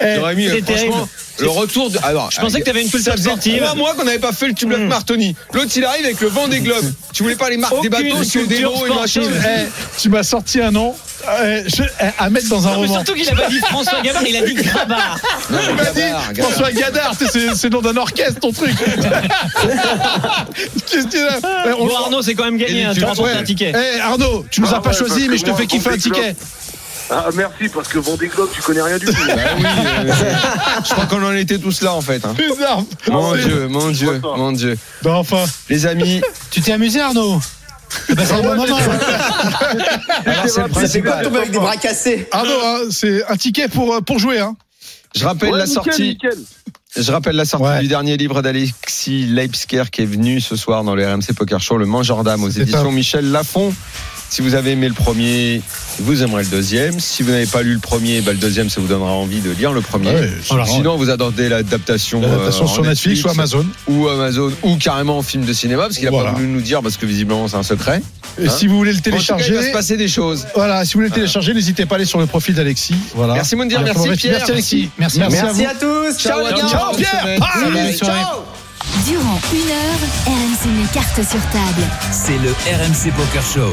[SPEAKER 5] Jérémy,
[SPEAKER 9] c'est
[SPEAKER 5] franchement,
[SPEAKER 9] terrible.
[SPEAKER 5] le retour de. Alors,
[SPEAKER 9] Je pensais que t'avais une culture
[SPEAKER 5] ça faisait
[SPEAKER 9] sportive.
[SPEAKER 5] trois mois qu'on n'avait pas fait le tube
[SPEAKER 6] Hmm.
[SPEAKER 9] Mm.
[SPEAKER 5] Martoni. L'autre, il arrive avec le vent des globes. Tu voulais pas les marques des
[SPEAKER 9] Aucune
[SPEAKER 5] bateaux, c'est des
[SPEAKER 9] culture
[SPEAKER 5] mots et machin.
[SPEAKER 9] sportive.
[SPEAKER 6] Eh, tu m'as sorti un nom euh, je- eh, à mettre dans un
[SPEAKER 9] Non, mais
[SPEAKER 6] roman.
[SPEAKER 9] surtout qu'il a pas dit François Gabard, il a dit Grabar.
[SPEAKER 5] Non, mais
[SPEAKER 6] Tu m'as dit
[SPEAKER 5] Gabard, Gabard.
[SPEAKER 6] François Gadard, c'est- c'est c'est le nom d'un orchestre, ton truc. Qu'est-ce qu'il a Eh, on-
[SPEAKER 9] Bon, Arnaud, c'est quand même gagné, hein, tu
[SPEAKER 5] Ouais.
[SPEAKER 9] remportes un ticket.
[SPEAKER 6] Eh, Arnaud, tu nous
[SPEAKER 11] Ah
[SPEAKER 6] as pas
[SPEAKER 11] ouais, parce
[SPEAKER 6] choisi,
[SPEAKER 11] que
[SPEAKER 6] mais je te
[SPEAKER 11] moi,
[SPEAKER 6] fais kiffer un
[SPEAKER 11] Vendée
[SPEAKER 6] ticket.
[SPEAKER 11] Ah, merci, parce que Vendée Globe, tu connais rien du tout.
[SPEAKER 5] Je crois qu'on en était tous là, en fait. hein.
[SPEAKER 6] Les armes.
[SPEAKER 5] Mon
[SPEAKER 6] C'est-
[SPEAKER 5] Dieu, mon Dieu,
[SPEAKER 11] vois ça.
[SPEAKER 5] mon Dieu.
[SPEAKER 6] Non, Bah, enfin.
[SPEAKER 5] Les amis,
[SPEAKER 7] Tu t'es amusé, Arnaud Eh ben, C'est le bon moment.
[SPEAKER 5] alors c'est le
[SPEAKER 10] C'est pas
[SPEAKER 5] principal.
[SPEAKER 10] tomber avec des bras cassés.
[SPEAKER 6] Arnaud, hein, c'est un ticket pour, euh, pour jouer. Hein.
[SPEAKER 5] Je rappelle
[SPEAKER 11] Ouais,
[SPEAKER 5] la
[SPEAKER 11] nickel,
[SPEAKER 5] sortie.
[SPEAKER 11] nickel.
[SPEAKER 5] Je rappelle la sortie
[SPEAKER 6] Ouais.
[SPEAKER 5] du dernier livre d'Alexis Leipsker qui est venu ce soir dans le RMC Poker Show, Le Mangeur d'âme aux
[SPEAKER 6] C'était
[SPEAKER 5] éditions
[SPEAKER 6] top.
[SPEAKER 5] Michel Lafon. Si vous avez aimé le premier, vous aimerez le deuxième. Si vous n'avez pas lu le premier, bah, le deuxième, ça vous donnera envie de lire le premier.
[SPEAKER 6] Ouais,
[SPEAKER 7] Voilà.
[SPEAKER 5] Sinon, vous attendez l'adaptation
[SPEAKER 6] L'adaptation
[SPEAKER 5] euh, en
[SPEAKER 6] sur Netflix, ou Amazon.
[SPEAKER 5] ou Amazon, ou carrément en film de cinéma, parce qu'il a
[SPEAKER 6] Voilà.
[SPEAKER 5] pas voulu nous dire, parce que visiblement c'est un secret.
[SPEAKER 6] Et
[SPEAKER 5] Hein
[SPEAKER 6] si vous voulez le
[SPEAKER 5] En tout cas, il va
[SPEAKER 6] télécharger,
[SPEAKER 5] se passer des choses.
[SPEAKER 6] voilà, si vous voulez le télécharger, n'hésitez pas à aller sur le profil d'Alexis. Voilà.
[SPEAKER 5] Merci Moundir,
[SPEAKER 6] Alors,
[SPEAKER 5] merci
[SPEAKER 6] comment-
[SPEAKER 5] Pierre.
[SPEAKER 6] Merci Alexis. Merci,
[SPEAKER 10] Merci
[SPEAKER 6] à
[SPEAKER 10] à tous. Ciao,
[SPEAKER 5] Ciao,
[SPEAKER 10] Adrien.
[SPEAKER 5] ciao, Pierre.
[SPEAKER 6] Bye.
[SPEAKER 7] Salut, soirée.
[SPEAKER 3] Durant une heure, RMC met cartes sur table.
[SPEAKER 4] C'est le RMC Poker Show.